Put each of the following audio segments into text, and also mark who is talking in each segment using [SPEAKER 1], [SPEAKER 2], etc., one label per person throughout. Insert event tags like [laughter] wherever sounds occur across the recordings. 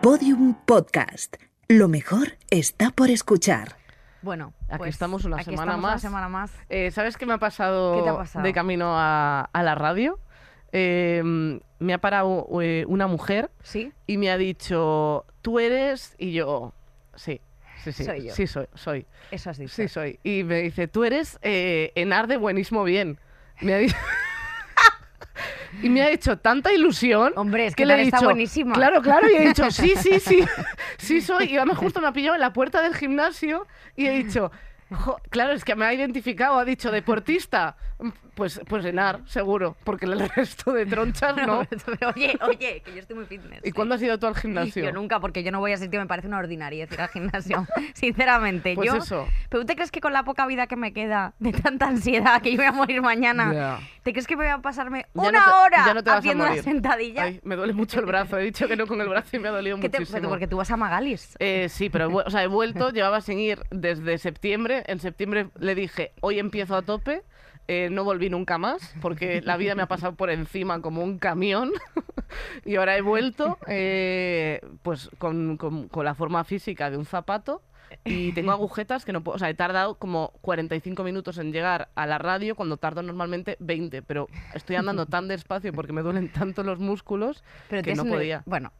[SPEAKER 1] Podium Podcast. Lo mejor está por escuchar.
[SPEAKER 2] Bueno,
[SPEAKER 3] Aquí
[SPEAKER 2] pues,
[SPEAKER 3] estamos una
[SPEAKER 2] aquí
[SPEAKER 3] semana
[SPEAKER 2] estamos Una
[SPEAKER 3] más.
[SPEAKER 2] semana más.
[SPEAKER 3] Eh, ¿Sabes qué me ha pasado,
[SPEAKER 2] ¿Qué te ha pasado?
[SPEAKER 3] de camino a, a la radio? Eh, me ha parado eh, una mujer
[SPEAKER 2] Sí,
[SPEAKER 3] y me ha dicho, tú eres, y yo, sí, sí, sí,
[SPEAKER 2] Soy yo.
[SPEAKER 3] sí, soy, soy,
[SPEAKER 2] eso has dicho. [laughs]
[SPEAKER 3] sí, soy. Y me dice, tú eres eh, Enar de Buenismo Bien. Me ha dicho... [laughs] Y me ha hecho tanta ilusión.
[SPEAKER 2] Hombre, es
[SPEAKER 3] que
[SPEAKER 2] que
[SPEAKER 3] le he
[SPEAKER 2] tal, está
[SPEAKER 3] dicho,
[SPEAKER 2] buenísima.
[SPEAKER 3] Claro, claro, y he dicho, sí,
[SPEAKER 2] [laughs]
[SPEAKER 3] sí, sí, sí soy. Y además justo me ha pillado en la puerta del gimnasio y he dicho, "Jo, claro, es que me ha identificado, ha dicho, deportista. Pues, pues enar, seguro, porque el resto de tronchas
[SPEAKER 2] [laughs]
[SPEAKER 3] no.
[SPEAKER 2] Pero oye, oye, que yo estoy muy fitness.
[SPEAKER 3] ¿Y cuándo has ido tú al gimnasio?
[SPEAKER 2] Yo nunca, porque yo no voy a sitio, me parece una ordinariedad ir al gimnasio. [laughs] Sinceramente,
[SPEAKER 3] Pues
[SPEAKER 2] yo.
[SPEAKER 3] eso.
[SPEAKER 2] Pero tú te crees que con la poca vida que me queda, de tanta ansiedad, que yo voy a morir mañana,
[SPEAKER 3] Ya.
[SPEAKER 2] ¿te crees que me voy a pasarme
[SPEAKER 3] Ya no
[SPEAKER 2] una
[SPEAKER 3] te-
[SPEAKER 2] hora
[SPEAKER 3] ya no te vas a
[SPEAKER 2] haciendo una
[SPEAKER 3] morir.
[SPEAKER 2] sentadilla?
[SPEAKER 3] Ay, me duele mucho el brazo, he dicho que no con el brazo y me
[SPEAKER 2] [laughs]
[SPEAKER 3] ha dolido
[SPEAKER 2] ¿Qué te-
[SPEAKER 3] muchísimo.
[SPEAKER 2] porque tú vas a Magalis.
[SPEAKER 3] Eh, sí, pero he vuel- o sea, he vuelto, [laughs] llevaba sin ir desde septiembre. En septiembre le dije, hoy empiezo a tope. Eh, no volví nunca más porque la vida me ha pasado por encima como un camión [laughs] y ahora he vuelto eh, pues con, con- con la forma física de un zapato y tengo agujetas que no puedo, o sea, he tardado como 45 minutos en llegar a la radio cuando tardo normalmente 20, pero estoy andando tan despacio porque me duelen tanto los músculos
[SPEAKER 2] Pero
[SPEAKER 3] que
[SPEAKER 2] te
[SPEAKER 3] no
[SPEAKER 2] es-
[SPEAKER 3] podía.
[SPEAKER 2] Bueno,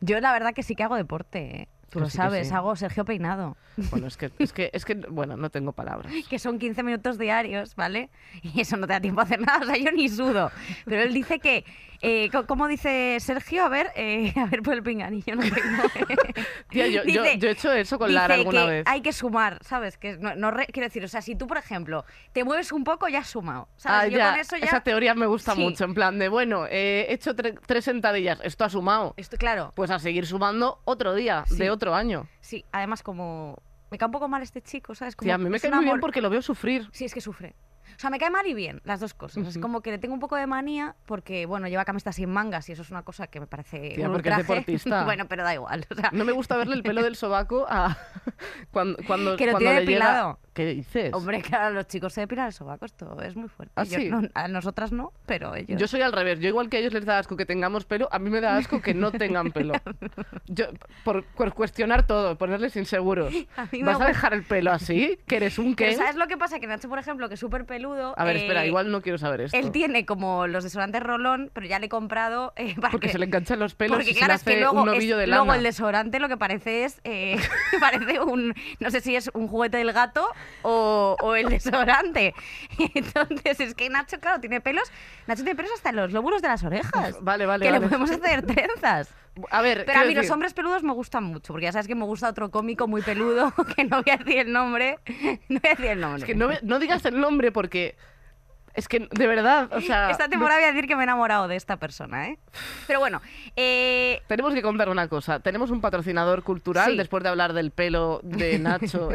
[SPEAKER 2] yo la verdad que sí que hago deporte, ¿eh? Tú
[SPEAKER 3] Que
[SPEAKER 2] lo
[SPEAKER 3] sí, que
[SPEAKER 2] sabes,
[SPEAKER 3] sí.
[SPEAKER 2] hago Sergio Peinado.
[SPEAKER 3] Bueno, es que, es que, es que, bueno, no tengo palabras.
[SPEAKER 2] que son 15 minutos diarios, ¿vale? Y eso no te da tiempo a hacer nada, o sea, yo ni sudo. Pero él dice que, eh, co- ¿cómo dice Sergio? A ver, eh, a ver, por el pinganillo, no tengo. eh.
[SPEAKER 3] [laughs] Tía, yo, yo-
[SPEAKER 2] Dice-
[SPEAKER 3] yo he hecho eso con Lara
[SPEAKER 2] dice
[SPEAKER 3] alguna
[SPEAKER 2] que
[SPEAKER 3] vez.
[SPEAKER 2] hay que sumar, ¿sabes? Que no, no re- quiero decir, o sea, si tú, por ejemplo, te mueves un poco, ya has sumado. ¿Sabes?
[SPEAKER 3] Ah,
[SPEAKER 2] yo
[SPEAKER 3] ya,
[SPEAKER 2] con eso ya...
[SPEAKER 3] Esa teoría me gusta
[SPEAKER 2] Sí.
[SPEAKER 3] mucho, en plan de, bueno, eh, he hecho tre- tres sentadillas, esto ha sumado.
[SPEAKER 2] Esto, claro,
[SPEAKER 3] Pues a seguir sumando otro día,
[SPEAKER 2] Sí.
[SPEAKER 3] de otro año.
[SPEAKER 2] sí. Además, como... Me cae un poco mal este chico, ¿sabes? Como,
[SPEAKER 3] Tía, a mí me
[SPEAKER 2] es
[SPEAKER 3] cae
[SPEAKER 2] un
[SPEAKER 3] muy bien
[SPEAKER 2] amor-
[SPEAKER 3] porque lo veo sufrir.
[SPEAKER 2] Sí, es que sufre. O sea, me cae mal y bien, las dos cosas. Es
[SPEAKER 3] Ujú.
[SPEAKER 2] como que le tengo un poco de manía porque, bueno, lleva camisas sin mangas y eso es una cosa que me parece
[SPEAKER 3] Tía,
[SPEAKER 2] un
[SPEAKER 3] porque es
[SPEAKER 2] ultraje. [laughs]
[SPEAKER 3] deportista.
[SPEAKER 2] bueno, pero da igual. o sea,
[SPEAKER 3] No me gusta verle el pelo del sobaco a... [laughs] cuando, cuando,
[SPEAKER 2] Que lo
[SPEAKER 3] cuando
[SPEAKER 2] tiene
[SPEAKER 3] le llega-
[SPEAKER 2] depilado.
[SPEAKER 3] ¿Qué dices?
[SPEAKER 2] Hombre, claro, los chicos se depilan el sobaco, esto es muy fuerte.
[SPEAKER 3] ¿Ah,
[SPEAKER 2] Yo
[SPEAKER 3] sí?
[SPEAKER 2] no- a nosotras no, pero ellos...
[SPEAKER 3] Yo soy al revés. Yo igual que a ellos les da asco que tengamos pelo, a mí me da asco que no tengan
[SPEAKER 2] [laughs]
[SPEAKER 3] pelo. Yo, por, por cuestionar todo,
[SPEAKER 2] [laughs]
[SPEAKER 3] ponerles inseguros.
[SPEAKER 2] A mí me
[SPEAKER 3] ¿Vas a
[SPEAKER 2] gusta-
[SPEAKER 3] dejar el pelo así? ¿Que eres un
[SPEAKER 2] Pero
[SPEAKER 3] qué?
[SPEAKER 2] ¿sabes lo que pasa? Que Nacho, por ejemplo, que es súper peludo...
[SPEAKER 3] A ver, espera,
[SPEAKER 2] eh,
[SPEAKER 3] igual no quiero saber esto.
[SPEAKER 2] Él tiene como los desodorantes Rolón, pero ya le he comprado eh, [laughs] para
[SPEAKER 3] Porque
[SPEAKER 2] que-
[SPEAKER 3] se le enganchan los pelos
[SPEAKER 2] Porque
[SPEAKER 3] y
[SPEAKER 2] claro,
[SPEAKER 3] se le hace
[SPEAKER 2] es que luego,
[SPEAKER 3] un
[SPEAKER 2] es-
[SPEAKER 3] ovillo de
[SPEAKER 2] luego
[SPEAKER 3] lana.
[SPEAKER 2] el desodorante lo que parece es, eh, [laughs] parece un, no sé si es un juguete del gato o, o el desodorante. [laughs] Entonces es que Nacho, claro, tiene pelos, Nacho tiene pelos hasta en los lóbulos de las orejas.
[SPEAKER 3] Vale, vale,
[SPEAKER 2] que
[SPEAKER 3] vale.
[SPEAKER 2] le podemos hacer trenzas.
[SPEAKER 3] A ver,
[SPEAKER 2] Pero a
[SPEAKER 3] [laughs] quiero
[SPEAKER 2] mí los
[SPEAKER 3] decir,
[SPEAKER 2] hombres peludos me gustan mucho, porque ya sabes que me gusta otro cómico muy peludo, [laughs] que no voy a decir el nombre. No voy a decir el nombre.
[SPEAKER 3] Es que no, ve- no digas el nombre porque... Es que, de verdad, o
[SPEAKER 2] [laughs]
[SPEAKER 3] sea... [laughs]
[SPEAKER 2] Esta temporada voy a decir que me he enamorado de esta persona, ¿eh? Pero bueno, eh,
[SPEAKER 3] Tenemos que contar una cosa. Tenemos un patrocinador cultural,
[SPEAKER 2] Sí.
[SPEAKER 3] después de hablar del pelo
[SPEAKER 2] [laughs]
[SPEAKER 3] de Nacho,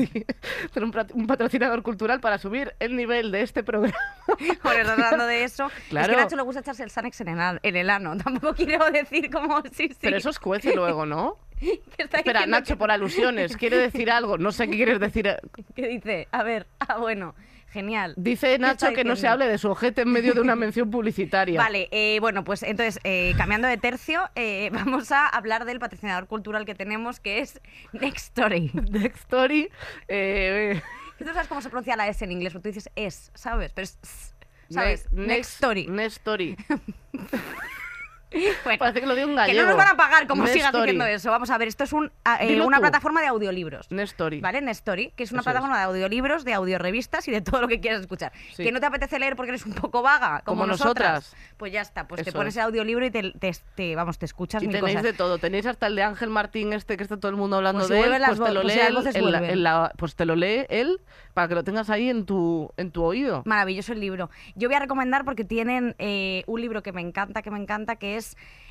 [SPEAKER 3] [laughs] Tenemos un pat- un patrocinador cultural para subir el nivel de este programa.
[SPEAKER 2] [laughs] Por estar hablando de eso. Es
[SPEAKER 3] Claro.
[SPEAKER 2] que a Nacho le gusta echarse el Sanex en el, an- en el ano. [laughs] Tampoco quiero decir como sí, sí.
[SPEAKER 3] Pero eso es cuece luego, ¿no?
[SPEAKER 2] que [laughs] está
[SPEAKER 3] Espera,
[SPEAKER 2] diciendo
[SPEAKER 3] Nacho,
[SPEAKER 2] que-
[SPEAKER 3] por alusiones, quiere decir algo. No sé qué quieres decir. eh,
[SPEAKER 2] Que dice, a ver, [laughs] ah, bueno, genial.
[SPEAKER 3] Dice
[SPEAKER 2] está
[SPEAKER 3] Nacho que no se
[SPEAKER 2] diciendo?
[SPEAKER 3] hable de su ojete en medio de una mención
[SPEAKER 2] [laughs]
[SPEAKER 3] publicitaria.
[SPEAKER 2] Vale, eh, bueno, pues entonces, eh, cambiando de tercio, eh, [laughs] vamos a hablar del patrocinador cultural que tenemos, que es Next Story.
[SPEAKER 3] Next Story. eh,
[SPEAKER 2] [laughs] Tú sabes cómo se pronuncia la S en inglés, pero tú dices es, ¿sabes? Pero es, s,
[SPEAKER 3] ne-
[SPEAKER 2] ¿sabes? Next, Story.
[SPEAKER 3] Next
[SPEAKER 2] [laughs]
[SPEAKER 3] Story.
[SPEAKER 2] Bueno,
[SPEAKER 3] Parece que lo dio un
[SPEAKER 2] que
[SPEAKER 3] gallego.
[SPEAKER 2] no nos van a pagar como
[SPEAKER 3] Next
[SPEAKER 2] sigas
[SPEAKER 3] Story.
[SPEAKER 2] diciendo eso. Vamos a ver, esto es un, a- eh,
[SPEAKER 3] Dilo
[SPEAKER 2] una
[SPEAKER 3] tú.
[SPEAKER 2] plataforma de audiolibros.
[SPEAKER 3] Next Story.
[SPEAKER 2] ¿Vale? Nestory, que es una
[SPEAKER 3] Eso es.
[SPEAKER 2] plataforma de audiolibros, de audiorevistas y de todo lo que quieras escuchar.
[SPEAKER 3] Sí.
[SPEAKER 2] Que no te apetece leer porque eres un poco vaga, como,
[SPEAKER 3] Como nosotras.
[SPEAKER 2] Pues ya está, pues te
[SPEAKER 3] Eso
[SPEAKER 2] pones
[SPEAKER 3] es.
[SPEAKER 2] el audiolibro y te, te- te- vamos, te escuchas
[SPEAKER 3] Y
[SPEAKER 2] mil
[SPEAKER 3] tenéis
[SPEAKER 2] cosas.
[SPEAKER 3] de todo. Tenéis hasta el de Ángel Martín, este que está todo el mundo hablando
[SPEAKER 2] Pues si
[SPEAKER 3] de él.
[SPEAKER 2] vuelven las
[SPEAKER 3] Pues te
[SPEAKER 2] vo-
[SPEAKER 3] lo
[SPEAKER 2] pues si
[SPEAKER 3] lee
[SPEAKER 2] las
[SPEAKER 3] él
[SPEAKER 2] voces
[SPEAKER 3] en la-
[SPEAKER 2] vuelven.
[SPEAKER 3] en la- pues te lo lee él para que lo tengas ahí en tu, en tu oído.
[SPEAKER 2] Maravilloso el libro. Yo voy a recomendar porque tienen eh, un libro que me encanta, que me encanta, que es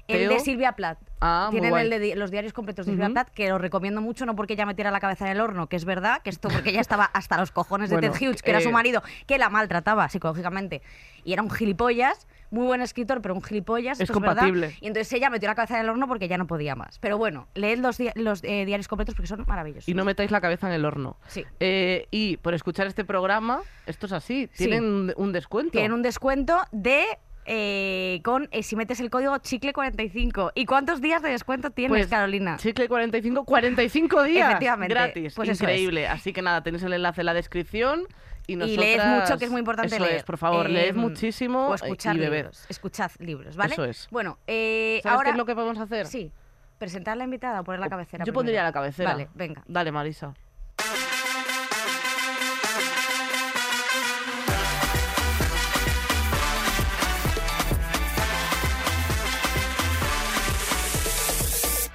[SPEAKER 2] el
[SPEAKER 3] Teo.
[SPEAKER 2] de Silvia Plath.
[SPEAKER 3] Ah, muy
[SPEAKER 2] tienen
[SPEAKER 3] guay.
[SPEAKER 2] el de di- los diarios completos de Silvia
[SPEAKER 3] Ujú.
[SPEAKER 2] Plath, que lo recomiendo mucho, no porque ella me tira la cabeza en el horno, que es verdad, que esto porque ella estaba hasta los cojones de
[SPEAKER 3] Bueno,
[SPEAKER 2] Ted Hughes, que era su
[SPEAKER 3] eh,
[SPEAKER 2] marido, que la maltrataba psicológicamente. Y era un gilipollas, muy buen escritor, pero un gilipollas.
[SPEAKER 3] Es
[SPEAKER 2] esto verdad.
[SPEAKER 3] compatible.
[SPEAKER 2] Y entonces ella metió la cabeza en el horno porque ya no podía más. Pero bueno, leed los, di- los eh, diarios completos porque son maravillosos.
[SPEAKER 3] Y no metáis la cabeza en el horno.
[SPEAKER 2] Sí.
[SPEAKER 3] Eh, y por escuchar este programa, esto es así, tienen un descuento.
[SPEAKER 2] Tienen un descuento de eh, con eh, si metes el código chicle45. ¿Y cuántos días de descuento tienes,
[SPEAKER 3] Pues,
[SPEAKER 2] Carolina?
[SPEAKER 3] Chicle 45, 45 días
[SPEAKER 2] Ah. Efectivamente,
[SPEAKER 3] gratis.
[SPEAKER 2] pues eso
[SPEAKER 3] Increíble. Así que nada, tenéis el enlace en la descripción. Y,
[SPEAKER 2] Y
[SPEAKER 3] nosotras,
[SPEAKER 2] leed mucho, que es muy importante
[SPEAKER 3] eso
[SPEAKER 2] leer.
[SPEAKER 3] es, por favor,
[SPEAKER 2] Eh,
[SPEAKER 3] leed muchísimo
[SPEAKER 2] O
[SPEAKER 3] eh,
[SPEAKER 2] escuchar
[SPEAKER 3] y beber.
[SPEAKER 2] libros. Escuchad libros, ¿vale?
[SPEAKER 3] Eso es.
[SPEAKER 2] Bueno, eh,
[SPEAKER 3] ¿Sabes
[SPEAKER 2] ahora...
[SPEAKER 3] qué es lo que podemos hacer?
[SPEAKER 2] Sí. ¿Presentar la invitada o poner la cabecera?
[SPEAKER 3] Yo
[SPEAKER 2] primero?
[SPEAKER 3] pondría la cabecera.
[SPEAKER 2] Vale, venga. [laughs]
[SPEAKER 3] Dale, Marisa.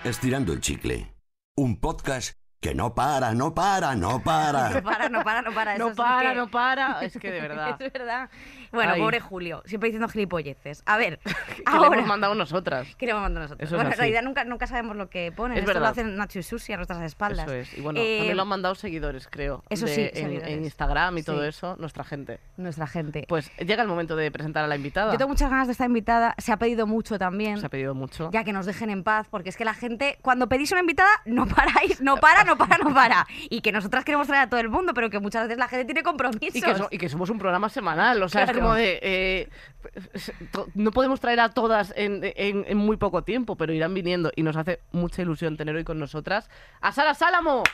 [SPEAKER 4] Estirando el chicle. Un podcast que no para, no para, no
[SPEAKER 2] No
[SPEAKER 4] para.
[SPEAKER 2] para, no para, no para. eso
[SPEAKER 3] No
[SPEAKER 2] sí
[SPEAKER 3] para,
[SPEAKER 2] que-
[SPEAKER 3] no para. Es
[SPEAKER 2] [laughs]
[SPEAKER 3] que de verdad.
[SPEAKER 2] Es verdad. Bueno,
[SPEAKER 3] Ay.
[SPEAKER 2] pobre Julio, siempre diciendo gilipolleces. A ver,
[SPEAKER 3] [laughs] Que le
[SPEAKER 2] ahora.
[SPEAKER 3] hemos mandado nosotras.
[SPEAKER 2] Que le hemos mandado nosotros.
[SPEAKER 3] Eso es
[SPEAKER 2] bueno, en
[SPEAKER 3] así.
[SPEAKER 2] realidad nunca, nunca sabemos lo que ponen.
[SPEAKER 3] Es
[SPEAKER 2] Esto lo
[SPEAKER 3] verdad.
[SPEAKER 2] hacen Nacho y Susi a nuestras espaldas.
[SPEAKER 3] Eso es. Y bueno,
[SPEAKER 2] Eh,
[SPEAKER 3] también lo han mandado seguidores, creo.
[SPEAKER 2] eso
[SPEAKER 3] de-
[SPEAKER 2] sí,
[SPEAKER 3] en- en,
[SPEAKER 2] seguidores.
[SPEAKER 3] Instagram y todo
[SPEAKER 2] Sí.
[SPEAKER 3] eso, nuestra gente.
[SPEAKER 2] Nuestra gente.
[SPEAKER 3] Pues llega el momento de presentar a la invitada.
[SPEAKER 2] Yo tengo muchas ganas de esta invitada. Se ha pedido mucho también.
[SPEAKER 3] Se ha pedido mucho.
[SPEAKER 2] Ya que nos dejen en paz, porque es que la gente, cuando pedís una invitada, no paráis, no para, no para, no para. Y que nosotras queremos traer a todo el mundo, pero que muchas veces la gente tiene compromisos.
[SPEAKER 3] Y que, so- y que somos un programa semanal, o sea,
[SPEAKER 2] Claro.
[SPEAKER 3] es como de... eh, es- to- no podemos traer a todas en, en- en muy poco tiempo, pero irán viniendo y nos hace mucha ilusión tener hoy con nosotras a Sara Sálamo.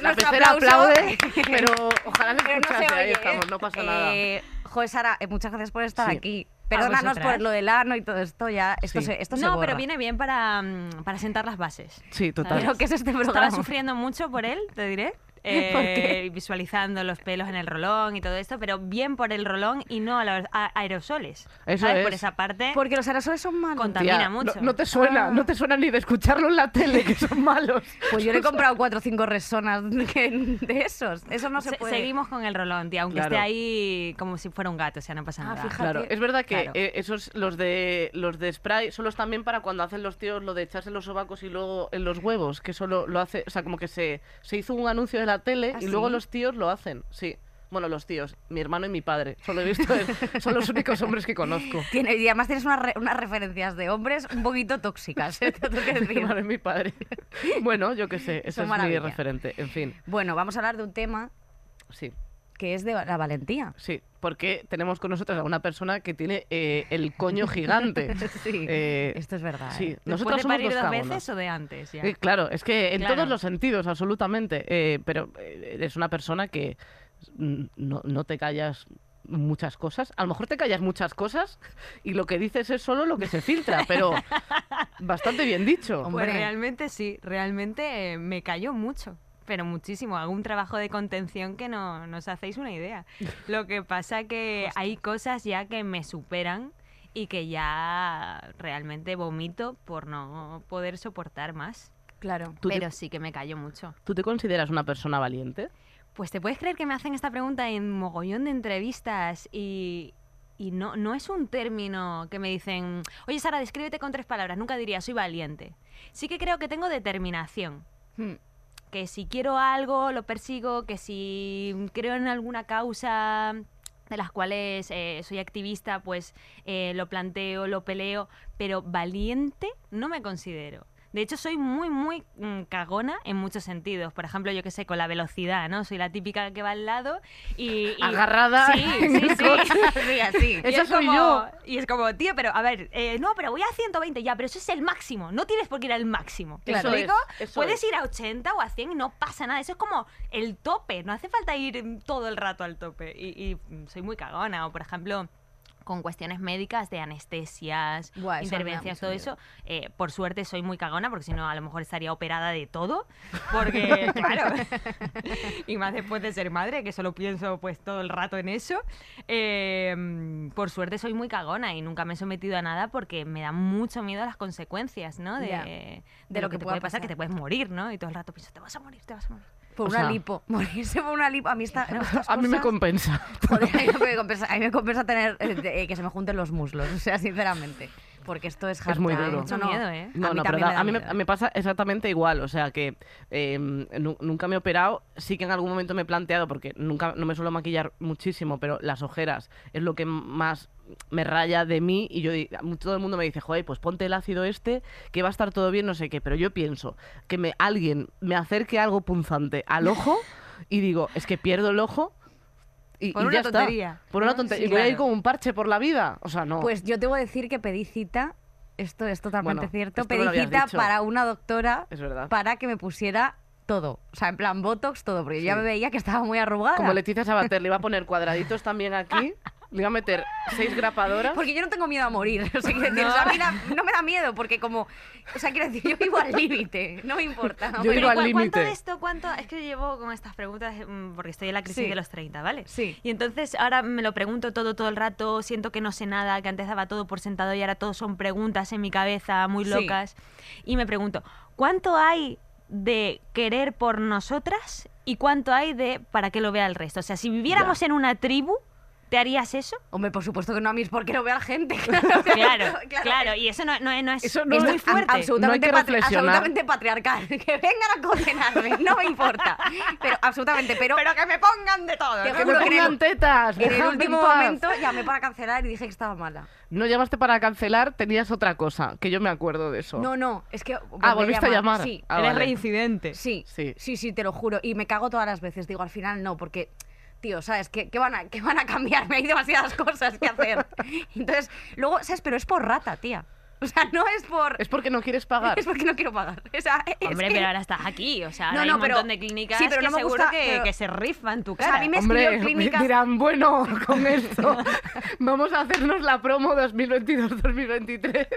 [SPEAKER 3] La
[SPEAKER 2] Nuestro
[SPEAKER 3] pecera
[SPEAKER 2] aplauso. [laughs]
[SPEAKER 3] aplaude, pero ojalá se
[SPEAKER 2] Pero no
[SPEAKER 3] escuchase,
[SPEAKER 2] se
[SPEAKER 3] ahí
[SPEAKER 2] oye.
[SPEAKER 3] estamos, no pasa nada.
[SPEAKER 2] Eh, joder, Sara, eh, muchas gracias por estar
[SPEAKER 3] Sí.
[SPEAKER 2] aquí.
[SPEAKER 5] A
[SPEAKER 2] Perdónanos
[SPEAKER 5] vosotras.
[SPEAKER 2] por lo del ano y todo esto ya. Esto
[SPEAKER 3] Sí.
[SPEAKER 2] se, esto se
[SPEAKER 5] no,
[SPEAKER 2] borra.
[SPEAKER 5] pero viene bien para, mm, para sentar
[SPEAKER 2] [laughs]
[SPEAKER 5] las bases.
[SPEAKER 3] Sí, total.
[SPEAKER 5] ¿sabes?
[SPEAKER 2] Pero que es este programa.
[SPEAKER 5] Estaba sufriendo mucho por él, te diré.
[SPEAKER 2] [laughs] ¿Por
[SPEAKER 5] Eh, visualizando los pelos en el rolón y todo esto, pero bien por el rolón y no a los a- aerosoles.
[SPEAKER 3] Eso
[SPEAKER 5] ¿sabes?
[SPEAKER 3] es.
[SPEAKER 5] Por esa parte
[SPEAKER 2] Porque los aerosoles son malos.
[SPEAKER 5] Contam-
[SPEAKER 3] Tía,
[SPEAKER 5] Camina
[SPEAKER 3] no-
[SPEAKER 5] mucho.
[SPEAKER 3] No, te suena, no te suena ni de escucharlo en la tele, que son malos.
[SPEAKER 2] Ah. Pues yo le he comprado cuatro o cinco resonas que- de esos. Eso no se,
[SPEAKER 5] se-
[SPEAKER 2] puede.
[SPEAKER 5] seguimos con el rolón, tía, aunque
[SPEAKER 3] Claro.
[SPEAKER 5] esté ahí como si fuera un gato, o sea, no pasa
[SPEAKER 2] Ah,
[SPEAKER 5] nada.
[SPEAKER 2] fíjate.
[SPEAKER 3] Claro, es verdad que
[SPEAKER 5] Claro.
[SPEAKER 3] eh, esos, los de los de spray, son los también para cuando hacen los tíos lo de echarse los sobacos y luego en los huevos, que solo lo hace, o sea, como que se, se hizo un anuncio de la tele
[SPEAKER 2] ¿Ah,
[SPEAKER 3] y luego
[SPEAKER 2] sí?
[SPEAKER 3] los tíos lo hacen, sí. Bueno, los tíos, mi hermano y mi padre, solo he visto,
[SPEAKER 5] [laughs]
[SPEAKER 3] son los únicos hombres que conozco.
[SPEAKER 2] Tiene- y además tienes unas, re- unas referencias de hombres un poquito tóxicas. ¿eh? [laughs] Te tengo que
[SPEAKER 3] [laughs] Mi hermano
[SPEAKER 2] decir.
[SPEAKER 3] y mi padre. Bueno, yo qué sé, eso
[SPEAKER 2] Son
[SPEAKER 3] es mi
[SPEAKER 2] maravilla.
[SPEAKER 3] referente, en fin,
[SPEAKER 2] Bueno, vamos a hablar de un tema
[SPEAKER 3] sí.
[SPEAKER 2] que es de la valentía.
[SPEAKER 3] Sí, porque tenemos con nosotros a una persona que tiene eh, el coño
[SPEAKER 5] [laughs]
[SPEAKER 3] gigante.
[SPEAKER 2] [laughs] Sí,
[SPEAKER 3] Eh,
[SPEAKER 2] esto es verdad.
[SPEAKER 3] sí,
[SPEAKER 2] ¿eh?
[SPEAKER 5] ¿Después
[SPEAKER 3] nosotros
[SPEAKER 5] de
[SPEAKER 3] somos
[SPEAKER 5] parir
[SPEAKER 3] los
[SPEAKER 5] dos
[SPEAKER 3] cágonas.
[SPEAKER 5] veces o de antes? Ya.
[SPEAKER 3] Eh, claro, es que en
[SPEAKER 5] Claro.
[SPEAKER 3] todos los sentidos, absolutamente. Eh, pero eh, eres una persona que mm, no, no te callas muchas cosas. A lo mejor te callas muchas cosas y lo que dices es solo lo que se filtra, [laughs] pero bastante bien dicho.
[SPEAKER 5] Pues
[SPEAKER 2] Hombre.
[SPEAKER 5] realmente sí, realmente eh, me cayó mucho, pero muchísimo. Hago un trabajo de contención que no, no os hacéis una [laughs] idea. Lo que pasa que hay cosas ya que me superan y que ya realmente vomito por no poder soportar más.
[SPEAKER 2] Claro. [laughs]
[SPEAKER 3] ¿Tú te-
[SPEAKER 5] Pero sí que me cayó mucho.
[SPEAKER 3] ¿Tú te consideras una persona valiente?
[SPEAKER 5] Pues te puedes creer que me hacen esta pregunta en mogollón de entrevistas y, y no, no es un término que me dicen, oye Sara, descríbete con tres palabras, nunca diría soy valiente. Sí que creo que tengo determinación,
[SPEAKER 2] Hmm.
[SPEAKER 5] que si quiero algo lo persigo, que si creo en alguna causa de las cuales eh, soy activista, pues eh, lo planteo, lo peleo, pero valiente no me considero. De hecho, soy muy, muy mm, cagona en muchos sentidos. Por ejemplo, yo qué sé, con la velocidad, ¿no? Soy la típica que va al lado y... y-
[SPEAKER 3] Agarrada
[SPEAKER 5] Sí,
[SPEAKER 3] [laughs] en
[SPEAKER 5] sí,
[SPEAKER 3] el
[SPEAKER 5] sí.
[SPEAKER 3] coche.
[SPEAKER 2] Sí,
[SPEAKER 3] [laughs]
[SPEAKER 2] así.
[SPEAKER 5] Y
[SPEAKER 3] Esa
[SPEAKER 5] es
[SPEAKER 3] soy
[SPEAKER 5] como-
[SPEAKER 3] yo.
[SPEAKER 5] Y es como, tío, pero a ver, eh, no, pero voy a 120 ya, pero eso es el máximo. No tienes por qué ir al máximo. ¿Te
[SPEAKER 3] Claro.
[SPEAKER 5] explico?
[SPEAKER 3] Eso es, eso
[SPEAKER 5] Puedes
[SPEAKER 3] es.
[SPEAKER 5] ir a 80 o a 100 y no pasa nada. Eso es como el tope. No hace falta ir mm, todo el rato al tope. Y, y, mm, soy muy cagona. O, por ejemplo con cuestiones médicas de anestesias,
[SPEAKER 2] Buah, eso me da
[SPEAKER 5] intervenciones,
[SPEAKER 2] mucho
[SPEAKER 5] todo
[SPEAKER 2] miedo.
[SPEAKER 5] eso. Eh, por suerte soy muy cagona, porque si no a lo mejor estaría operada de todo, porque [laughs] claro, [laughs] y más después de ser madre, que solo pienso pues todo el rato en eso. Eh, mm, por suerte soy muy cagona y nunca me he sometido a nada porque me da mucho miedo a las consecuencias, ¿no? De,
[SPEAKER 2] Ya.
[SPEAKER 5] de
[SPEAKER 2] De lo
[SPEAKER 5] lo
[SPEAKER 2] que
[SPEAKER 5] que te
[SPEAKER 2] pueda
[SPEAKER 5] puede pasar,
[SPEAKER 2] pasar.
[SPEAKER 5] que te puedes morir, ¿no? Y todo el rato pienso, te vas a morir, te vas a morir.
[SPEAKER 2] Por
[SPEAKER 3] O
[SPEAKER 2] una
[SPEAKER 3] sea-
[SPEAKER 2] lipo. [laughs] Morirse por una lipo. A mí está.
[SPEAKER 3] A mí me compensa. [laughs]
[SPEAKER 2] Joder, a mí me compensa, a mí me compensa tener eh, de- eh, que se me junten los muslos, [laughs] o sea, sinceramente. Porque esto es hard
[SPEAKER 3] muy
[SPEAKER 2] time.
[SPEAKER 3] duro.
[SPEAKER 5] Mucho
[SPEAKER 2] No, no.
[SPEAKER 5] miedo, ¿eh?
[SPEAKER 2] a
[SPEAKER 3] No,
[SPEAKER 2] mí
[SPEAKER 3] no, pero
[SPEAKER 2] también
[SPEAKER 3] da-
[SPEAKER 2] me da
[SPEAKER 3] a mí me,
[SPEAKER 2] miedo.
[SPEAKER 3] me pasa exactamente igual. O sea que eh, nu- nunca me he operado. Sí que en algún momento me he planteado, porque nunca no me suelo maquillar muchísimo, pero las ojeras es lo que más me raya de mí. Y yo di- todo el mundo me dice, joder, pues ponte el ácido este, que va a estar todo bien, no sé qué. Pero yo pienso que me, alguien me acerque algo punzante al ojo y digo, es que pierdo el ojo. y,
[SPEAKER 2] Por
[SPEAKER 3] y
[SPEAKER 2] una
[SPEAKER 3] ya está.
[SPEAKER 2] tontería,
[SPEAKER 3] Por
[SPEAKER 2] ¿no?
[SPEAKER 3] una tontería.
[SPEAKER 2] Sí,
[SPEAKER 3] y voy a ir
[SPEAKER 2] claro.
[SPEAKER 3] con un parche por la vida. O sea, no.
[SPEAKER 2] Pues yo te voy a decir que pedí cita, esto es totalmente
[SPEAKER 3] Bueno,
[SPEAKER 2] cierto,
[SPEAKER 3] esto me lo
[SPEAKER 2] pedí
[SPEAKER 3] habías
[SPEAKER 2] cita
[SPEAKER 3] dicho.
[SPEAKER 2] para una doctora
[SPEAKER 3] es verdad.
[SPEAKER 2] para que me pusiera todo. O sea, en plan Botox, todo, porque yo ya
[SPEAKER 3] Sí.
[SPEAKER 2] me veía que estaba muy arrugada.
[SPEAKER 3] Como Leticia Sabater, le iba a poner cuadraditos también aquí. Le iba a meter seis grapadoras.
[SPEAKER 2] Porque yo no tengo miedo a morir. [laughs] O sea, quiero decir, o sea, a mí la- no me da miedo, porque como. O sea, quiero decir, yo vivo al límite, no me importa.
[SPEAKER 3] Yo
[SPEAKER 2] pero-
[SPEAKER 3] vivo al
[SPEAKER 5] ¿cu- ¿Cuánto
[SPEAKER 3] límite.
[SPEAKER 5] de esto? ¿Cuánto? Es que llevo con estas preguntas mm, porque estoy en la crisis
[SPEAKER 2] Sí.
[SPEAKER 5] de los 30, ¿vale?
[SPEAKER 2] Sí.
[SPEAKER 5] Y entonces ahora me lo pregunto todo, todo el rato. Siento que no sé nada, que antes daba todo por sentado y ahora todo son preguntas en mi cabeza muy
[SPEAKER 2] Sí.
[SPEAKER 5] locas. Y me pregunto, ¿cuánto hay de querer por nosotras y cuánto hay de para que lo vea el resto? O sea, si viviéramos en una tribu, ¿te harías eso?
[SPEAKER 2] Hombre, por supuesto que no a mí, es porque no veo a la gente. [laughs] Claro, o sea,
[SPEAKER 5] Claro, claro. Y eso no, no- no es,
[SPEAKER 3] Eso no
[SPEAKER 5] es
[SPEAKER 3] es
[SPEAKER 5] muy
[SPEAKER 3] ab-
[SPEAKER 5] fuerte.
[SPEAKER 2] Ab- absolutamente,
[SPEAKER 3] No hay que
[SPEAKER 2] patri-
[SPEAKER 3] reflexionar.
[SPEAKER 2] absolutamente patriarcal. [laughs] Que vengan a condenarme, no me importa. Pero absolutamente, pero. Pero que me pongan de todo. Te
[SPEAKER 3] ¡Que
[SPEAKER 2] juro
[SPEAKER 3] me
[SPEAKER 2] que en
[SPEAKER 3] pongan
[SPEAKER 2] el,
[SPEAKER 3] tetas!
[SPEAKER 2] en el
[SPEAKER 3] dejadme en
[SPEAKER 2] último
[SPEAKER 3] paz.
[SPEAKER 2] momento llamé para cancelar y dije que estaba mala.
[SPEAKER 3] No llamaste para cancelar, tenías otra cosa, que yo me acuerdo de eso.
[SPEAKER 2] No, no, es que.
[SPEAKER 3] Oh. ah,
[SPEAKER 2] volví
[SPEAKER 3] volviste a llamar.
[SPEAKER 2] Sí,
[SPEAKER 3] Ah,
[SPEAKER 5] Eres
[SPEAKER 3] vale.
[SPEAKER 5] reincidente.
[SPEAKER 2] Sí,
[SPEAKER 3] Sí.
[SPEAKER 2] sí, sí, te lo juro. Y me cago todas las veces. Digo, al final no, porque, tío, ¿sabes? ¿Qué, qué van, a, qué van a cambiarme? [laughs] Hay demasiadas cosas que
[SPEAKER 3] [laughs]
[SPEAKER 2] hacer. Entonces, luego, ¿sabes? Pero es por rata, tía. O sea, no es por...
[SPEAKER 3] Es porque no quieres pagar.
[SPEAKER 2] es porque no quiero pagar. O sea, es
[SPEAKER 5] Hombre,
[SPEAKER 2] que-
[SPEAKER 5] pero ahora estás aquí, o sea, ahora
[SPEAKER 2] No,
[SPEAKER 5] hay
[SPEAKER 2] no,
[SPEAKER 5] un
[SPEAKER 2] pero-
[SPEAKER 5] montón de clínicas
[SPEAKER 2] sí, pero
[SPEAKER 5] que
[SPEAKER 2] no me
[SPEAKER 5] seguro
[SPEAKER 2] gusta,
[SPEAKER 5] que,
[SPEAKER 2] pero-
[SPEAKER 5] que se rifan tu
[SPEAKER 2] sea,
[SPEAKER 5] cara.
[SPEAKER 2] a mí me-
[SPEAKER 3] Hombre,
[SPEAKER 2] escribió clínicas-
[SPEAKER 3] dirán, bueno, con esto [laughs] vamos a hacernos la promo 2022-2023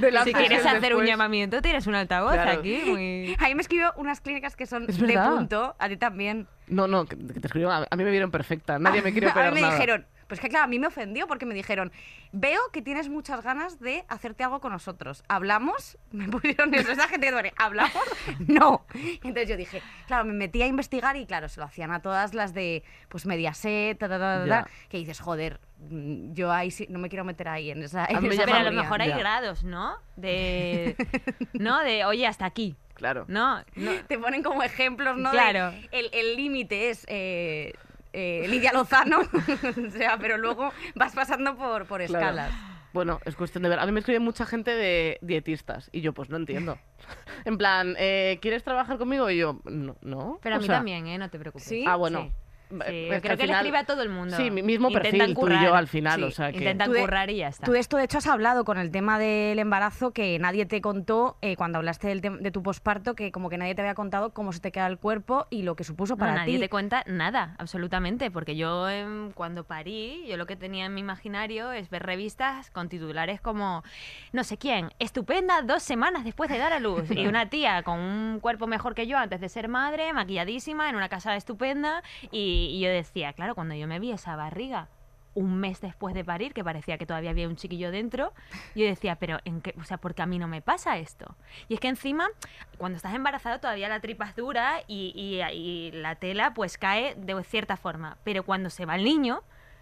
[SPEAKER 3] de la
[SPEAKER 5] si
[SPEAKER 3] sesión
[SPEAKER 5] quieres hacer un
[SPEAKER 3] después.
[SPEAKER 5] llamamiento, tienes un altavoz
[SPEAKER 3] Claro.
[SPEAKER 5] aquí.
[SPEAKER 2] [laughs]
[SPEAKER 5] Muy...
[SPEAKER 2] A mí me escribió unas clínicas que son
[SPEAKER 3] Es
[SPEAKER 2] de
[SPEAKER 3] verdad.
[SPEAKER 2] punto, a ti también.
[SPEAKER 3] No, no, que que te escribieron, a- a mí me vieron perfecta, nadie me quiere
[SPEAKER 2] Ah, [laughs] A
[SPEAKER 3] pegar
[SPEAKER 2] mí me
[SPEAKER 3] nada.
[SPEAKER 2] dijeron, pues que claro, a mí me ofendió porque me dijeron, veo que tienes muchas ganas de hacerte algo con nosotros. ¿Hablamos? [laughs] Me pusieron eso, esa gente que duele. ¿Hablamos? [laughs] No. Entonces yo dije, claro, me metí a investigar y claro, se lo hacían a todas las de, pues Mediaset, ta, ta, ta, ta,
[SPEAKER 3] Ya.
[SPEAKER 2] ta, que dices, joder, mm, yo ahí sí- no me quiero meter ahí en esa... en
[SPEAKER 3] A mí me
[SPEAKER 2] esa
[SPEAKER 5] Pero a lo
[SPEAKER 2] jauría".
[SPEAKER 5] mejor hay
[SPEAKER 3] Ya.
[SPEAKER 5] grados, ¿no?
[SPEAKER 3] [laughs]
[SPEAKER 5] De, no, de, oye, hasta aquí.
[SPEAKER 3] Claro.
[SPEAKER 5] No, no.
[SPEAKER 2] Te ponen como ejemplos, ¿no? De
[SPEAKER 5] Claro.
[SPEAKER 2] el- el límite es... eh, eh, Lidia Lozano, [laughs] o sea, pero luego vas pasando por, por
[SPEAKER 3] Claro.
[SPEAKER 2] escalas.
[SPEAKER 3] Bueno, es cuestión de ver. A mí me escribe mucha gente de dietistas y yo pues no
[SPEAKER 5] [laughs]
[SPEAKER 3] entiendo. En plan, eh, ¿quieres trabajar conmigo? Y yo, no. no.
[SPEAKER 5] Pero a
[SPEAKER 3] O
[SPEAKER 5] mí
[SPEAKER 3] sea,
[SPEAKER 5] también, ¿eh? No te preocupes.
[SPEAKER 2] ¿Sí?
[SPEAKER 3] Ah, bueno.
[SPEAKER 5] Sí,
[SPEAKER 3] Eh,
[SPEAKER 5] yo
[SPEAKER 3] es
[SPEAKER 5] creo
[SPEAKER 3] al
[SPEAKER 5] que le
[SPEAKER 3] final-
[SPEAKER 5] escribe a todo el mundo.
[SPEAKER 3] Sí, mi mismo
[SPEAKER 5] Intentan
[SPEAKER 3] perfil, tú y yo
[SPEAKER 5] currar.
[SPEAKER 3] al final,
[SPEAKER 2] Sí,
[SPEAKER 3] o sea que...
[SPEAKER 5] Intentan
[SPEAKER 2] Tú de-
[SPEAKER 5] currar y ya está.
[SPEAKER 2] Tú de esto, de hecho, has hablado con el tema del embarazo que nadie te contó eh, cuando hablaste del tem- de tu posparto, que como que nadie te había contado cómo se te queda el cuerpo y lo que supuso
[SPEAKER 5] No,
[SPEAKER 2] para
[SPEAKER 5] nadie
[SPEAKER 2] ti.
[SPEAKER 5] te cuenta nada, absolutamente, porque yo em, cuando parí, yo lo que tenía en mi imaginario es ver revistas con titulares como, no sé quién, estupenda dos semanas después de dar a luz, y una tía con un cuerpo mejor que yo antes de ser madre, maquilladísima, en una casa estupenda, y, y yo decía, claro, cuando yo me vi esa barriga un mes después de parir, que parecía que todavía había un chiquillo dentro, yo decía, pero ¿en qué? O sea, porque a mí no me pasa esto. Y es que encima, cuando estás embarazada todavía la tripa es dura y, y- y la tela pues cae de cierta forma. Pero cuando se va el niño,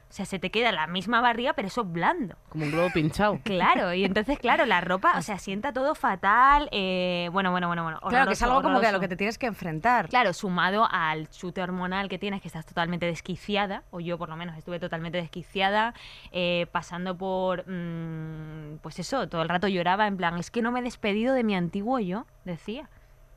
[SPEAKER 5] o sea, se te queda la misma barriga, pero eso blando.
[SPEAKER 3] Como un globo
[SPEAKER 5] [laughs]
[SPEAKER 3] pinchado.
[SPEAKER 5] Claro, y entonces, claro, la ropa, o sea, sienta todo fatal. eh, bueno, bueno, bueno, bueno.
[SPEAKER 2] Claro, que es
[SPEAKER 5] horroroso,
[SPEAKER 2] algo como que a lo
[SPEAKER 5] horroroso.
[SPEAKER 2] que te tienes que enfrentar.
[SPEAKER 5] Claro, sumado al chute hormonal que tienes, que estás totalmente desquiciada, o yo por lo menos estuve totalmente desquiciada, eh, pasando por, mm, pues eso, todo el rato lloraba en plan, es que no me he despedido de mi antiguo yo, decía.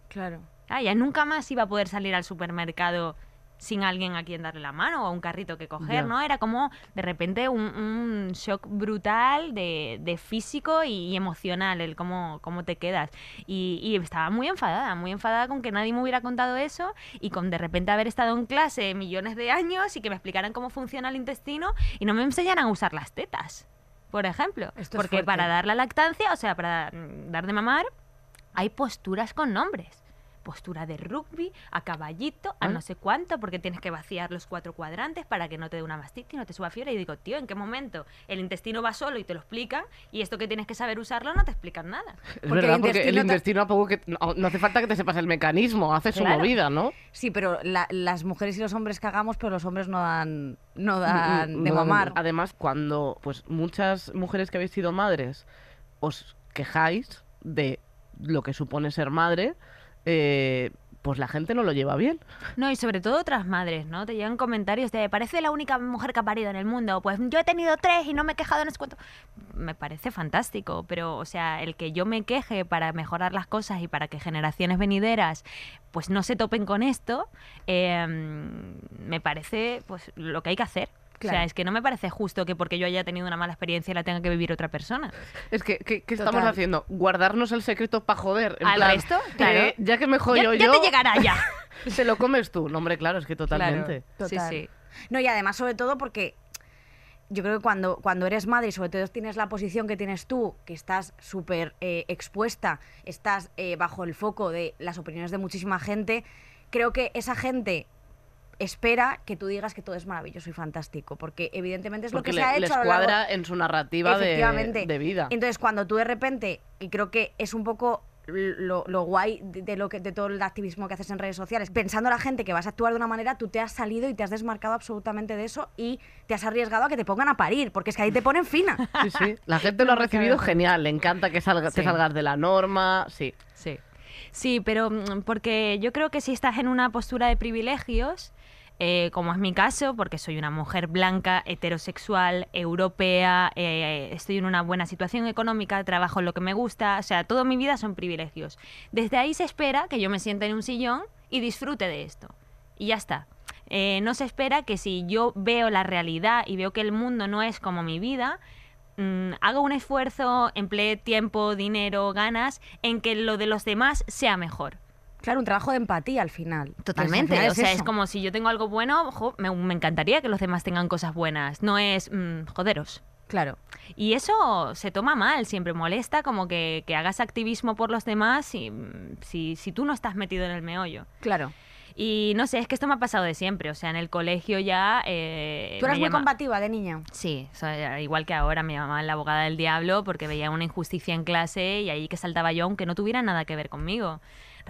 [SPEAKER 2] Claro.
[SPEAKER 5] Ah, ya nunca más iba a poder salir al supermercado sin alguien a quien darle la mano o a un carrito que coger,
[SPEAKER 3] Ya.
[SPEAKER 5] ¿no? Era como de repente un, un shock brutal de, de físico y, y emocional, el cómo, cómo te quedas. Y, y estaba muy enfadada, muy enfadada con que nadie me hubiera contado eso y con de repente haber estado en clase millones de años y que me explicaran cómo funciona el intestino y no me enseñaran a usar las tetas, por ejemplo.
[SPEAKER 2] Esto es
[SPEAKER 5] Porque
[SPEAKER 2] fuerte.
[SPEAKER 5] para dar la lactancia, o sea, para mm, dar de mamar, hay posturas con nombres. Postura de rugby, a caballito,
[SPEAKER 3] Ah.
[SPEAKER 5] a no sé cuánto, porque tienes que vaciar los cuatro cuadrantes para que no te dé una mastitis, no te suba fiebre. Y digo, tío, ¿en qué momento el intestino va solo y te lo explican? Y esto que tienes que saber usarlo no te explican nada.
[SPEAKER 3] Es
[SPEAKER 2] Porque el
[SPEAKER 3] verdad, porque el
[SPEAKER 2] intestino ta-
[SPEAKER 3] intestino a poco que... No, no hace falta que te sepas el mecanismo, hace su
[SPEAKER 5] Claro.
[SPEAKER 3] movida, ¿no?
[SPEAKER 2] Sí, pero la- las mujeres y los hombres cagamos, pero los hombres no dan, no dan
[SPEAKER 3] Mm,
[SPEAKER 2] de
[SPEAKER 3] no, no, no.
[SPEAKER 2] mamar.
[SPEAKER 3] Además, cuando pues muchas mujeres que habéis sido madres os quejáis de lo que supone ser madre, eh, pues la gente no lo lleva bien.
[SPEAKER 5] No, y sobre todo otras madres, ¿no? Te llegan comentarios de, parece la única mujer que ha parido en el mundo, o, pues yo he tenido tres y no me he quejado en no sé cuánto. Me parece fantástico, pero, o sea, el que yo me queje para mejorar las cosas y para que generaciones venideras pues no se topen con esto, eh, me parece pues lo que hay que hacer. O sea,
[SPEAKER 2] Claro.
[SPEAKER 5] es que no me parece justo que porque yo haya tenido una mala experiencia la tenga que vivir otra persona.
[SPEAKER 3] Es que, ¿qué, qué
[SPEAKER 2] Total.
[SPEAKER 3] estamos haciendo? Guardarnos el secreto para joder. en
[SPEAKER 5] Al
[SPEAKER 3] plan,
[SPEAKER 5] resto, claro.
[SPEAKER 3] eh, ya que me
[SPEAKER 5] ya,
[SPEAKER 3] joyo
[SPEAKER 5] ya
[SPEAKER 3] yo,
[SPEAKER 5] te llegará ya.
[SPEAKER 3] se lo comes tú. No, hombre, claro, es que totalmente.
[SPEAKER 5] Sí,
[SPEAKER 2] Total.
[SPEAKER 5] sí.
[SPEAKER 2] No, y además, sobre todo, porque yo creo que cuando, cuando eres madre y sobre todo tienes la posición que tienes tú, que estás súper eh, expuesta, estás eh, bajo el foco de las opiniones de muchísima gente, creo que esa gente espera que tú digas que todo es maravilloso y fantástico, porque evidentemente es
[SPEAKER 3] Porque
[SPEAKER 2] lo que
[SPEAKER 3] le-
[SPEAKER 2] se ha hecho
[SPEAKER 3] les
[SPEAKER 2] a lo largo-
[SPEAKER 3] cuadra en su narrativa de,
[SPEAKER 2] Efectivamente.
[SPEAKER 3] de vida.
[SPEAKER 2] Entonces, cuando tú de repente, y creo que es un poco lo, lo guay de, de lo que, de todo el activismo que haces en redes sociales, pensando a la gente que vas a actuar de una manera, tú te has salido y te has desmarcado absolutamente de eso y te has arriesgado a que te pongan a parir, porque es que ahí te ponen
[SPEAKER 5] [laughs]
[SPEAKER 2] fina.
[SPEAKER 3] Sí, sí.
[SPEAKER 2] [laughs]
[SPEAKER 3] La gente lo ha recibido genial. Le encanta que salga, te
[SPEAKER 5] Sí.
[SPEAKER 3] salgas de la norma. Sí.
[SPEAKER 5] Sí. Sí, pero mm, porque yo creo que si estás en una postura de privilegios, eh, como es mi caso, porque soy una mujer blanca, heterosexual, europea, eh, estoy en una buena situación económica, trabajo en lo que me gusta, o sea, toda mi vida son privilegios. Desde ahí se espera que yo me siente en un sillón y disfrute de esto. Y ya está. Eh, no se espera que si yo veo la realidad y veo que el mundo no es como mi vida, mm, haga un esfuerzo, emplee tiempo, dinero, ganas en que lo de los demás sea mejor.
[SPEAKER 2] Claro, un trabajo de empatía al final.
[SPEAKER 5] Totalmente.
[SPEAKER 2] Al final
[SPEAKER 5] o sea, es
[SPEAKER 2] eso.
[SPEAKER 5] como si yo tengo algo bueno, jo, me, me encantaría que los demás tengan cosas buenas. No es mm, joderos.
[SPEAKER 2] Claro.
[SPEAKER 5] Y eso se toma mal, siempre molesta, como que, que hagas activismo por los demás y, mm, si, si tú no estás metido en el meollo.
[SPEAKER 2] Claro.
[SPEAKER 5] Y no sé, es que esto me ha pasado de siempre. O sea, en el colegio ya. eh,
[SPEAKER 2] Tú eras
[SPEAKER 5] me
[SPEAKER 2] muy
[SPEAKER 5] llama-
[SPEAKER 2] combativa de niña.
[SPEAKER 5] Sí, o sea, igual que ahora me llamaban la abogada del diablo porque veía una injusticia en clase y ahí que saltaba yo aunque no tuviera nada que ver conmigo.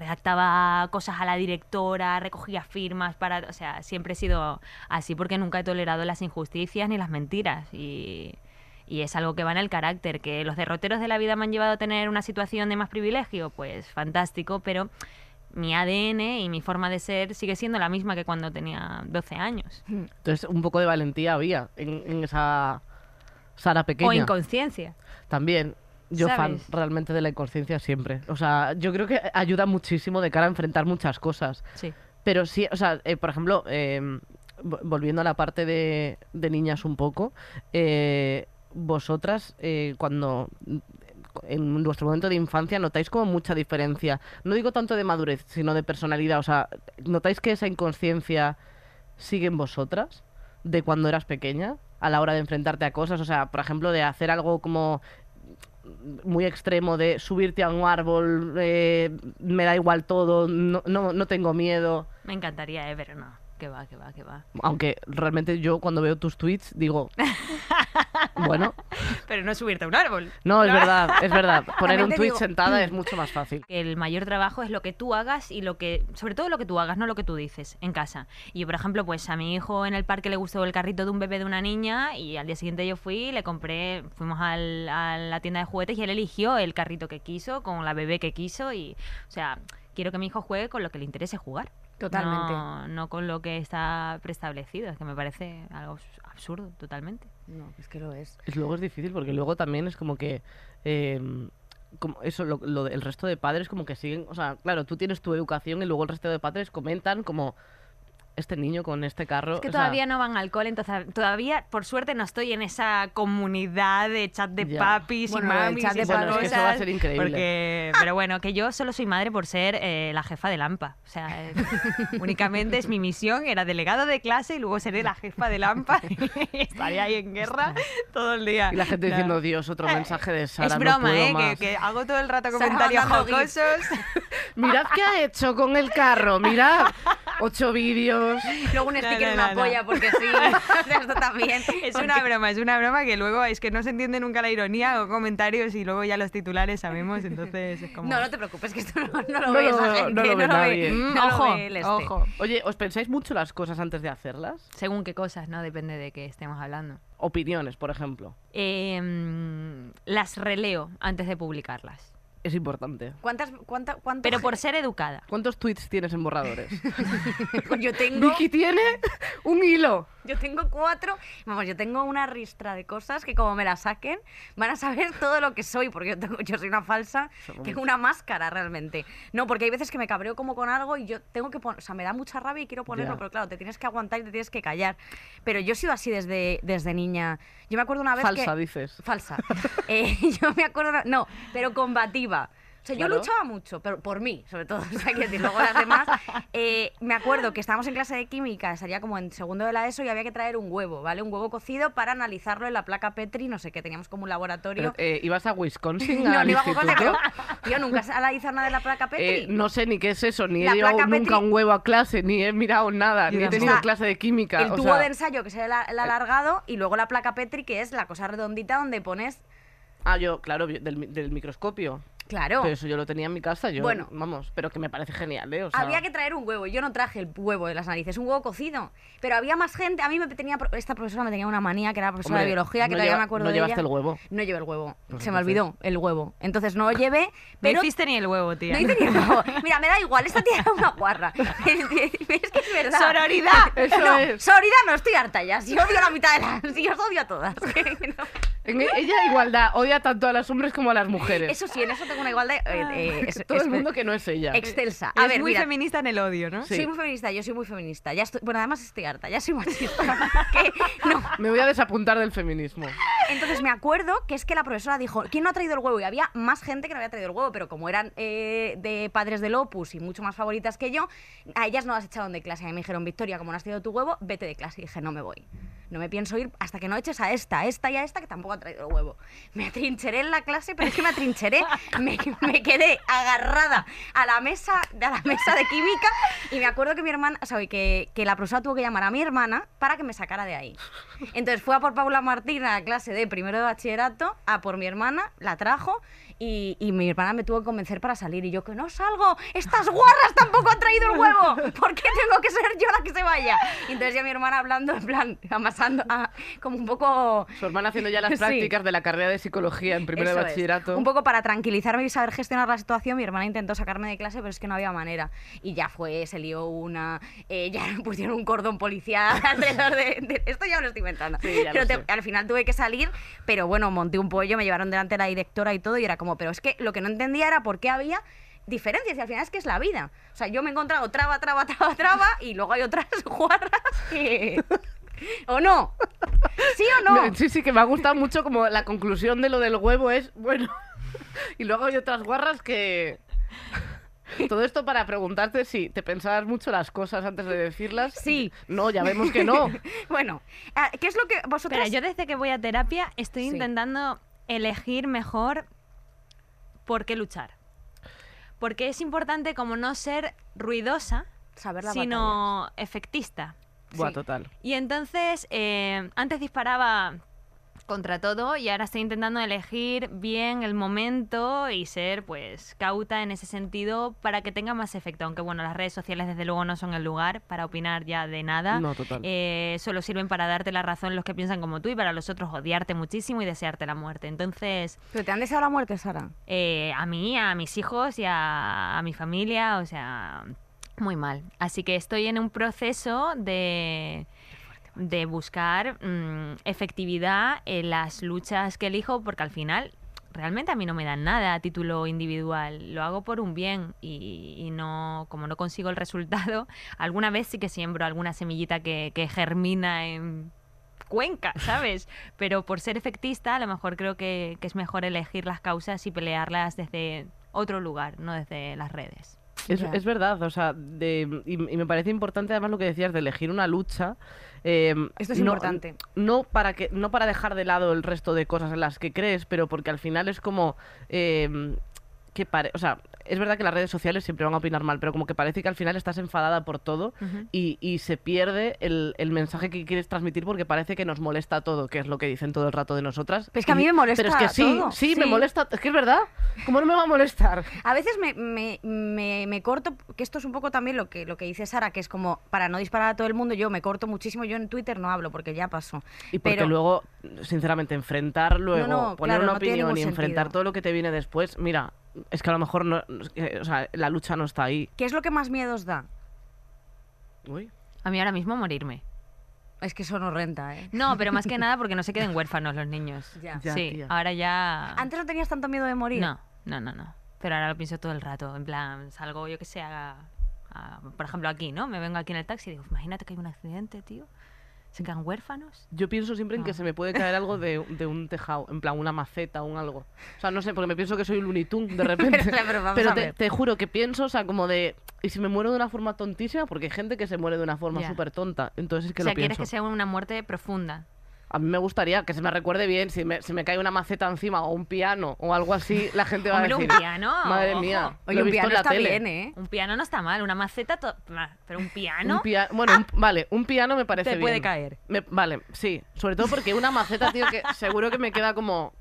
[SPEAKER 5] Redactaba cosas a la directora, recogía firmas para... O sea, siempre he sido así porque nunca he tolerado las injusticias ni las mentiras y... Y es algo que va en el carácter, que los derroteros de la vida me han llevado a tener una situación de más privilegio, pues fantástico, pero mi ADN y mi forma de ser sigue siendo la misma que cuando tenía 12 años.
[SPEAKER 3] Entonces, un poco de valentía había en, en esa Sara
[SPEAKER 5] O
[SPEAKER 3] pequeña.
[SPEAKER 5] inconsciencia.
[SPEAKER 3] También. Yo
[SPEAKER 5] ¿Sabes?
[SPEAKER 3] fan realmente de la inconsciencia siempre. O sea, yo creo que ayuda muchísimo de cara a enfrentar muchas cosas.
[SPEAKER 5] Sí.
[SPEAKER 3] Pero sí, o sea, eh, por ejemplo, eh, vo- volviendo a la parte de, de niñas un poco, eh, vosotras eh, cuando en vuestro momento de infancia notáis como mucha diferencia, no digo tanto de madurez, sino de personalidad, o sea, ¿notáis que esa inconsciencia sigue en vosotras de cuando eras pequeña a la hora de enfrentarte a cosas? O sea, por ejemplo, de hacer algo como muy extremo de subirte a un árbol, eh, me da igual todo, no, no, no tengo miedo.
[SPEAKER 5] Me encantaría, eh, pero no. Que va, que va, que va.
[SPEAKER 3] Aunque realmente yo cuando veo tus tweets
[SPEAKER 5] [laughs]
[SPEAKER 3] digo, bueno,
[SPEAKER 5] Pero no subirte a un árbol.
[SPEAKER 3] no, es verdad, es
[SPEAKER 5] [laughs]
[SPEAKER 3] verdad. Poner
[SPEAKER 2] También
[SPEAKER 3] un
[SPEAKER 2] te
[SPEAKER 3] tweet
[SPEAKER 2] digo-
[SPEAKER 3] sentada es mucho más fácil.
[SPEAKER 5] Que el mayor trabajo es lo que tú hagas y lo que, sobre todo lo que tú hagas, no lo que tú dices en casa. Y yo, por ejemplo, pues a mi hijo en el parque le gustó el carrito de un bebé de una niña y al día siguiente yo fui, le compré, fuimos al- a la tienda de juguetes y él eligió el carrito que quiso, con la bebé que quiso y, o sea, quiero que mi hijo juegue con lo que le interese jugar.
[SPEAKER 2] Totalmente.
[SPEAKER 5] No, no con lo que está preestablecido, es que me parece algo abs- absurdo, totalmente.
[SPEAKER 2] No, es que lo es.
[SPEAKER 3] Y luego es difícil porque luego también es como que... eh, como eso, lo, lo de- el resto de padres como que siguen... O sea, claro, tú tienes tu educación y luego el resto de padres comentan como... Este niño con este carro... [laughs]
[SPEAKER 5] Es que
[SPEAKER 3] o sea,
[SPEAKER 5] todavía no van al cole, entonces todavía, por suerte, no estoy en esa comunidad de chat de
[SPEAKER 3] Ya.
[SPEAKER 5] papis
[SPEAKER 2] Bueno,
[SPEAKER 5] y
[SPEAKER 2] lo del
[SPEAKER 5] mamis
[SPEAKER 2] chat
[SPEAKER 5] y
[SPEAKER 2] de
[SPEAKER 5] esas
[SPEAKER 2] papis- Bueno, es que
[SPEAKER 5] cosas.
[SPEAKER 2] eso
[SPEAKER 3] va a ser increíble.
[SPEAKER 5] porque- pero bueno, que yo solo soy madre por ser eh, la jefa de Lampa. O sea,
[SPEAKER 3] [laughs]
[SPEAKER 5] eh, únicamente es mi misión, era delegada de clase y luego seré la jefa de Lampa [laughs] y estaré ahí en guerra todo el día.
[SPEAKER 3] Y la gente
[SPEAKER 5] No. Eh,
[SPEAKER 3] diciendo, Dios, otro mensaje de Sara.
[SPEAKER 5] es
[SPEAKER 3] no
[SPEAKER 5] broma,
[SPEAKER 3] puedo
[SPEAKER 5] ¿eh? Que,
[SPEAKER 3] más".
[SPEAKER 5] que hago todo el rato
[SPEAKER 2] Sara
[SPEAKER 5] comentarios
[SPEAKER 2] mandando gifs.
[SPEAKER 5] jocosos.
[SPEAKER 3] Mirad qué ha hecho con el carro, mirad. Ocho vídeos.
[SPEAKER 2] Luego un
[SPEAKER 5] [laughs] No,
[SPEAKER 2] sticker
[SPEAKER 5] no,
[SPEAKER 2] en la
[SPEAKER 5] no, no.
[SPEAKER 2] polla, porque sí. [laughs] O sea, esto también.
[SPEAKER 5] Es
[SPEAKER 2] Porque-
[SPEAKER 5] una broma, es una broma que luego es que no se entiende nunca la ironía o comentarios y luego ya los titulares sabemos, entonces es como...
[SPEAKER 2] No, no te preocupes, que esto no, no lo
[SPEAKER 3] No
[SPEAKER 2] ve
[SPEAKER 3] lo
[SPEAKER 2] esa
[SPEAKER 3] veo-
[SPEAKER 2] gente.
[SPEAKER 3] no lo ve nadie.
[SPEAKER 5] Mm,
[SPEAKER 2] no lo
[SPEAKER 5] ojo,
[SPEAKER 2] ve el este.
[SPEAKER 5] ojo.
[SPEAKER 3] Oye, ¿os pensáis mucho las cosas antes de hacerlas?
[SPEAKER 5] Según qué cosas, ¿no? Depende de qué estemos hablando. Em,
[SPEAKER 3] Opiniones, por ejemplo.
[SPEAKER 5] las releo antes de publicarlas.
[SPEAKER 3] es importante.
[SPEAKER 2] ¿Cuántas, cuánta, cuánto
[SPEAKER 5] Pero
[SPEAKER 2] [laughs] ge-
[SPEAKER 5] por ser educada.
[SPEAKER 3] ¿Cuántos tweets tienes en borradores?
[SPEAKER 2] Pues
[SPEAKER 3] [laughs]
[SPEAKER 2] yo tengo,
[SPEAKER 3] Vicky tiene un hilo.
[SPEAKER 2] yo tengo cuatro, vamos, yo tengo una ristra de cosas que como me las saquen van a saber [laughs] todo lo que soy, porque yo, tengo- yo soy una falsa,
[SPEAKER 3] Somos-
[SPEAKER 2] tengo una máscara realmente. No, porque hay veces que me cabreo como con algo y yo tengo que poner, o sea, me da mucha rabia y quiero ponerlo,
[SPEAKER 3] Ya.
[SPEAKER 2] pero claro, te tienes que aguantar y te tienes que callar. Pero yo he sido así desde, desde niña. Yo me acuerdo una vez que...
[SPEAKER 3] Falsa, dices.
[SPEAKER 2] Falsa. [laughs] Eh, yo me acuerdo, no, pero combativa. O sea,
[SPEAKER 3] Claro.
[SPEAKER 2] yo luchaba mucho, pero por mí, sobre todo. [laughs] O sea, quiero decir, luego las demás. eh, me acuerdo que estábamos en clase de química, estaría como en segundo de la ESO y había que traer un huevo, ¿vale? Un huevo cocido para analizarlo en la placa Petri, no sé qué, teníamos como un laboratorio.
[SPEAKER 3] Pero, eh, ¿Ibas a
[SPEAKER 2] [laughs]
[SPEAKER 3] Wisconsin?
[SPEAKER 2] no,
[SPEAKER 3] al
[SPEAKER 2] no iba a coger,
[SPEAKER 3] instituto?
[SPEAKER 2] pero- Yo nunca analizado nada de la placa Petri.
[SPEAKER 3] Eh, no sé ni qué es eso, ni
[SPEAKER 2] La
[SPEAKER 3] he llevado
[SPEAKER 2] placa
[SPEAKER 3] nunca
[SPEAKER 2] Petri-
[SPEAKER 3] un huevo a clase, ni he mirado nada, ni he
[SPEAKER 2] tampoco.
[SPEAKER 3] tenido
[SPEAKER 2] Está
[SPEAKER 3] clase de química.
[SPEAKER 2] El
[SPEAKER 3] o
[SPEAKER 2] tubo
[SPEAKER 3] sea, eh,
[SPEAKER 2] de ensayo, que es el, a- el alargado, y luego la placa Petri, que es la cosa redondita donde pones.
[SPEAKER 3] Ah, yo, claro, vi- del, mi- del microscopio.
[SPEAKER 2] Claro.
[SPEAKER 3] Pero eso yo lo tenía en mi casa, yo,
[SPEAKER 2] Bueno.
[SPEAKER 3] vamos, pero que me parece genial, ¿eh? O sea,
[SPEAKER 2] había que traer un huevo. y Yo no traje el huevo de las narices, un huevo cocido. Pero había más gente. A mí me tenía pro- esta profesora me tenía Pues una manía que era profesora
[SPEAKER 3] hombre,
[SPEAKER 2] de biología que
[SPEAKER 3] no
[SPEAKER 2] todavía
[SPEAKER 3] lleva-
[SPEAKER 2] me acuerdo
[SPEAKER 3] No
[SPEAKER 2] de
[SPEAKER 3] llevaste
[SPEAKER 2] ella.
[SPEAKER 3] el huevo.
[SPEAKER 2] No llevé el huevo.
[SPEAKER 3] Pues
[SPEAKER 2] Se me
[SPEAKER 3] entonces-
[SPEAKER 2] olvidó el huevo. Entonces no lo
[SPEAKER 3] [laughs]
[SPEAKER 2] llevé,
[SPEAKER 5] No
[SPEAKER 2] pero
[SPEAKER 5] hiciste ni el huevo, tía.
[SPEAKER 2] no hice
[SPEAKER 5] [laughs]
[SPEAKER 2] ni el huevo. Mira, me da igual, esta tía era una
[SPEAKER 3] [laughs]
[SPEAKER 2] guarra. [laughs] es que es verdad. [laughs]
[SPEAKER 5] ¡Sororidad!
[SPEAKER 3] Eso
[SPEAKER 2] no,
[SPEAKER 3] es.
[SPEAKER 2] sororidad no, estoy harta ya. Si odio a la mitad de las... Si os odio a
[SPEAKER 3] [laughs]
[SPEAKER 2] todas. [laughs] Que no.
[SPEAKER 3] En e- ella igualdad, odia tanto a los hombres como a las mujeres.
[SPEAKER 2] Eso sí, en eso tengo una igualdad... eh, eh, es-
[SPEAKER 3] Todo
[SPEAKER 2] es-
[SPEAKER 3] el mundo Ah, que no es ella.
[SPEAKER 2] Excelsa. A
[SPEAKER 5] Es
[SPEAKER 2] ver,
[SPEAKER 5] muy
[SPEAKER 2] mira,
[SPEAKER 5] feminista en el odio, ¿no?
[SPEAKER 3] Sí.
[SPEAKER 2] Soy muy feminista, yo soy muy feminista. Ya estoy, bueno, además estoy harta, ya soy machista. [laughs] Que no.
[SPEAKER 3] Me voy a desapuntar del feminismo.
[SPEAKER 2] Entonces me acuerdo que es que la profesora dijo, ¿quién no ha traído el huevo? Y había más gente que no había traído el huevo, pero como eran eh, de padres del Opus y mucho más favoritas que yo, a ellas no las echaron de clase. A mí me dijeron, Victoria, como no has traído tu huevo, vete de clase. Y dije, no me voy. No me pienso ir hasta que no eches a esta, a esta y a esta que tampoco ha traído el huevo. Me atrincheré en la clase, pero es que me atrincheré, me, me quedé agarrada a la mesa, a la mesa de química y me acuerdo que mi hermana, o sea, que, que la profesora tuvo que llamar a mi hermana para que me sacara de ahí. Entonces fue a por Paula Martín a la clase de primero de bachillerato, a por mi hermana, la trajo y, y mi hermana me tuvo que convencer para salir. Y yo, que no salgo, estas guarras tampoco han traído el huevo, ¿por qué tengo que ser yo la que se vaya? Y entonces ya mi hermana hablando, en plan, amasando, ah, como un poco.
[SPEAKER 3] Su hermana haciendo ya las
[SPEAKER 2] Sí.
[SPEAKER 3] prácticas de la carrera de psicología en primero
[SPEAKER 2] Eso
[SPEAKER 3] de
[SPEAKER 2] es.
[SPEAKER 3] bachillerato.
[SPEAKER 2] Un poco para tranquilizarme y saber gestionar la situación, mi hermana intentó sacarme de clase, pero es que no había manera. Y ya fue, se lió una, eh, ya [laughs] pusieron un cordón policial [laughs] alrededor de, de- Esto ya me lo estoy inventando.
[SPEAKER 3] Sí, ya lo
[SPEAKER 2] Pero te-
[SPEAKER 3] sé.
[SPEAKER 2] al final tuve que salir, pero bueno, monté un pollo, me llevaron delante de la directora y todo, y era como, pero es que lo que no entendía era por qué había diferencias y al final es que es la vida. O sea, yo me he encontrado traba, traba, traba, traba y luego hay otras [laughs] guarras que... ¿O no? ¿Sí o no? [laughs]
[SPEAKER 3] Me- Sí, sí, que me ha gustado mucho como la conclusión de lo del huevo es, bueno, [laughs] y luego hay otras guarras que... Todo esto para preguntarte si te pensabas mucho las cosas antes de decirlas.
[SPEAKER 2] Sí.
[SPEAKER 3] No, ya vemos
[SPEAKER 2] [laughs]
[SPEAKER 3] que no.
[SPEAKER 2] Bueno, ah, ¿qué es lo que
[SPEAKER 5] Pero
[SPEAKER 2] vosotras...
[SPEAKER 5] yo desde que voy a terapia estoy
[SPEAKER 2] Sí.
[SPEAKER 5] intentando elegir mejor por qué luchar. Porque es importante como no ser ruidosa,
[SPEAKER 2] Saber la batalla.
[SPEAKER 5] sino efectista.
[SPEAKER 3] Buah,
[SPEAKER 2] Sí.
[SPEAKER 3] total.
[SPEAKER 5] Y entonces, eh, antes disparaba contra todo y ahora estoy intentando elegir bien el momento y ser pues cauta en ese sentido para que tenga más efecto. Aunque bueno, las redes sociales desde luego no son el lugar para opinar ya de nada.
[SPEAKER 3] No, total.
[SPEAKER 5] Eh, solo sirven para darte la razón los que piensan como tú y para los otros odiarte muchísimo y desearte la muerte. Entonces,
[SPEAKER 2] Pero te han deseado la muerte, Sara.
[SPEAKER 5] eh, a mí, a mis hijos y a, a mi familia, o sea, muy mal. Así que estoy en un proceso de, de buscar mm, efectividad en las luchas que elijo, porque al final realmente a mí no me dan nada a título individual. Lo hago por un bien y, y no, como no consigo el resultado, [laughs] alguna vez sí que siembro alguna semillita que, que germina en Cuenca, ¿sabes? Pero por ser efectista, a lo mejor creo que, que es mejor elegir las causas y pelearlas desde otro lugar, no desde las redes.
[SPEAKER 3] Es,
[SPEAKER 2] Ya.
[SPEAKER 3] es verdad, o sea, de- y, y me parece importante además lo que decías de elegir una lucha. eh,
[SPEAKER 2] Esto es
[SPEAKER 3] no-
[SPEAKER 2] importante.
[SPEAKER 3] No para, que, no para dejar de lado el resto de cosas en las que crees, pero porque al final es como... eh, que pare- o sea, es verdad que las redes sociales siempre van a opinar mal, pero como que parece que al final estás enfadada por todo y, y se pierde el, el mensaje que quieres transmitir porque parece que nos molesta todo, que es lo que dicen todo el rato de nosotras.
[SPEAKER 2] Pero es que a
[SPEAKER 3] Y-
[SPEAKER 2] mí me molesta
[SPEAKER 3] Pero es que sí,
[SPEAKER 2] todo.
[SPEAKER 3] sí, me
[SPEAKER 2] Sí.
[SPEAKER 3] molesta. Es que es verdad. ¿Cómo no me va a molestar?
[SPEAKER 2] A veces me, me- me- me corto, que esto es un poco también lo que, lo que dice Sara, que es como para no disparar a todo el mundo, yo me corto muchísimo, yo en Twitter no hablo porque ya pasó.
[SPEAKER 3] Y porque
[SPEAKER 2] Pero-
[SPEAKER 3] luego, sinceramente, enfrentar luego,
[SPEAKER 2] No, no,
[SPEAKER 3] poner
[SPEAKER 2] claro,
[SPEAKER 3] una
[SPEAKER 2] no tiene
[SPEAKER 3] opinión y
[SPEAKER 2] ningún
[SPEAKER 3] enfrentar
[SPEAKER 2] sentido.
[SPEAKER 3] todo lo que te viene después, mira, es que a lo mejor no, eh, o sea, la lucha no está ahí.
[SPEAKER 2] ¿Qué es lo que más miedo os da?
[SPEAKER 3] Uy.
[SPEAKER 5] A mí ahora mismo morirme.
[SPEAKER 2] Es que eso no renta, ¿eh?
[SPEAKER 5] No, pero más que nada porque no se queden huérfanos los niños.
[SPEAKER 2] [laughs] Ya.
[SPEAKER 3] Ya,
[SPEAKER 5] sí,
[SPEAKER 3] tía.
[SPEAKER 5] ahora ya...
[SPEAKER 2] Antes no tenías tanto miedo de morir.
[SPEAKER 5] No, no, no, no. Pero ahora lo pienso todo el rato. En plan, salgo yo que sé, a- a- por ejemplo, aquí, ¿no? Me vengo aquí en el taxi y digo, imagínate que hay un accidente, tío. Se quedan huérfanos.
[SPEAKER 3] Yo pienso siempre en que
[SPEAKER 2] Ah.
[SPEAKER 5] No.
[SPEAKER 3] se me puede caer algo de, de un tejado, en plan una maceta, un algo. O sea, no sé, porque me pienso que soy un Looney Tunes
[SPEAKER 2] [laughs]
[SPEAKER 3] de repente.
[SPEAKER 2] Pero, pero vamos a
[SPEAKER 3] te,
[SPEAKER 2] ver.
[SPEAKER 3] te juro que pienso, o sea, como de. Y si me muero de una forma tontísima, porque hay gente que se muere de una forma
[SPEAKER 5] Ya.
[SPEAKER 3] súper tonta. Entonces es que
[SPEAKER 5] o sea,
[SPEAKER 3] lo
[SPEAKER 5] quieres
[SPEAKER 3] pienso.
[SPEAKER 5] que sea una muerte profunda.
[SPEAKER 3] A mí me gustaría que se me recuerde bien. Si me, si me cae una maceta encima o un piano o algo así, la gente va a
[SPEAKER 5] Hombre, un
[SPEAKER 3] decir.
[SPEAKER 5] piano,
[SPEAKER 3] Madre
[SPEAKER 5] ojo.
[SPEAKER 3] mía.
[SPEAKER 2] Oye,
[SPEAKER 3] lo he
[SPEAKER 2] un
[SPEAKER 3] visto
[SPEAKER 2] piano
[SPEAKER 3] en la
[SPEAKER 2] está
[SPEAKER 3] tele".
[SPEAKER 2] bien, ¿eh?
[SPEAKER 5] Un piano no está mal, una maceta, to- ma- pero un piano.
[SPEAKER 3] Un pia- Bueno, un- vale, un piano me parece
[SPEAKER 5] Ah. Te puede
[SPEAKER 3] bien.
[SPEAKER 5] caer.
[SPEAKER 3] Me- Vale, sí. Sobre todo porque una maceta, tío, que seguro que me queda como...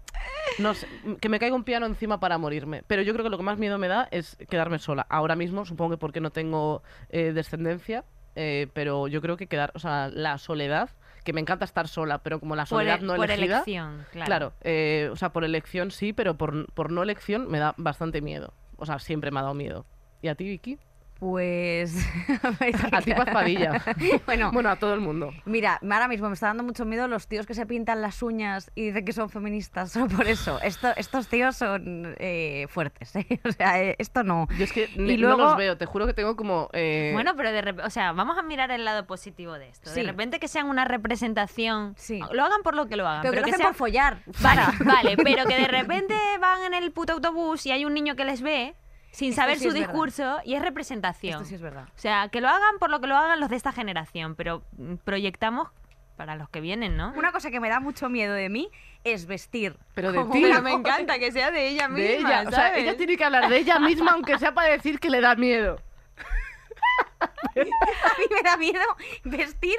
[SPEAKER 3] No sé, que me caiga un piano encima para morirme. Pero yo creo que lo que más miedo me da es quedarme sola. Ahora mismo, supongo que porque no tengo eh, descendencia, eh, pero yo creo que quedar... O sea, la soledad, que me encanta estar sola, pero como la
[SPEAKER 5] por,
[SPEAKER 3] soledad
[SPEAKER 5] e-
[SPEAKER 3] no
[SPEAKER 5] por
[SPEAKER 3] elegida...
[SPEAKER 5] elección, claro.
[SPEAKER 3] Claro, eh, o sea, por elección sí, pero por, por no elección me da bastante miedo. O sea, siempre me ha dado miedo. ¿Y a ti, Vicky?
[SPEAKER 2] Pues. [laughs]
[SPEAKER 3] A ti, Paz Padilla.
[SPEAKER 2] bueno,
[SPEAKER 3] Bueno, a todo el mundo.
[SPEAKER 2] Mira, ahora mismo me está dando mucho miedo los tíos que se pintan las uñas y dicen que son feministas, solo por eso. Esto- estos tíos son eh, fuertes, ¿eh? [laughs] O sea, eh, esto no.
[SPEAKER 3] Yo es que
[SPEAKER 2] Y
[SPEAKER 3] ne-
[SPEAKER 2] luego-
[SPEAKER 3] no los veo, te juro que tengo como... eh,
[SPEAKER 5] Bueno, pero de repente, o sea, vamos a mirar el lado positivo de esto.
[SPEAKER 2] Sí.
[SPEAKER 5] De repente que sean una representación.
[SPEAKER 2] Sí.
[SPEAKER 5] Lo hagan por lo que lo hagan.
[SPEAKER 2] Pero, que lo
[SPEAKER 5] que
[SPEAKER 2] hacen
[SPEAKER 5] sean-
[SPEAKER 2] por [laughs] follar.
[SPEAKER 5] Vale,
[SPEAKER 2] Para.
[SPEAKER 5] vale, pero que de repente van en el puto autobús y hay un niño que les ve sin
[SPEAKER 2] Esto
[SPEAKER 5] saber
[SPEAKER 2] sí
[SPEAKER 5] su
[SPEAKER 2] es verdad.
[SPEAKER 5] discurso y es representación.
[SPEAKER 2] Esto sí es verdad.
[SPEAKER 5] O sea, que lo hagan por lo que lo hagan los de esta generación, pero mm, proyectamos para los que vienen, ¿no?
[SPEAKER 2] Una cosa que me da mucho miedo de mí es vestir. [laughs]
[SPEAKER 3] Pero de
[SPEAKER 2] como
[SPEAKER 3] ti.
[SPEAKER 2] una
[SPEAKER 3] Pero me
[SPEAKER 2] cosa.
[SPEAKER 5] que sea de ella
[SPEAKER 3] de ella, o sea, ella tiene que hablar de ella misma aunque sea para decir que le da miedo.
[SPEAKER 2] [laughs] A mí me da miedo vestir.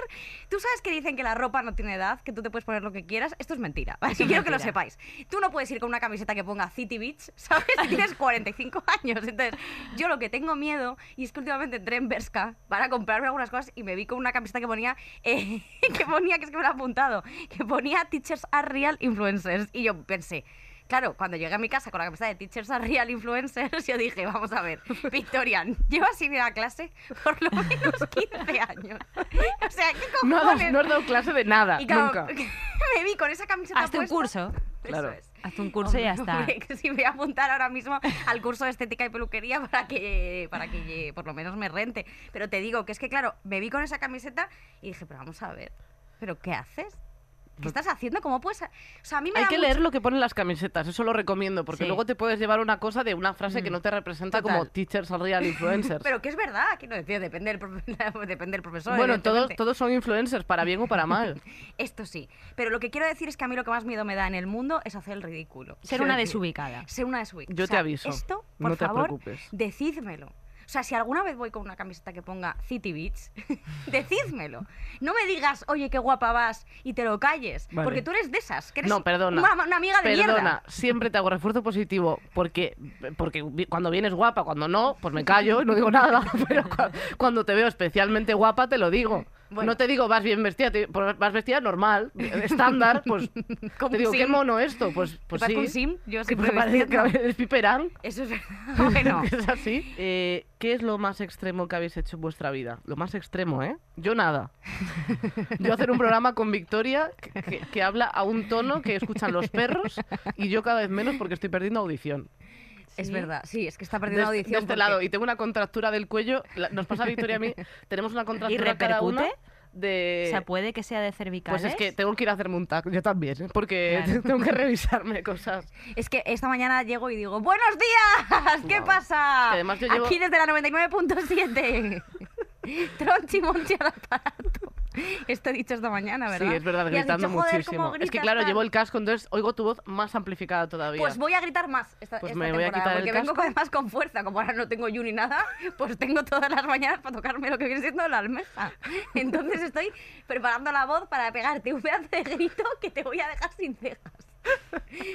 [SPEAKER 2] Tú sabes que dicen que la ropa no tiene edad, que tú te puedes poner lo que quieras. Esto es mentira. ¿vale?
[SPEAKER 5] Eso es
[SPEAKER 2] quiero que lo
[SPEAKER 5] mentira.
[SPEAKER 2] sepáis. Tú no puedes ir con una camiseta que ponga City Beach, [laughs] ¿sabes? Si tienes 45 años. Entonces, yo lo que tengo miedo, y es que últimamente entré en Berska para comprarme algunas cosas y me vi con una camiseta que ponía, eh, [laughs] que ponía, que es que me lo he apuntado, que ponía Teachers are Real Influencers. Y yo pensé. Claro, cuando llegué a mi casa con la camiseta de Teachers are Real Influencers, [laughs] yo dije, vamos a ver, Victoria, llevas sin ir a clase por lo
[SPEAKER 3] [laughs]
[SPEAKER 2] menos 15 años. O sea, ¿qué
[SPEAKER 3] No
[SPEAKER 2] cojones?
[SPEAKER 3] has, no has dado clase de nada,
[SPEAKER 2] y claro,
[SPEAKER 3] nunca.
[SPEAKER 2] [laughs] me vi con esa camiseta
[SPEAKER 5] Hazte un
[SPEAKER 2] puesta.
[SPEAKER 5] curso.
[SPEAKER 2] Eso
[SPEAKER 3] Claro.
[SPEAKER 2] es.
[SPEAKER 5] Hazte un curso y ya está.
[SPEAKER 2] Hombre, [laughs] que sí, me voy a apuntar ahora mismo al curso de estética y peluquería [laughs] para que, para que eh, por lo menos me rente. Pero te digo que es que, claro, me vi con esa camiseta y dije, pero vamos a ver, ¿pero qué haces? ¿Qué estás haciendo? ¿Cómo puedes...? ha-?" O sea, a mí me
[SPEAKER 3] Pues Hay
[SPEAKER 2] da
[SPEAKER 3] que
[SPEAKER 2] mucho-
[SPEAKER 3] leer lo que ponen las camisetas, eso lo recomiendo, porque
[SPEAKER 5] Sí.
[SPEAKER 3] luego te puedes llevar una cosa de una frase que no te representa como
[SPEAKER 2] Mm, Total.
[SPEAKER 3] teachers are
[SPEAKER 2] [laughs]
[SPEAKER 3] real influencers.
[SPEAKER 2] Pero que es verdad, quiero decir, depende del, profe- [laughs] depende del profesor.
[SPEAKER 3] bueno, todos,
[SPEAKER 2] evidentemente.
[SPEAKER 3] todos son influencers, para bien o para mal.
[SPEAKER 2] Esto sí. Pero lo que quiero decir es que a mí lo que más miedo me da en el mundo es hacer el ridículo.
[SPEAKER 5] Ser
[SPEAKER 2] Quiero
[SPEAKER 5] una
[SPEAKER 2] decir,
[SPEAKER 5] desubicada.
[SPEAKER 2] Ser una desubicada.
[SPEAKER 3] Yo
[SPEAKER 2] O
[SPEAKER 3] te
[SPEAKER 2] sea,
[SPEAKER 3] aviso.
[SPEAKER 2] Esto, por
[SPEAKER 3] No te
[SPEAKER 2] favor,
[SPEAKER 3] preocupes.
[SPEAKER 2] decídmelo. O sea, si alguna vez voy con una camiseta que ponga City Beach, [laughs] decídmelo. No me digas, oye, qué guapa vas y te lo calles.
[SPEAKER 3] Vale.
[SPEAKER 2] Porque tú eres de esas. Que [laughs] eres
[SPEAKER 3] No, perdona.
[SPEAKER 2] Una, una amiga de
[SPEAKER 3] perdona,
[SPEAKER 2] mierda.
[SPEAKER 3] siempre te hago refuerzo positivo porque, porque vi- cuando vienes guapa, cuando no,
[SPEAKER 2] [laughs]
[SPEAKER 3] pues me callo, no digo nada, [laughs] pero cua- cuando te veo especialmente guapa te lo digo.
[SPEAKER 2] Bueno.
[SPEAKER 3] No te digo vas bien vestida, te- pues vas vestida normal, estándar,
[SPEAKER 2] [laughs]
[SPEAKER 3] pues
[SPEAKER 2] Como
[SPEAKER 3] te digo,
[SPEAKER 2] un
[SPEAKER 3] qué
[SPEAKER 2] sim.
[SPEAKER 3] mono esto, pues, pues
[SPEAKER 2] ¿Te parece
[SPEAKER 3] sí.
[SPEAKER 2] un sim? Yo
[SPEAKER 3] que
[SPEAKER 2] siempre
[SPEAKER 3] me parece que [laughs]
[SPEAKER 2] vestiendo.
[SPEAKER 3] es piperán.
[SPEAKER 2] Eso [laughs] es
[SPEAKER 3] [laughs]
[SPEAKER 2] verdad. Bueno.
[SPEAKER 3] Es así. Eh, ¿Qué es lo más extremo que habéis hecho en vuestra vida? Lo más extremo, ¿eh? Yo
[SPEAKER 2] [laughs]
[SPEAKER 3] nada. Yo hacer un programa con Victoria que, que- que habla a un tono que escuchan los perros y yo cada vez menos porque estoy perdiendo audición.
[SPEAKER 2] Es
[SPEAKER 5] Sí.
[SPEAKER 2] verdad, sí, es que está
[SPEAKER 3] De,
[SPEAKER 2] perdiendo
[SPEAKER 3] este-
[SPEAKER 2] audición.
[SPEAKER 3] de este
[SPEAKER 2] porque-
[SPEAKER 3] lado. Y tengo una contractura del cuello. La- nos pasa a Victoria y a mí. Tenemos una contractura cada una
[SPEAKER 5] repercute?
[SPEAKER 3] de...
[SPEAKER 2] Eh,
[SPEAKER 5] o sea, puede que sea de cervicales.
[SPEAKER 3] pues es que tengo que ir a hacerme un tac, yo también, ¿eh? porque
[SPEAKER 5] Claro.
[SPEAKER 3] [laughs] tengo que revisarme cosas.
[SPEAKER 2] Es que esta mañana llego y digo, ¡Buenos días! ¿Qué
[SPEAKER 3] No.
[SPEAKER 2] pasa?
[SPEAKER 3] Que además yo llevo-
[SPEAKER 2] Aquí desde la 99.7. [laughs] Tronchi monchi al aparato. Esto he dicho esta mañana, ¿verdad?
[SPEAKER 3] Sí, es verdad,
[SPEAKER 2] Y has
[SPEAKER 3] gritando
[SPEAKER 2] dicho, "Joder,
[SPEAKER 3] muchísimo.
[SPEAKER 2] cómo
[SPEAKER 3] es que
[SPEAKER 2] gritas,
[SPEAKER 3] claro,
[SPEAKER 2] tal".
[SPEAKER 3] llevo el casco, entonces oigo tu voz más amplificada todavía.
[SPEAKER 2] Pues voy a gritar más esta,
[SPEAKER 3] Pues
[SPEAKER 2] esta
[SPEAKER 3] me voy a
[SPEAKER 2] temporada,
[SPEAKER 3] quitar el
[SPEAKER 2] porque vengo
[SPEAKER 3] casco.
[SPEAKER 2] además con fuerza, como ahora no tengo yo ni nada, pues tengo todas las mañanas para tocarme lo que viene siendo la almeja. Entonces estoy preparando la voz para pegarte un pedazo de grito que te voy a dejar sin cejas.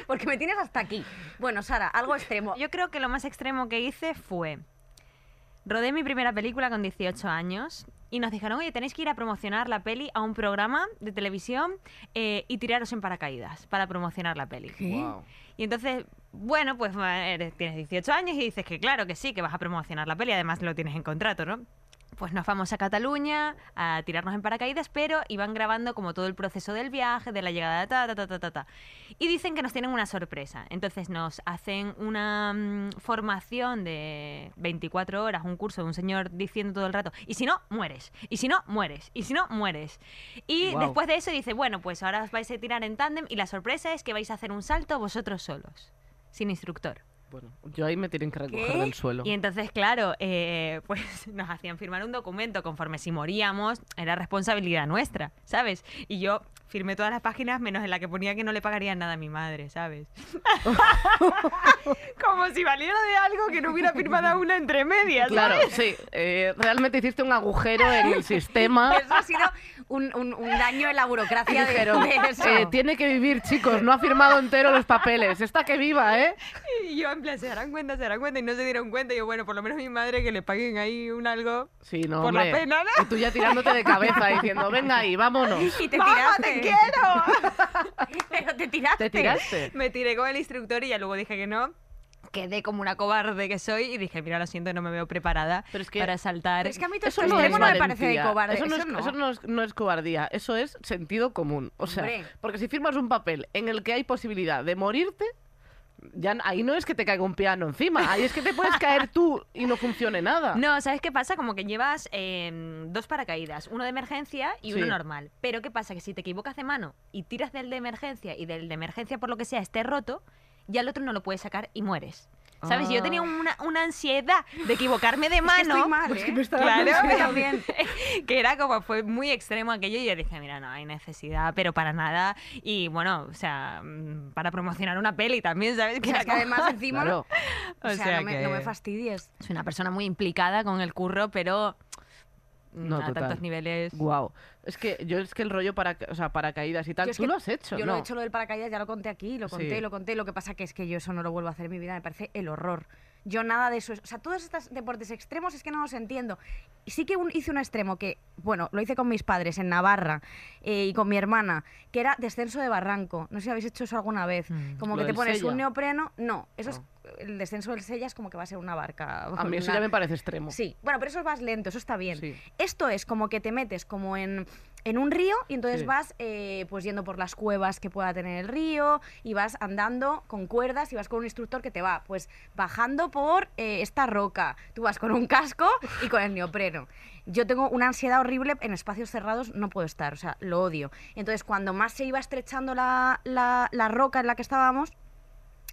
[SPEAKER 2] Porque me tienes hasta aquí. Bueno, Sara, algo extremo.
[SPEAKER 5] Yo creo que lo más extremo que hice fue. Rodé mi primera película con 18 años y nos dijeron, oye, tenéis que ir a promocionar la peli a un programa de televisión eh, y tiraros en paracaídas para promocionar la peli.
[SPEAKER 2] ¿Qué?
[SPEAKER 3] Guau.
[SPEAKER 5] Y entonces bueno, pues ma- eres- tienes 18 años y dices que claro que sí, que vas a promocionar la peli, además lo tienes en contrato, ¿no? Pues nos vamos a Cataluña a tirarnos en paracaídas, pero iban grabando como todo el proceso del viaje, de la llegada de ta, ta, ta, ta, ta, ta. Y dicen que nos tienen una sorpresa. Entonces nos hacen una mm, formación de 24 horas, un curso de un señor diciendo todo el rato, y si no, mueres, y si no, mueres, y si no, mueres. Y
[SPEAKER 3] Guau.
[SPEAKER 5] después de eso dice, bueno, pues ahora os vais a tirar en tándem y la sorpresa es que vais a hacer un salto vosotros solos sin instructor.
[SPEAKER 3] Bueno, yo ahí me tienen que recoger
[SPEAKER 2] ¿Qué?
[SPEAKER 3] del suelo.
[SPEAKER 5] Y entonces, claro, eh, pues [laughs] nos hacían firmar un documento conforme si moríamos, era responsabilidad nuestra, ¿sabes? Y yo firmé todas las páginas menos en la que ponía que no le pagaría nada a mi madre, ¿sabes? [laughs] Como si valiera de algo que no hubiera firmado una entre
[SPEAKER 3] [laughs]
[SPEAKER 5] medias,
[SPEAKER 3] Claro,
[SPEAKER 5] ¿sabes?
[SPEAKER 3] sí. eh, realmente hiciste un agujero en
[SPEAKER 5] [laughs]
[SPEAKER 3] el sistema.
[SPEAKER 2] Eso ha sido un, un- un daño en la
[SPEAKER 3] Y
[SPEAKER 2] burocracia de,
[SPEAKER 3] dijeron,
[SPEAKER 2] de eso.
[SPEAKER 3] eh, tiene que vivir, chicos, no ha firmado entero los papeles. Está que viva, ¿eh?
[SPEAKER 5] Y yo en plan, se darán cuenta, se darán cuenta, y no se dieron cuenta. Y yo, bueno, por lo menos mi madre que le paguen ahí un algo.
[SPEAKER 3] Sí, no,
[SPEAKER 5] Por la
[SPEAKER 3] hombre.
[SPEAKER 5] pena, ¿no?
[SPEAKER 3] Y tú ya tirándote de cabeza diciendo, venga ahí, vámonos.
[SPEAKER 5] [laughs]
[SPEAKER 2] y te
[SPEAKER 5] ¡Mamá,
[SPEAKER 2] tiraste.
[SPEAKER 5] te quiero!
[SPEAKER 2] [laughs] Pero te tiraste.
[SPEAKER 3] Te tiraste.
[SPEAKER 5] Me tiré con el instructor y ya luego dije que no. Quedé como una cobarde que soy y dije, mira, lo siento, no me veo preparada
[SPEAKER 3] Pero es que-
[SPEAKER 5] para saltar.
[SPEAKER 2] Pero es que a mí todo
[SPEAKER 3] Eso
[SPEAKER 2] esto
[SPEAKER 3] no, es
[SPEAKER 2] extremo no me parece de
[SPEAKER 3] valentía,
[SPEAKER 2] cobarde.
[SPEAKER 3] Eso no, es, eso no es- no es cobardía, eso es sentido común. O sea,
[SPEAKER 2] Hombre.
[SPEAKER 3] porque si firmas un papel en el que hay posibilidad de morirte, ya n- ahí no es que te caiga un piano encima, ahí es que te puedes caer tú y no funcione nada.
[SPEAKER 5] No, ¿sabes qué pasa? Como que llevas eh, dos paracaídas, uno de emergencia y uno
[SPEAKER 3] Sí.
[SPEAKER 5] normal. Pero ¿qué pasa? Que si te equivocas de mano y tiras del de emergencia y del de emergencia por lo que sea esté roto, ya el otro no lo puedes sacar y mueres. ¿Sabes? Y Yo tenía una, una ansiedad de equivocarme de
[SPEAKER 2] Ah. Es que estoy
[SPEAKER 5] mano.
[SPEAKER 2] mal, ¿eh?
[SPEAKER 5] [laughs] Claro,
[SPEAKER 2] Yo
[SPEAKER 5] pero-
[SPEAKER 2] también.
[SPEAKER 5] [laughs] que era como, fue muy extremo aquello y yo dije, mira, no hay necesidad, pero para nada. Y bueno, o sea, mm, para promocionar una peli también, ¿sabes?
[SPEAKER 2] O sea,
[SPEAKER 5] era
[SPEAKER 2] que además
[SPEAKER 5] [laughs] como-
[SPEAKER 2] encima...
[SPEAKER 3] Claro.
[SPEAKER 2] O sea,
[SPEAKER 5] sea
[SPEAKER 2] no, me,
[SPEAKER 5] que-
[SPEAKER 2] no me fastidies.
[SPEAKER 5] Soy una persona muy implicada con el curro, pero mm,
[SPEAKER 3] No,
[SPEAKER 5] a
[SPEAKER 3] total.
[SPEAKER 5] tantos niveles.
[SPEAKER 3] Guau. Es que yo es que el rollo para, o sea, paracaídas y tal,
[SPEAKER 2] Yo es
[SPEAKER 3] tú
[SPEAKER 2] que-
[SPEAKER 3] lo has hecho,
[SPEAKER 2] Yo
[SPEAKER 3] ¿no?
[SPEAKER 2] lo he hecho lo del paracaídas, ya lo conté aquí, lo conté,
[SPEAKER 3] Sí.
[SPEAKER 2] lo conté. Lo que pasa que es que yo eso no lo vuelvo a hacer en mi vida, me parece el horror. Yo nada de eso. O sea, todos estos deportes extremos es que no los entiendo. Y sí que un- hice un extremo que, bueno, lo hice con mis padres en Navarra eh, y con mi hermana, que era descenso de barranco. No sé si habéis hecho eso alguna vez.
[SPEAKER 5] Mm.
[SPEAKER 2] Como
[SPEAKER 3] ¿Lo
[SPEAKER 2] que te
[SPEAKER 3] del
[SPEAKER 2] pones
[SPEAKER 3] Sella?
[SPEAKER 2] un neopreno. No, eso
[SPEAKER 3] No.
[SPEAKER 2] es. El descenso del Sella es como que va a ser una barca.
[SPEAKER 3] A mí eso
[SPEAKER 2] una-
[SPEAKER 3] ya me parece extremo.
[SPEAKER 2] Sí, bueno, pero eso vas lento, eso está bien.
[SPEAKER 3] Sí.
[SPEAKER 2] Esto es como que te metes como en, en un río y entonces
[SPEAKER 3] Sí.
[SPEAKER 2] vas eh, pues yendo por las cuevas que pueda tener el río y vas andando con cuerdas y vas con un instructor que te va pues bajando por eh, esta roca. Tú vas con un casco y con el neopreno. Yo tengo una ansiedad horrible, en espacios cerrados no puedo estar, o sea, lo odio. Entonces cuando más se iba estrechando la- la- la roca en la que estábamos,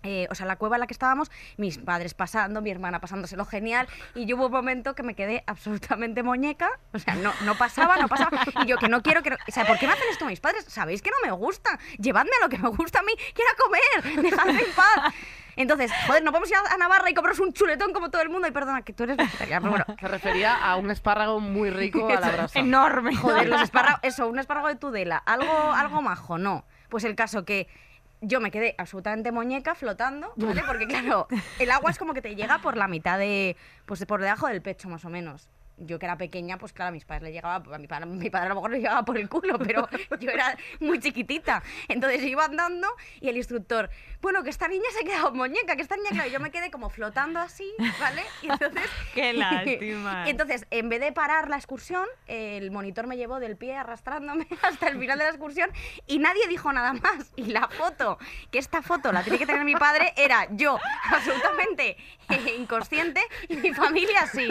[SPEAKER 2] eh, o sea, la cueva en la que estábamos, mis padres pasando, mi hermana pasándoselo genial, y yo hubo un momento que me quedé absolutamente muñeca, o sea, no, no pasaba, no pasaba, y yo que no quiero, que no- o sea, ¿por qué me hacen esto mis padres? Sabéis que no me gusta, llevadme a lo que me gusta a mí, quiero comer, dejadme en paz. Entonces, joder, no podemos ir a Navarra y cobraros un chuletón como todo el mundo, y perdona, que tú eres vegetariana, pero bueno,
[SPEAKER 3] Se refería a un espárrago
[SPEAKER 2] [laughs]
[SPEAKER 3] muy rico a la brasa.
[SPEAKER 5] Enorme.
[SPEAKER 2] Joder,
[SPEAKER 3] [laughs]
[SPEAKER 5] [laughs]
[SPEAKER 2] los espárragos, eso, un espárrago de Tudela, algo, algo majo, no. Pues el caso que yo me quedé absolutamente muñeca flotando, ¿vale? Porque claro, el agua es como que te llega por la mitad de, pues por debajo del pecho más o menos. Yo que era pequeña, pues claro, a mis padres le llegaba, a mi padre, mi padre a lo mejor le llegaba por el culo, pero yo era muy chiquitita. Entonces yo iba andando y el instructor, bueno, que esta niña se ha quedado muñeca, que esta niña, claro, yo me quedé como flotando así, ¿vale? Y entonces [laughs]
[SPEAKER 5] Qué lástima.
[SPEAKER 2] y entonces, en vez de parar la excursión, el monitor me llevó del pie arrastrándome [laughs] hasta el final de la excursión y nadie dijo nada más. Y la foto, que esta foto la tiene que tener mi padre, era yo absolutamente eh, inconsciente y mi familia sí.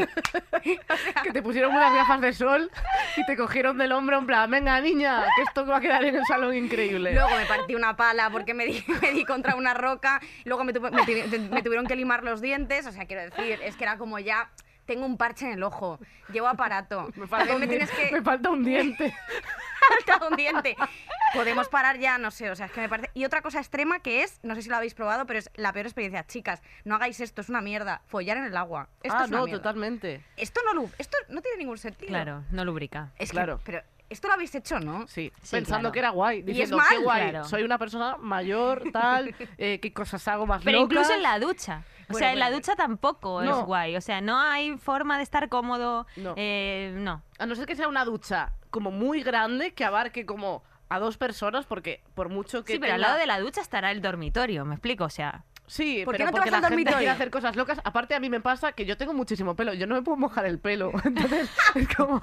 [SPEAKER 3] Que te pusieron unas gafas de sol y te cogieron del hombro en plan, venga niña, que esto va a quedar en el salón increíble.
[SPEAKER 2] Luego me partí una pala porque me di, [laughs] me di contra una roca, luego me, tuve- me tuvi- me tuvieron que limar los dientes, o sea, quiero decir, es que era como ya... Tengo un parche en el ojo, llevo aparato.
[SPEAKER 3] me, falta
[SPEAKER 2] también
[SPEAKER 3] un
[SPEAKER 2] me
[SPEAKER 3] di-
[SPEAKER 2] tienes que...
[SPEAKER 3] me falta un diente.
[SPEAKER 2] falta un diente. Podemos parar ya, no sé, o sea, es que me parece... Y otra cosa extrema que es, no sé si lo habéis probado, pero es la peor experiencia. Chicas, no hagáis esto, es una mierda. Follar en el agua. [laughs] Esto
[SPEAKER 3] ah,
[SPEAKER 2] es una
[SPEAKER 3] no,
[SPEAKER 2] mierda.
[SPEAKER 3] totalmente.
[SPEAKER 2] Esto no, lo- esto no tiene ningún sentido.
[SPEAKER 5] Claro, no lubrica.
[SPEAKER 2] Es que-
[SPEAKER 3] Claro.
[SPEAKER 2] pero esto lo habéis hecho, ¿no?
[SPEAKER 3] Sí,
[SPEAKER 5] Sí,
[SPEAKER 3] pensando
[SPEAKER 5] claro.
[SPEAKER 3] que era guay. Diciendo,
[SPEAKER 2] es
[SPEAKER 3] qué
[SPEAKER 2] mal,
[SPEAKER 3] guay,
[SPEAKER 5] claro.
[SPEAKER 3] soy una persona mayor, tal, [laughs] eh, qué cosas hago más
[SPEAKER 5] Pero
[SPEAKER 3] locas.
[SPEAKER 5] incluso en la ducha. O
[SPEAKER 2] Bueno,
[SPEAKER 5] sea, en la
[SPEAKER 2] bueno.
[SPEAKER 5] ducha tampoco
[SPEAKER 3] No.
[SPEAKER 5] es guay. O sea, no hay forma de estar cómodo.
[SPEAKER 3] No.
[SPEAKER 5] Eh, no.
[SPEAKER 3] A no ser que sea una ducha como muy grande que abarque como a dos personas, porque por mucho que
[SPEAKER 5] Sí, pero al
[SPEAKER 3] tenga- [laughs]
[SPEAKER 5] lado de la ducha estará el dormitorio, me explico. O sea,
[SPEAKER 3] Sí,
[SPEAKER 2] ¿Por qué no
[SPEAKER 3] pero
[SPEAKER 2] te
[SPEAKER 3] porque
[SPEAKER 2] vas
[SPEAKER 3] la
[SPEAKER 2] al
[SPEAKER 3] gente quiere
[SPEAKER 2] dormitorio?
[SPEAKER 3] hacer cosas locas. Aparte, a mí me pasa que yo tengo muchísimo pelo. Yo no me puedo mojar el pelo. [laughs] Entonces, es como...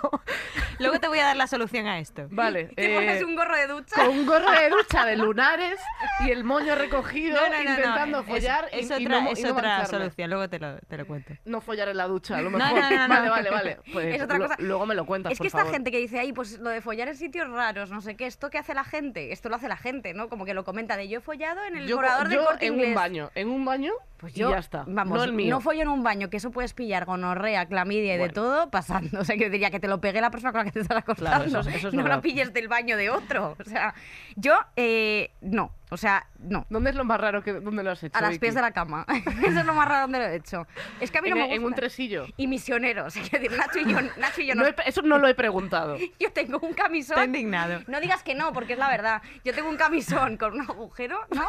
[SPEAKER 5] Luego te voy a dar la solución a esto.
[SPEAKER 2] [laughs]
[SPEAKER 3] Vale.
[SPEAKER 2] [laughs] Te
[SPEAKER 3] eh,
[SPEAKER 2] pones un gorro de ducha.
[SPEAKER 3] Con un gorro de ducha de lunares y el moño recogido
[SPEAKER 5] No, no, no, no,
[SPEAKER 3] intentando
[SPEAKER 5] es-
[SPEAKER 3] follar y-
[SPEAKER 5] es,
[SPEAKER 3] y,
[SPEAKER 5] otra,
[SPEAKER 3] no, mo-
[SPEAKER 5] es
[SPEAKER 3] y no
[SPEAKER 5] otra
[SPEAKER 3] mancharme.
[SPEAKER 5] solución, luego te lo, te lo cuento.
[SPEAKER 3] No follar en la ducha, a lo
[SPEAKER 5] No,
[SPEAKER 3] mejor.
[SPEAKER 5] no, no, no,
[SPEAKER 3] vale,
[SPEAKER 5] no.
[SPEAKER 3] vale, vale. Pues
[SPEAKER 2] [laughs] Es otra
[SPEAKER 3] lo-
[SPEAKER 2] cosa.
[SPEAKER 3] luego me lo cuentas,
[SPEAKER 2] Es que
[SPEAKER 3] por
[SPEAKER 2] esta
[SPEAKER 3] favor.
[SPEAKER 2] gente que dice, ay, pues lo de follar en sitios raros, no sé qué, esto que hace la gente, esto lo hace la gente, ¿no? Como que lo comenta de yo he follado en el
[SPEAKER 3] yo,
[SPEAKER 2] morador
[SPEAKER 3] yo
[SPEAKER 2] del corte
[SPEAKER 3] en
[SPEAKER 2] inglés.
[SPEAKER 3] un baño, en un baño
[SPEAKER 2] Pues
[SPEAKER 3] y
[SPEAKER 2] yo,
[SPEAKER 3] ya está.
[SPEAKER 2] Vamos,
[SPEAKER 3] no el mío.
[SPEAKER 2] follo en un baño, que eso puedes pillar gonorrea, clamidia y
[SPEAKER 3] Bueno.
[SPEAKER 2] de todo pasando. [laughs] O sea, que diría que te lo pegue la persona con la que te estás acostando.
[SPEAKER 3] Claro, eso es- eso es
[SPEAKER 2] no
[SPEAKER 3] verdad.
[SPEAKER 2] lo pilles del baño de otro. O sea, yo, eh, no. O sea, no.
[SPEAKER 3] ¿Dónde es lo más raro que dónde lo has hecho?
[SPEAKER 2] A las pies de la cama. [laughs] Eso es lo más raro donde lo he hecho. Es que a mí no
[SPEAKER 3] en, e,
[SPEAKER 2] me gusta.
[SPEAKER 3] en un
[SPEAKER 2] [laughs]
[SPEAKER 3] tresillo.
[SPEAKER 2] Y misioneros. Es decir, Nacho y yo, Nacho y yo
[SPEAKER 3] No
[SPEAKER 2] nos-
[SPEAKER 3] he- eso no lo he preguntado.
[SPEAKER 2] [laughs] Yo tengo un camisón.
[SPEAKER 5] Está
[SPEAKER 3] [laughs]
[SPEAKER 5] indignado.
[SPEAKER 2] No digas que no, porque es la verdad. Yo tengo un camisón con un agujero, ¿no?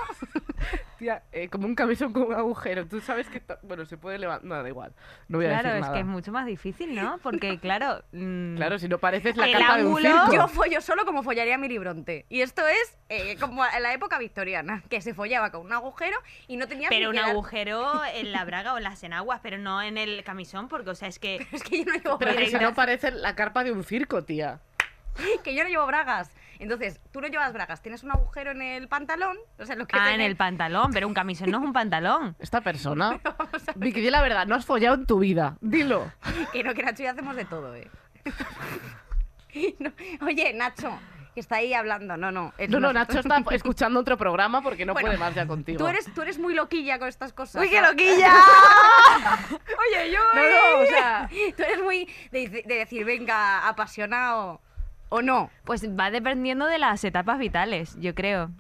[SPEAKER 3] Tía, eh, como un camisón con un agujero. Tú sabes que... ta- Bueno, se puede levantar... No, da igual. No voy a
[SPEAKER 5] Claro,
[SPEAKER 3] decir
[SPEAKER 5] es
[SPEAKER 3] nada.
[SPEAKER 5] que es mucho más
[SPEAKER 3] [laughs]
[SPEAKER 5] difícil, ¿no? Porque, claro. mm,
[SPEAKER 3] Claro, si no pareces la
[SPEAKER 5] El
[SPEAKER 3] carpa de un
[SPEAKER 5] ángulo-
[SPEAKER 3] circo.
[SPEAKER 2] Yo follo solo como follaría mi libronte. Y esto es eh, como en la época victoriana, que se follaba con un agujero y no tenía
[SPEAKER 5] Pero
[SPEAKER 2] ni
[SPEAKER 5] un
[SPEAKER 2] que dar-
[SPEAKER 5] agujero en la braga o en las enaguas, pero no en el camisón, porque, o sea, es [laughs] que.
[SPEAKER 2] [laughs] Es que yo no llevo
[SPEAKER 3] Pero que
[SPEAKER 2] bragas.
[SPEAKER 3] si no pareces la carpa de un circo, tía.
[SPEAKER 2] [laughs] Que yo no llevo bragas. Entonces, tú no llevas bragas, tienes un agujero en el pantalón. O sea, lo que
[SPEAKER 5] Ah,
[SPEAKER 2] es
[SPEAKER 5] en el pantalón, pero un camisón no es un pantalón.
[SPEAKER 3] Esta persona... Vicky, di la verdad. No has follado en tu vida. Dilo.
[SPEAKER 2] [laughs] Que no, que Nacho y yo hacemos de todo, ¿eh? [laughs] No, Oye, Nacho, que está ahí hablando. No, no. es
[SPEAKER 3] No, no,
[SPEAKER 2] nosotros. [laughs]
[SPEAKER 3] Nacho está escuchando otro programa porque no
[SPEAKER 2] Bueno,
[SPEAKER 3] puede más ya contigo.
[SPEAKER 2] Tú eres, tú eres muy loquilla con estas cosas.
[SPEAKER 5] [laughs] ¡Uy, qué
[SPEAKER 2] ¿sabes?
[SPEAKER 5] loquilla!
[SPEAKER 2] [laughs] Oye, yo.
[SPEAKER 3] No, no, o
[SPEAKER 2] eh.
[SPEAKER 3] sea-
[SPEAKER 2] [laughs] Tú eres muy de, de decir, venga, apasionado. O no.
[SPEAKER 5] [laughs] Pues va dependiendo de las etapas vitales, yo creo.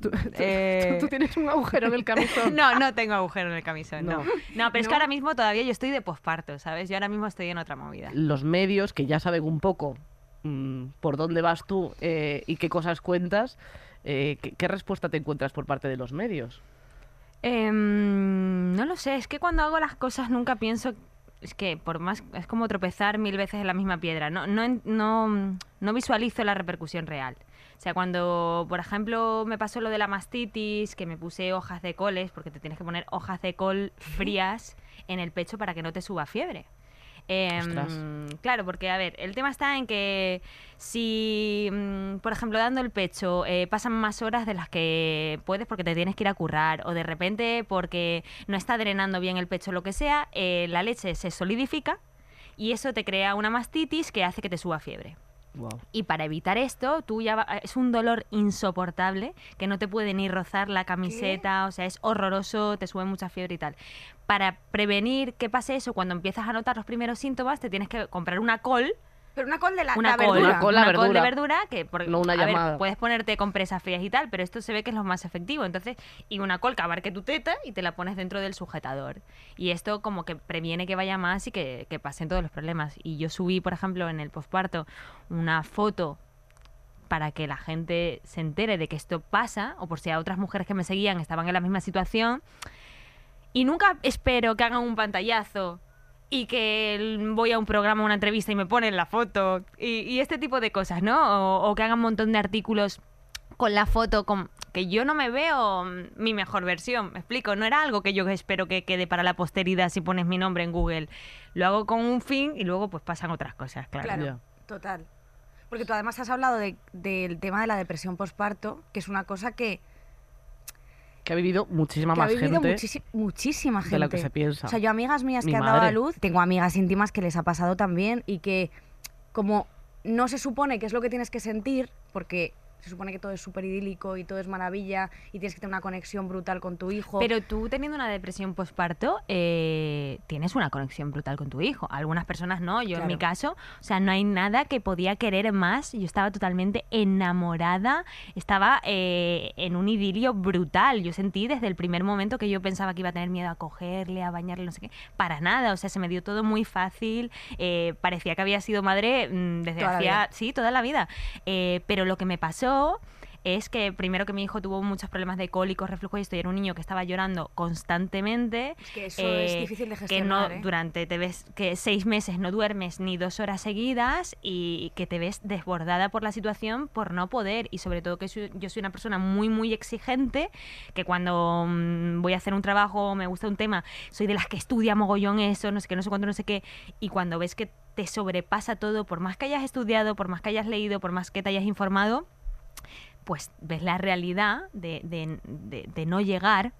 [SPEAKER 3] Tú, tú-
[SPEAKER 5] Eh.
[SPEAKER 3] tú tienes un agujero en el camisón.
[SPEAKER 5] [laughs] No, no tengo agujero en el camisón, no.
[SPEAKER 3] No.
[SPEAKER 5] No, pero es que ahora mismo todavía yo estoy de posparto, ¿sabes? Yo ahora mismo estoy en otra movida.
[SPEAKER 3] Los medios que ya saben un poco mm, por dónde vas tú eh, y qué cosas cuentas, eh, ¿qué, qué respuesta te encuentras por parte de los medios?
[SPEAKER 5] Em, no lo sé, es que cuando hago las cosas nunca pienso. Es que por más. Es como tropezar mil veces en la misma piedra. No, no, en- no, no visualizo la repercusión real. O sea, cuando, por ejemplo, me pasó lo de la mastitis, que me puse hojas de coles, porque te tienes que poner hojas de col frías en el pecho para que no te suba fiebre. Em,
[SPEAKER 3] Ostras.
[SPEAKER 5] claro, porque a ver, el tema está en que si, mm, por ejemplo, dando el pecho, eh, pasan más horas de las que puedes porque te tienes que ir a currar, o de repente porque no está drenando bien el pecho, lo que sea, eh, la leche se solidifica y eso te crea una mastitis que hace que te suba fiebre.
[SPEAKER 3] Wow.
[SPEAKER 5] Y para evitar esto, tú ya va- es un dolor insoportable que no te puede ni rozar la camiseta, o sea, es horroroso, te sube mucha fiebre y tal. Para prevenir que pase eso, cuando empiezas a notar los primeros síntomas, te tienes que comprar una col,
[SPEAKER 2] Pero una col de la,
[SPEAKER 5] una
[SPEAKER 2] la
[SPEAKER 5] col,
[SPEAKER 2] verdura.
[SPEAKER 3] Una col, la
[SPEAKER 5] una col de
[SPEAKER 3] verdura.
[SPEAKER 5] verdura que por-
[SPEAKER 3] No una
[SPEAKER 5] a ver,
[SPEAKER 3] llamada.
[SPEAKER 5] puedes ponerte compresas frías y tal, pero esto se ve que es lo más efectivo. Entonces, y una col que abarque tu teta y te la pones dentro del sujetador. Y esto como que previene que vaya más y que, que pasen todos los problemas. Y yo subí, por ejemplo, en el posparto una foto para que la gente se entere de que esto pasa, o por si a otras mujeres que me seguían estaban en la misma situación. Y nunca espero que hagan un pantallazo y que el- voy a un programa, una entrevista y me ponen la foto y, y este tipo de cosas, ¿no? O, o que hagan un montón de artículos con la foto, con, que yo no me veo mm, mi mejor versión, me explico, no era algo que yo espero que quede para la posteridad si pones mi nombre en Google, lo hago con un fin y luego pues pasan otras cosas, claro.
[SPEAKER 2] Claro,
[SPEAKER 3] Ya.
[SPEAKER 2] total. Porque tú además has hablado de- del tema de la depresión posparto, que es una cosa que,
[SPEAKER 3] Que ha vivido muchísima
[SPEAKER 2] que ha
[SPEAKER 3] más
[SPEAKER 2] vivido
[SPEAKER 3] gente.
[SPEAKER 2] muchísi- muchísima gente.
[SPEAKER 3] de la que se piensa.
[SPEAKER 2] O sea, yo amigas mías
[SPEAKER 3] Mi
[SPEAKER 2] que han dado a
[SPEAKER 3] madre.
[SPEAKER 2] luz, tengo amigas íntimas que les ha pasado también y que como no se supone qué es lo que tienes que sentir, porque se supone que todo es súper idílico y todo es maravilla y tienes que tener una conexión brutal con tu hijo.
[SPEAKER 5] Pero tú teniendo una depresión postparto, eh, tienes una conexión brutal con tu hijo. Algunas personas no, yo en mi
[SPEAKER 2] Claro.
[SPEAKER 5] caso, o sea, no hay nada que podía querer más. Yo estaba totalmente enamorada, estaba eh, en un idilio brutal. Yo sentí desde el primer momento que yo pensaba que iba a tener miedo a cogerle, a bañarle, no sé qué. Para nada, o sea, se me dio todo muy fácil. eh, parecía que había sido madre mm, desde
[SPEAKER 2] Toda la
[SPEAKER 5] hacía,
[SPEAKER 2] vida.
[SPEAKER 5] sí, toda la vida. Eh, pero lo que me pasó es que primero que mi hijo tuvo muchos problemas de cólicos, reflujo y esto, y era un niño que estaba llorando constantemente.
[SPEAKER 2] Es que eso
[SPEAKER 3] eh,
[SPEAKER 2] es difícil de
[SPEAKER 5] Que
[SPEAKER 2] gestionar,
[SPEAKER 5] no,
[SPEAKER 2] ¿eh?
[SPEAKER 5] durante te ves que seis meses no duermes ni dos horas seguidas y que te ves desbordada por la situación por no poder. Y sobre todo que soy- yo soy una persona muy, muy exigente, que cuando mm, voy a hacer un trabajo o me gusta un tema, soy de las que estudia mogollón eso, no sé qué, no sé cuánto, no sé qué. Y cuando ves que te sobrepasa todo, por más que hayas estudiado, por más que hayas leído, por más que te hayas informado, pues ves la realidad de, de- de- de no llegar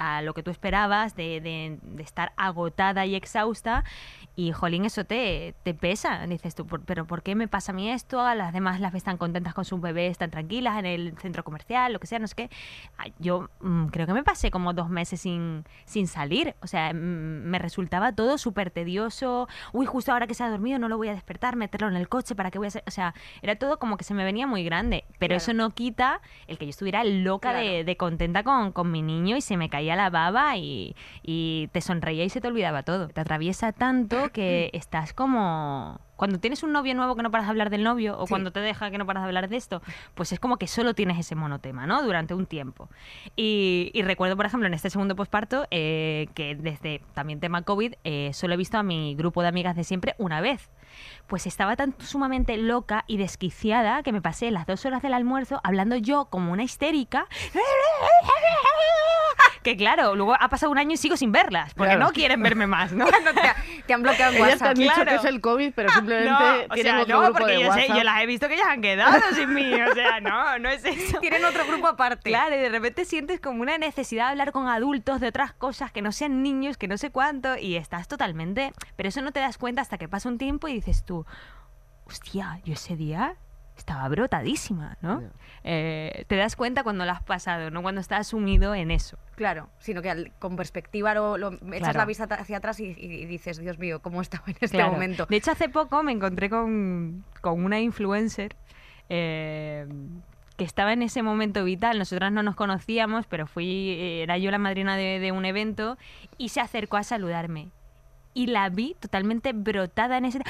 [SPEAKER 5] a lo que tú esperabas, de, de- de estar agotada y exhausta, y jolín, eso te, te pesa. Dices tú, "Por- ¿pero por qué me pasa a mí esto? A las demás las ves tan contentas con sus bebés, están tranquilas en el centro comercial, lo que sea, no sé qué. Ah, Yo mm, creo que me pasé como dos meses sin, sin salir, o sea, mm, me resultaba todo súper tedioso. Uy, justo ahora que se ha dormido no lo voy a despertar, meterlo en el coche, ¿para qué voy a hacer? O sea, era todo como que se me venía muy grande, pero
[SPEAKER 2] Claro.
[SPEAKER 5] eso no quita el que yo estuviera loca de,
[SPEAKER 2] Claro.
[SPEAKER 5] de contenta con, con mi niño y se me caía la baba y, y te sonreía y se te olvidaba todo. Te atraviesa tanto que
[SPEAKER 2] Mm.
[SPEAKER 5] estás como... Cuando tienes un novio nuevo que no paras de hablar del novio o
[SPEAKER 2] Sí.
[SPEAKER 5] cuando te deja que no paras de hablar de esto, pues es como que solo tienes ese monotema, ¿no? Durante un tiempo. Y, y recuerdo, por ejemplo, en este segundo posparto eh, que desde también tema COVID eh, solo he visto a mi grupo de amigas de siempre una vez pues estaba tan sumamente loca y desquiciada que me pasé las dos horas del almuerzo hablando yo como una histérica. Que claro, luego ha pasado un año y sigo sin verlas, porque
[SPEAKER 3] Claro.
[SPEAKER 5] no quieren verme más, ¿no?
[SPEAKER 2] No, te, ha- te han bloqueado en
[SPEAKER 3] [laughs] Ellas te
[SPEAKER 2] WhatsApp.
[SPEAKER 3] han dicho
[SPEAKER 5] claro.
[SPEAKER 3] que es el COVID, pero [laughs]
[SPEAKER 5] No,
[SPEAKER 3] simplemente
[SPEAKER 5] o
[SPEAKER 3] tienen
[SPEAKER 5] sea,
[SPEAKER 3] otro
[SPEAKER 5] no,
[SPEAKER 3] grupo
[SPEAKER 5] porque
[SPEAKER 3] de
[SPEAKER 5] yo, sé,
[SPEAKER 3] WhatsApp.
[SPEAKER 5] yo las he visto que ellas han quedado sin mí, o sea, no, no
[SPEAKER 3] [laughs]
[SPEAKER 5] es eso.
[SPEAKER 2] Tienen otro grupo aparte.
[SPEAKER 5] Claro, y de repente sientes como una necesidad de hablar con adultos de otras cosas que no sean niños, que no sé cuánto, y estás totalmente. Pero eso no te das cuenta hasta que pasa un tiempo y dices tú, hostia, yo ese día estaba brotadísima, ¿no?
[SPEAKER 3] Ya.
[SPEAKER 5] Eh, te das cuenta cuando lo has pasado, no cuando estás sumido en eso.
[SPEAKER 2] Claro, sino que al- con perspectiva lo, lo- echas
[SPEAKER 5] Claro.
[SPEAKER 2] la vista hacia atrás y, y dices, Dios mío, ¿cómo estaba en este
[SPEAKER 5] Claro.
[SPEAKER 2] momento?
[SPEAKER 5] De hecho, hace poco me encontré con, con una influencer eh, que estaba en ese momento vital. Nosotras no nos conocíamos, pero fui, era yo la madrina de, de un evento y se acercó a saludarme. Y la vi totalmente brotada en ese... ¡Ay,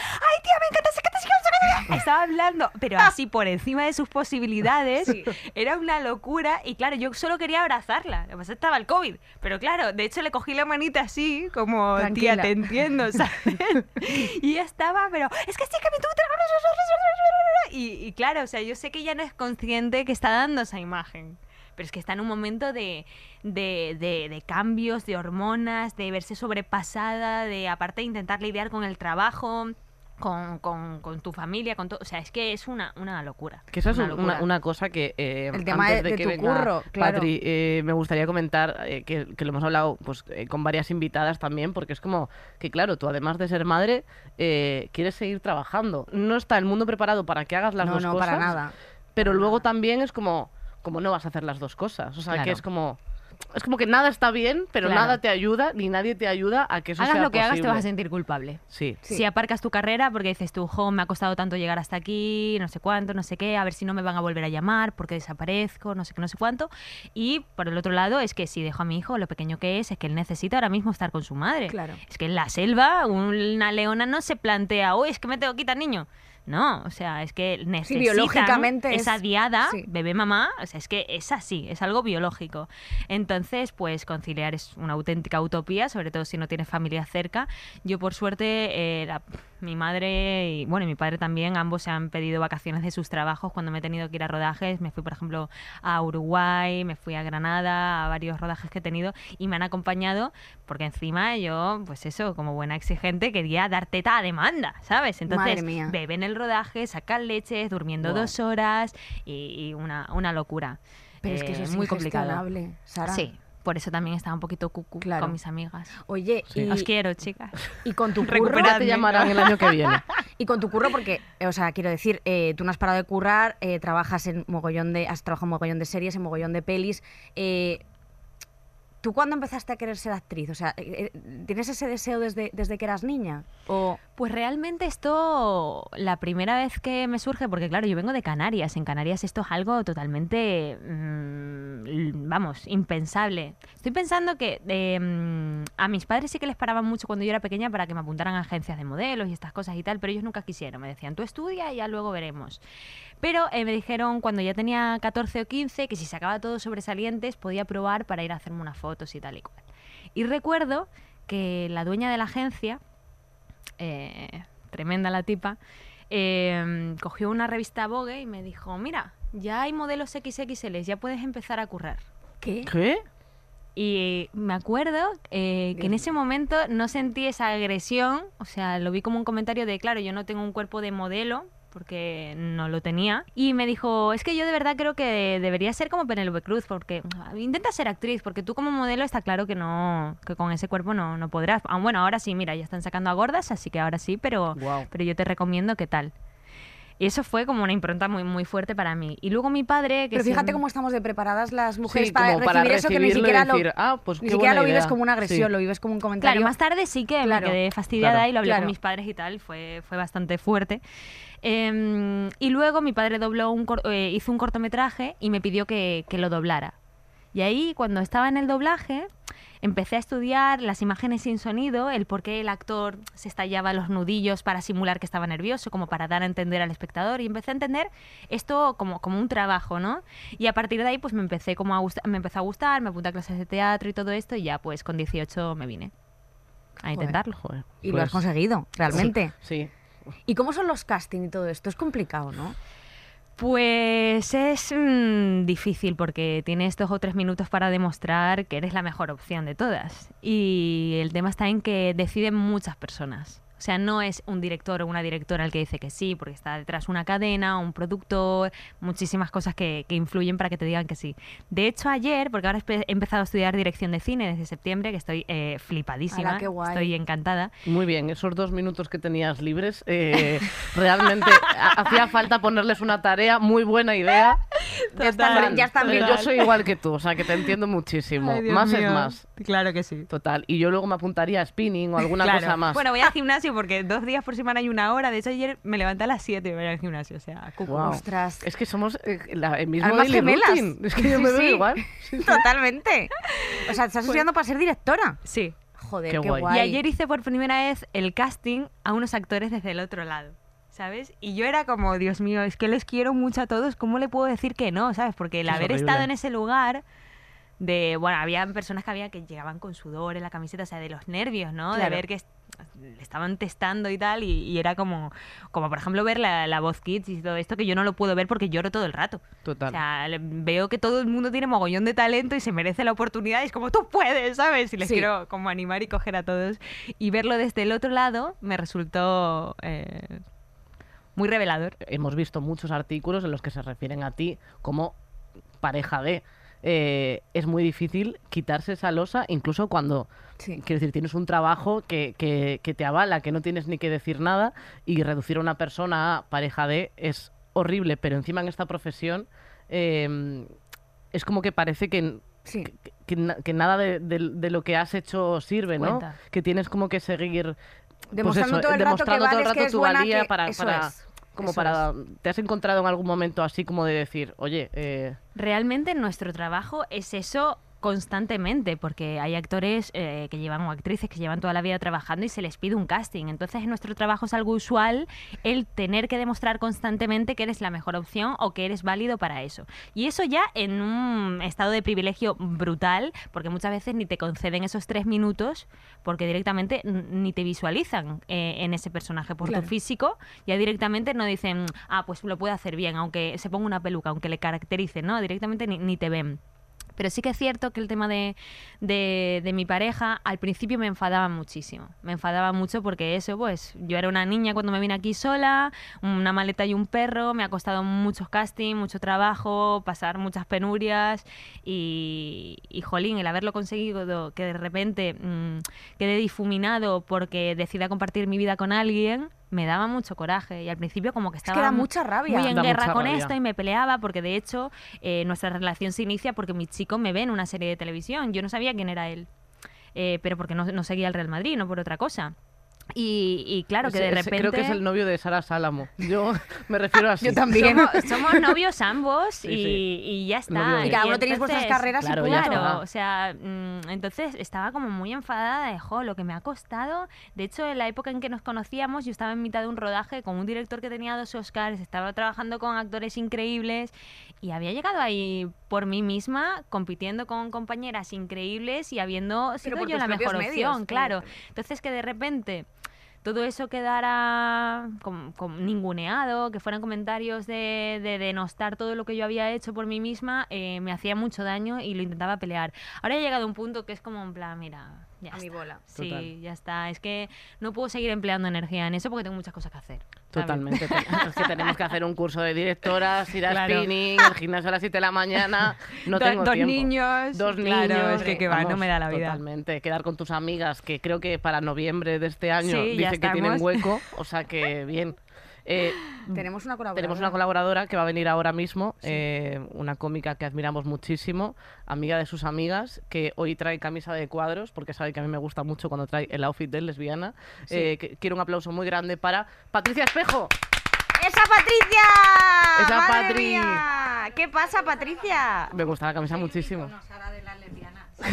[SPEAKER 5] tía, me encanta! sé que te sigo, sé
[SPEAKER 2] [laughs]
[SPEAKER 5] que te-". Estaba hablando, pero así por encima de sus posibilidades.
[SPEAKER 2] Ah. Sí.
[SPEAKER 5] Era una locura y claro, yo solo quería abrazarla. Lo que pasa es que estaba el COVID. Pero claro, de hecho le cogí la manita así, como, tía,
[SPEAKER 2] Tranquila.
[SPEAKER 5] te
[SPEAKER 2] [laughs]
[SPEAKER 5] entiendo, ¿sabes? y ella estaba, pero es que sí que me tuve y, y claro, o sea, yo sé que ella no es consciente que está dando esa imagen. Pero es que está en un momento de, de, de- de cambios, de hormonas, de verse sobrepasada, de aparte intentar lidiar con el trabajo, con, con- con tu familia, con todo. O sea, es que es una, una locura.
[SPEAKER 3] Que eso es un- una,
[SPEAKER 5] locura.
[SPEAKER 3] una cosa que eh,
[SPEAKER 2] El tema
[SPEAKER 3] antes
[SPEAKER 2] de-
[SPEAKER 3] de,
[SPEAKER 2] de
[SPEAKER 3] que
[SPEAKER 2] tu
[SPEAKER 3] venga
[SPEAKER 2] curro, claro.
[SPEAKER 3] Patri, eh, me gustaría comentar eh, que, que lo hemos hablado pues, eh, con varias invitadas también, porque es como que claro, tú además de ser madre, eh, quieres seguir trabajando. No está el mundo preparado para que hagas las
[SPEAKER 2] no,
[SPEAKER 3] dos
[SPEAKER 2] no,
[SPEAKER 3] cosas.
[SPEAKER 2] para nada.
[SPEAKER 3] Pero luego también es como, como no vas a hacer las dos cosas. O sea, que
[SPEAKER 5] Claro.
[SPEAKER 3] es como... Es como que nada está bien, pero
[SPEAKER 5] Claro.
[SPEAKER 3] nada te ayuda, ni nadie te ayuda a que eso
[SPEAKER 5] hagas
[SPEAKER 3] sea
[SPEAKER 5] lo que hagas, te
[SPEAKER 3] posible.
[SPEAKER 5] vas a sentir culpable.
[SPEAKER 3] Sí.
[SPEAKER 2] Sí.
[SPEAKER 5] Si aparcas tu carrera porque dices tú, jo, me ha costado tanto llegar hasta aquí, no sé cuánto, no sé qué, a ver si no me van a volver a llamar porque desaparezco, no sé qué, no sé cuánto. Y por el otro lado es que si dejo a mi hijo, lo pequeño que es, es que él necesita ahora mismo estar con su madre.
[SPEAKER 2] Claro.
[SPEAKER 5] Es que en la selva una leona no se plantea, uy, es que me tengo que quitar niño. No, o sea, es que necesitan
[SPEAKER 2] biológicamente es-
[SPEAKER 5] esa diada,
[SPEAKER 2] sí.
[SPEAKER 5] bebé mamá, o sea, es que es así, es algo biológico. Entonces, pues conciliar es una auténtica utopía, sobre todo si no tienes familia cerca. Yo por suerte, eh, la- mi madre y bueno, y mi padre también, ambos se han pedido vacaciones de sus trabajos cuando me he tenido que ir a rodajes. Me fui, por ejemplo, a Uruguay, me fui a Granada, a varios rodajes que he tenido y me han acompañado porque encima yo, pues eso, como buena exigente, quería dar teta a demanda, ¿sabes? Entonces,
[SPEAKER 2] Madre mía.
[SPEAKER 5] beben el rodaje, sacan leches, durmiendo
[SPEAKER 3] Guau.
[SPEAKER 5] dos horas y, y una, una locura.
[SPEAKER 2] Pero es que
[SPEAKER 5] Eh,
[SPEAKER 2] eso es
[SPEAKER 5] muy complicado.
[SPEAKER 2] ingestionable, Sara.
[SPEAKER 5] Sí, por eso también estaba un poquito cucu
[SPEAKER 2] Claro.
[SPEAKER 5] con mis amigas.
[SPEAKER 2] Oye,
[SPEAKER 3] Sí.
[SPEAKER 2] y,
[SPEAKER 5] Os quiero, chicas.
[SPEAKER 2] y con tu curro,
[SPEAKER 3] Recupera te llamarán el año que viene.
[SPEAKER 2] y con tu curro, porque, eh, o sea, quiero decir, eh, tú no has parado de currar, eh, trabajas en mogollón de, has trabajado en mogollón de series, en mogollón de pelis. eh, ¿Tú cuándo empezaste a querer ser actriz? O sea, eh, eh, ¿tienes ese deseo desde, desde que eras niña? O
[SPEAKER 5] Pues realmente esto, la primera vez que me surge, porque claro, yo vengo de Canarias, en Canarias esto es algo totalmente, mm, vamos, impensable. Estoy pensando que eh, mm, a mis padres sí que les paraban mucho cuando yo era pequeña para que me apuntaran a agencias de modelos y estas cosas y tal, pero ellos nunca quisieron, me decían, tú estudia y ya luego veremos. Pero eh, me dijeron cuando ya tenía 14 o 15 que si sacaba todos sobresalientes podía probar para ir a hacerme unas fotos y tal y cual. Y recuerdo que la dueña de la agencia, eh, tremenda la tipa, eh, cogió una revista Vogue y me dijo, mira, ya hay modelos XXL, ya puedes empezar a currar.
[SPEAKER 2] ¿Qué?
[SPEAKER 3] ¿Qué?
[SPEAKER 5] Y me acuerdo eh, que en ese momento no sentí esa agresión, o sea, lo vi como un comentario de, claro, yo no tengo un cuerpo de modelo porque no lo tenía. Y me dijo, es que yo de verdad creo que debería ser como Penélope Cruz, porque ah, intenta ser actriz, porque tú como modelo está claro que no, que con ese cuerpo no, no podrás. Ah, bueno, ahora sí, mira, ya están sacando a gordas, así que ahora sí, pero,
[SPEAKER 3] Guau.
[SPEAKER 5] pero yo te recomiendo que tal. Y eso fue como una impronta muy, muy fuerte para mí. Y luego mi padre... Que
[SPEAKER 2] Pero
[SPEAKER 5] sí- mm,
[SPEAKER 2] fíjate cómo estamos de preparadas las mujeres
[SPEAKER 3] Sí,
[SPEAKER 2] para,
[SPEAKER 3] como
[SPEAKER 2] recibir
[SPEAKER 3] para
[SPEAKER 2] eso que ni
[SPEAKER 3] recibirlo y
[SPEAKER 2] siquiera,
[SPEAKER 3] decir,
[SPEAKER 2] lo,
[SPEAKER 3] ah, pues
[SPEAKER 2] ni
[SPEAKER 3] qué
[SPEAKER 2] siquiera
[SPEAKER 3] buena
[SPEAKER 2] lo vives
[SPEAKER 3] idea.
[SPEAKER 2] como una agresión,
[SPEAKER 3] Sí.
[SPEAKER 2] lo vives como un comentario.
[SPEAKER 5] Claro, más tarde sí que
[SPEAKER 2] Claro,
[SPEAKER 5] me quedé fastidiada
[SPEAKER 3] claro.
[SPEAKER 5] y lo hablé
[SPEAKER 2] Claro.
[SPEAKER 5] con mis padres y tal, fue, fue bastante fuerte. Eh, y luego mi padre dobló un cor- eh, hizo un cortometraje y me pidió que, que lo doblara. Y ahí, cuando estaba en el doblaje, empecé a estudiar las imágenes sin sonido, el por qué el actor se estallaba los nudillos para simular que estaba nervioso, como para dar a entender al espectador. Y empecé a entender esto como, como un trabajo, ¿no? Y a partir de ahí, pues me empecé como a gustar, me empezó a gustar, me apunté a clases de teatro y todo esto, y ya pues con 18 me vine a intentarlo.
[SPEAKER 3] Joder,
[SPEAKER 2] Y lo
[SPEAKER 3] pues-
[SPEAKER 2] has conseguido, realmente.
[SPEAKER 3] Sí.
[SPEAKER 2] ¿Y cómo son los castings y todo esto? Es complicado, ¿no?
[SPEAKER 5] Pues es mm, difícil porque tienes dos o tres minutos para demostrar que eres la mejor opción de todas. Y el tema está en que deciden muchas personas. O sea, no es un director o una directora el que dice que sí, porque está detrás una cadena, un productor, muchísimas cosas que, que influyen para que te digan que sí. De hecho, ayer, porque ahora he empezado a estudiar dirección de cine desde septiembre, que estoy eh, flipadísima,
[SPEAKER 2] Ala, qué guay.
[SPEAKER 5] estoy encantada.
[SPEAKER 3] Muy bien, esos dos minutos que tenías libres, eh, realmente ha- hacía falta ponerles una tarea, muy buena idea.
[SPEAKER 2] Ya están, ya están
[SPEAKER 3] Eh,
[SPEAKER 2] bien.
[SPEAKER 3] Yo soy igual que tú, o sea que te entiendo muchísimo. más es más,
[SPEAKER 5] Claro que sí.
[SPEAKER 3] total. Y yo luego me apuntaría a spinning o alguna
[SPEAKER 5] Claro.
[SPEAKER 3] cosa más.
[SPEAKER 5] Bueno, voy al gimnasio porque dos días por semana hay una hora. De hecho, ayer me levanté a las 7 y voy al gimnasio. O sea, cucu.
[SPEAKER 3] Guau.
[SPEAKER 2] Ostras.
[SPEAKER 3] Es que somos eh, la, el mismo
[SPEAKER 2] Almas
[SPEAKER 3] daily
[SPEAKER 2] gemelas.
[SPEAKER 3] routine. Es que yo me
[SPEAKER 2] Sí,
[SPEAKER 3] veo
[SPEAKER 2] sí.
[SPEAKER 3] igual.
[SPEAKER 2] Totalmente. O sea, te estás estudiando para ser directora.
[SPEAKER 5] Sí.
[SPEAKER 2] Joder, qué,
[SPEAKER 3] pues Qué
[SPEAKER 2] guay.
[SPEAKER 3] guay.
[SPEAKER 5] Y ayer hice por primera vez el casting a unos actores desde el otro lado. ¿Sabes? Y yo era como, Dios mío, es que les quiero mucho a todos. ¿Cómo le puedo decir que no? ¿Sabes? Porque el
[SPEAKER 3] Es
[SPEAKER 5] haber
[SPEAKER 3] horrible.
[SPEAKER 5] estado en ese lugar de, bueno, había personas que había que llegaban con sudor en la camiseta, o sea, de los nervios, ¿no? De
[SPEAKER 2] Claro.
[SPEAKER 5] ver que est- le estaban testando y tal, y, y era como, como por ejemplo ver la, la voz kids y todo esto que yo no lo puedo ver porque lloro todo el rato.
[SPEAKER 3] Total.
[SPEAKER 5] O sea, le- veo que todo el mundo tiene mogollón de talento y se merece la oportunidad. Y es como, tú puedes, ¿sabes? Y les
[SPEAKER 2] Sí.
[SPEAKER 5] quiero como animar y coger a todos. Y verlo desde el otro lado me resultó eh, muy revelador.
[SPEAKER 3] hemos visto muchos artículos en los que se refieren a ti como pareja de. Eh, es muy difícil quitarse esa losa, incluso cuando,
[SPEAKER 2] Sí.
[SPEAKER 3] quiero decir, tienes un trabajo que, que- que te avala, que no tienes ni que decir nada, y reducir a una persona a pareja de es horrible, pero encima en esta profesión eh, es como que parece que,
[SPEAKER 2] Sí.
[SPEAKER 3] que- que na- que nada de, de- de lo que has hecho sirve, ¿no?
[SPEAKER 5] Cuenta.
[SPEAKER 3] Que tienes como que seguir pues
[SPEAKER 2] Demostrando
[SPEAKER 3] eso,
[SPEAKER 2] todo el rato que
[SPEAKER 3] demostrando todo el
[SPEAKER 2] vales, que
[SPEAKER 3] rato
[SPEAKER 2] es
[SPEAKER 3] tu
[SPEAKER 2] buena,
[SPEAKER 3] valía
[SPEAKER 2] que-
[SPEAKER 3] para,
[SPEAKER 2] eso
[SPEAKER 3] para-
[SPEAKER 2] es,
[SPEAKER 3] como
[SPEAKER 2] eso
[SPEAKER 3] para te has encontrado en algún momento así como de decir oye eh,
[SPEAKER 5] Realmente nuestro trabajo es eso constantemente, porque hay actores eh, que llevan o actrices que llevan toda la vida trabajando y se les pide un casting. Entonces en nuestro trabajo es algo usual el tener que demostrar constantemente que eres la mejor opción o que eres válido para eso. Y eso ya en un estado de privilegio brutal, porque muchas veces ni te conceden esos tres minutos, porque directamente n- ni te visualizan eh, en ese personaje por
[SPEAKER 2] Claro.
[SPEAKER 5] tu físico, ya directamente no dicen, ah, pues lo puede hacer bien, aunque se ponga una peluca, aunque le caracterice, ¿no? Directamente ni, ni te ven. Pero sí que es cierto que el tema de, de- de mi pareja al principio me enfadaba muchísimo. Me enfadaba mucho porque eso, pues yo era una niña cuando me vine aquí sola, una maleta y un perro, me ha costado muchos castings, mucho trabajo, pasar muchas penurias y, y, jolín, el haberlo conseguido, que de repente mm, quede difuminado porque decida compartir mi vida con alguien, me daba mucho coraje y al principio como que
[SPEAKER 2] Es
[SPEAKER 5] estaba...
[SPEAKER 2] que da
[SPEAKER 5] mu-
[SPEAKER 2] mucha rabia.
[SPEAKER 5] muy en
[SPEAKER 3] Da
[SPEAKER 5] guerra
[SPEAKER 3] mucha
[SPEAKER 5] con
[SPEAKER 3] rabia.
[SPEAKER 5] esto y me peleaba porque de hecho eh, nuestra relación se inicia porque mi chico me ve en una serie de televisión. Yo no sabía quién era él, eh, pero porque no, no seguía el Real Madrid, no por otra cosa. Y, y claro, que
[SPEAKER 3] Ese-
[SPEAKER 5] de
[SPEAKER 3] ese
[SPEAKER 5] repente...
[SPEAKER 3] Creo que es el novio de Sara Sálamo. Yo
[SPEAKER 5] [laughs]
[SPEAKER 3] me refiero a
[SPEAKER 2] Yo también.
[SPEAKER 5] Somos, somos novios ambos
[SPEAKER 3] Sí,
[SPEAKER 5] y,
[SPEAKER 3] sí.
[SPEAKER 5] y ya está.
[SPEAKER 3] Novios. Y
[SPEAKER 2] cada uno tenéis vuestras
[SPEAKER 5] entonces-
[SPEAKER 2] carreras
[SPEAKER 3] y Claro, ya punto. está.
[SPEAKER 5] Claro, o sea, mm, entonces estaba como muy enfadada de, jo, lo que me ha costado. De hecho, en la época en que nos conocíamos, yo estaba en mitad de un rodaje con un director que tenía dos Oscars, estaba trabajando con actores increíbles y había llegado ahí por mí misma, compitiendo con compañeras increíbles y habiendo sido
[SPEAKER 2] por
[SPEAKER 5] yo
[SPEAKER 2] tus
[SPEAKER 5] la mejor
[SPEAKER 2] propios
[SPEAKER 5] opción,
[SPEAKER 2] medios,
[SPEAKER 5] claro.
[SPEAKER 2] evidentemente.
[SPEAKER 5] Entonces que de repente todo eso quedara con, con ninguneado, que fueran comentarios de, de denostar todo lo que yo había hecho por mí misma, eh, me hacía mucho daño y lo intentaba pelear. Ahora he llegado a un punto que es como en plan, mira, ya
[SPEAKER 2] A mi
[SPEAKER 5] está.
[SPEAKER 2] bola.
[SPEAKER 5] Sí,
[SPEAKER 3] Total.
[SPEAKER 5] ya está. Es que no puedo seguir empleando energía en eso porque tengo muchas cosas que hacer. ¿sabes? [laughs]
[SPEAKER 3] Totalmente. te- es que tenemos que hacer un curso de directoras, ir a
[SPEAKER 5] Claro.
[SPEAKER 3] spinning,
[SPEAKER 5] [laughs]
[SPEAKER 3] el gimnasio a las 7 de la mañana. No
[SPEAKER 5] Do-
[SPEAKER 3] tengo
[SPEAKER 5] dos
[SPEAKER 3] tiempo.
[SPEAKER 5] niños,
[SPEAKER 3] Dos niños.
[SPEAKER 5] claro, es que- que va, no me da la vida.
[SPEAKER 3] Totalmente. Quedar con tus amigas, que creo que para noviembre de este año
[SPEAKER 5] Sí, ya
[SPEAKER 3] dice que tienen
[SPEAKER 5] estamos.
[SPEAKER 3] hueco. O sea
[SPEAKER 5] [laughs]
[SPEAKER 3] que bien. Eh,
[SPEAKER 2] Tenemos una
[SPEAKER 5] Ah,
[SPEAKER 2] colaboración.
[SPEAKER 3] tenemos una colaboradora que va a venir ahora mismo, eh, una cómica que admiramos muchísimo, amiga de sus amigas, que hoy trae camisa de cuadros, porque sabe que a mí me gusta mucho cuando trae el outfit de lesbiana. Eh, que- quiero un aplauso muy grande para Patricia Espejo.
[SPEAKER 2] ¡Esa Patricia!
[SPEAKER 3] Esa
[SPEAKER 2] ¡Madre
[SPEAKER 3] Patri.
[SPEAKER 2] mía! ¿Qué pasa, Patricia?
[SPEAKER 3] Me gusta la camisa muchísimo.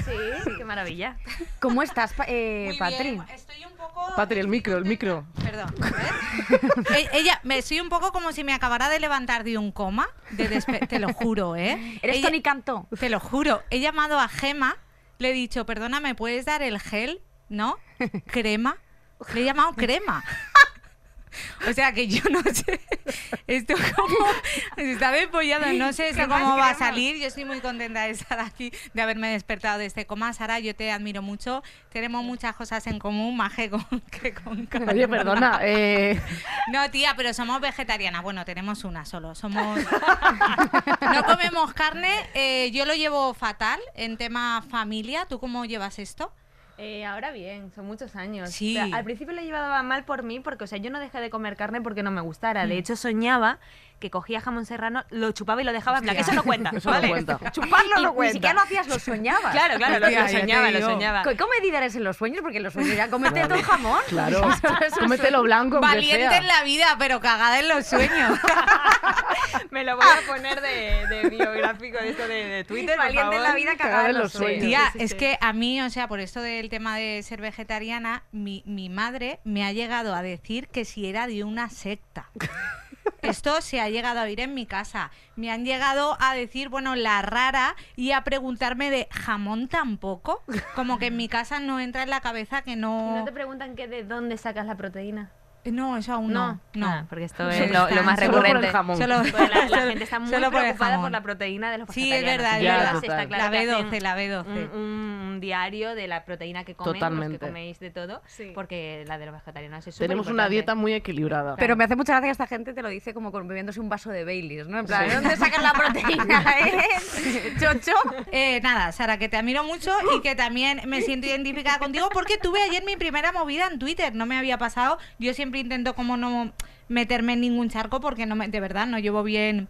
[SPEAKER 2] Sí.
[SPEAKER 5] Qué maravilla.
[SPEAKER 2] ¿Cómo estás, pa- eh,
[SPEAKER 6] Muy
[SPEAKER 2] Patri?
[SPEAKER 6] bien, Estoy un poco.
[SPEAKER 3] Patri, el micro, el
[SPEAKER 5] [laughs]
[SPEAKER 3] micro.
[SPEAKER 2] [laughs]
[SPEAKER 6] Perdón. ¿eh? E- Ella, me estoy un poco como si me acabara de levantar de un coma. de despe- te lo juro, ¿eh?
[SPEAKER 2] ¿Eres
[SPEAKER 6] Ella-
[SPEAKER 2] Tony Cantó?
[SPEAKER 6] [laughs] Te lo juro. He llamado a Gema, le he dicho, perdona, ¿me puedes dar el gel?
[SPEAKER 3] [laughs]
[SPEAKER 6] ¿No? ¿Crema? Le he llamado crema. O sea que yo no sé. Esto como. Está despollado. No sé esto
[SPEAKER 2] Crema es
[SPEAKER 6] cómo va a
[SPEAKER 2] crema.
[SPEAKER 6] salir. Yo estoy muy contenta de estar aquí, de haberme despertado de este coma. Sara, yo te admiro mucho. Tenemos muchas cosas en común, más que con, que con Carmen.
[SPEAKER 3] Oye, perdona. eh,
[SPEAKER 6] No, tía, pero somos vegetarianas. Bueno, tenemos una solo. Somos. [laughs] No comemos carne. Eh, yo lo llevo fatal en tema familia. ¿Tú cómo llevas esto?
[SPEAKER 5] Eh, ahora bien, son muchos años.
[SPEAKER 6] Sí.
[SPEAKER 5] O sea, al principio lo llevaba mal por mí porque, o sea, yo no dejé de comer carne porque no me gustara. De hecho, soñaba que cogía jamón serrano, lo chupaba y lo dejaba en plan.
[SPEAKER 6] Hostia.
[SPEAKER 5] Eso no cuenta.
[SPEAKER 3] Eso no
[SPEAKER 5] ¿vale?
[SPEAKER 3] cuenta.
[SPEAKER 5] [laughs]
[SPEAKER 2] Chuparlo
[SPEAKER 5] Y
[SPEAKER 2] no
[SPEAKER 5] ni
[SPEAKER 2] cuenta. Ni siquiera
[SPEAKER 5] siquiera
[SPEAKER 2] lo hacías, lo soñabas.
[SPEAKER 5] Claro, claro, lo,
[SPEAKER 6] Hostia,
[SPEAKER 5] lo
[SPEAKER 6] ya te
[SPEAKER 5] soñaba, lo
[SPEAKER 6] digo.
[SPEAKER 5] soñaba.
[SPEAKER 2] ¿Qué medida eres en los sueños? Porque en los sueños ya comete todo el jamón.
[SPEAKER 3] [laughs]
[SPEAKER 5] [laughs]
[SPEAKER 2] [laughs] Eso
[SPEAKER 3] Claro.
[SPEAKER 2] es un
[SPEAKER 3] Cómetelo
[SPEAKER 2] sueño.
[SPEAKER 3] blanco, aunque
[SPEAKER 6] Valiente
[SPEAKER 3] sea.
[SPEAKER 6] en la vida, pero cagada en los sueños.
[SPEAKER 5] Me lo voy a poner de, de biográfico de esto de, de Twitter. por
[SPEAKER 2] Valiente en la
[SPEAKER 5] favor.
[SPEAKER 2] vida,
[SPEAKER 3] cagada
[SPEAKER 2] cagada
[SPEAKER 3] en
[SPEAKER 2] en los
[SPEAKER 3] los sueños.
[SPEAKER 2] sueños.
[SPEAKER 6] Tía,
[SPEAKER 5] sí, sí,
[SPEAKER 6] es
[SPEAKER 5] sí.
[SPEAKER 6] que a mí, o sea, por esto del tema de ser vegetariana, mi, mi madre me ha llegado a decir que si era de
[SPEAKER 5] [laughs]
[SPEAKER 6] una secta. Esto se ha llegado a oír en mi casa. Me han llegado a decir, bueno, la rara y a preguntarme de jamón tampoco. Como que en mi casa no entra en la cabeza que
[SPEAKER 5] ¿Y
[SPEAKER 6] no.
[SPEAKER 5] no te preguntan que de dónde sacas la proteína?
[SPEAKER 6] No, eso aún no. No.
[SPEAKER 5] Ah, porque esto
[SPEAKER 6] Solo
[SPEAKER 5] es lo, lo
[SPEAKER 6] está-
[SPEAKER 5] más
[SPEAKER 3] Solo por el
[SPEAKER 5] recurrente.
[SPEAKER 3] jamón.
[SPEAKER 6] Solo-
[SPEAKER 5] Porque la, la
[SPEAKER 6] [laughs] solo-
[SPEAKER 5] gente está muy
[SPEAKER 6] solo por el
[SPEAKER 5] preocupada por,
[SPEAKER 6] jamón.
[SPEAKER 5] la proteína de los
[SPEAKER 6] Sí, es
[SPEAKER 5] vegetarianos.
[SPEAKER 6] verdad, es
[SPEAKER 5] Entonces,
[SPEAKER 3] verdad.
[SPEAKER 5] está claro
[SPEAKER 6] La
[SPEAKER 5] que hacen
[SPEAKER 6] B12, la B12.
[SPEAKER 5] Un, un diario de la proteína que comen, los
[SPEAKER 3] Totalmente.
[SPEAKER 5] que coméis de todo,
[SPEAKER 2] Sí.
[SPEAKER 5] porque la de los vegetarianos es
[SPEAKER 3] Tenemos una
[SPEAKER 5] superimportante.
[SPEAKER 3] dieta muy equilibrada.
[SPEAKER 2] Pero me hace mucha gracia que esta gente te lo dice como con- bebiéndose un vaso de Baileys, ¿no? En plan,
[SPEAKER 3] Sí.
[SPEAKER 2] ¿de dónde sacas la proteína, eh? Chocho.
[SPEAKER 6] Eh, nada, Sara, que te admiro mucho y que también me siento identificada contigo porque tuve ayer mi primera movida en Twitter, no me había pasado. Yo siempre intento como no meterme en ningún charco porque no me, de verdad no llevo bien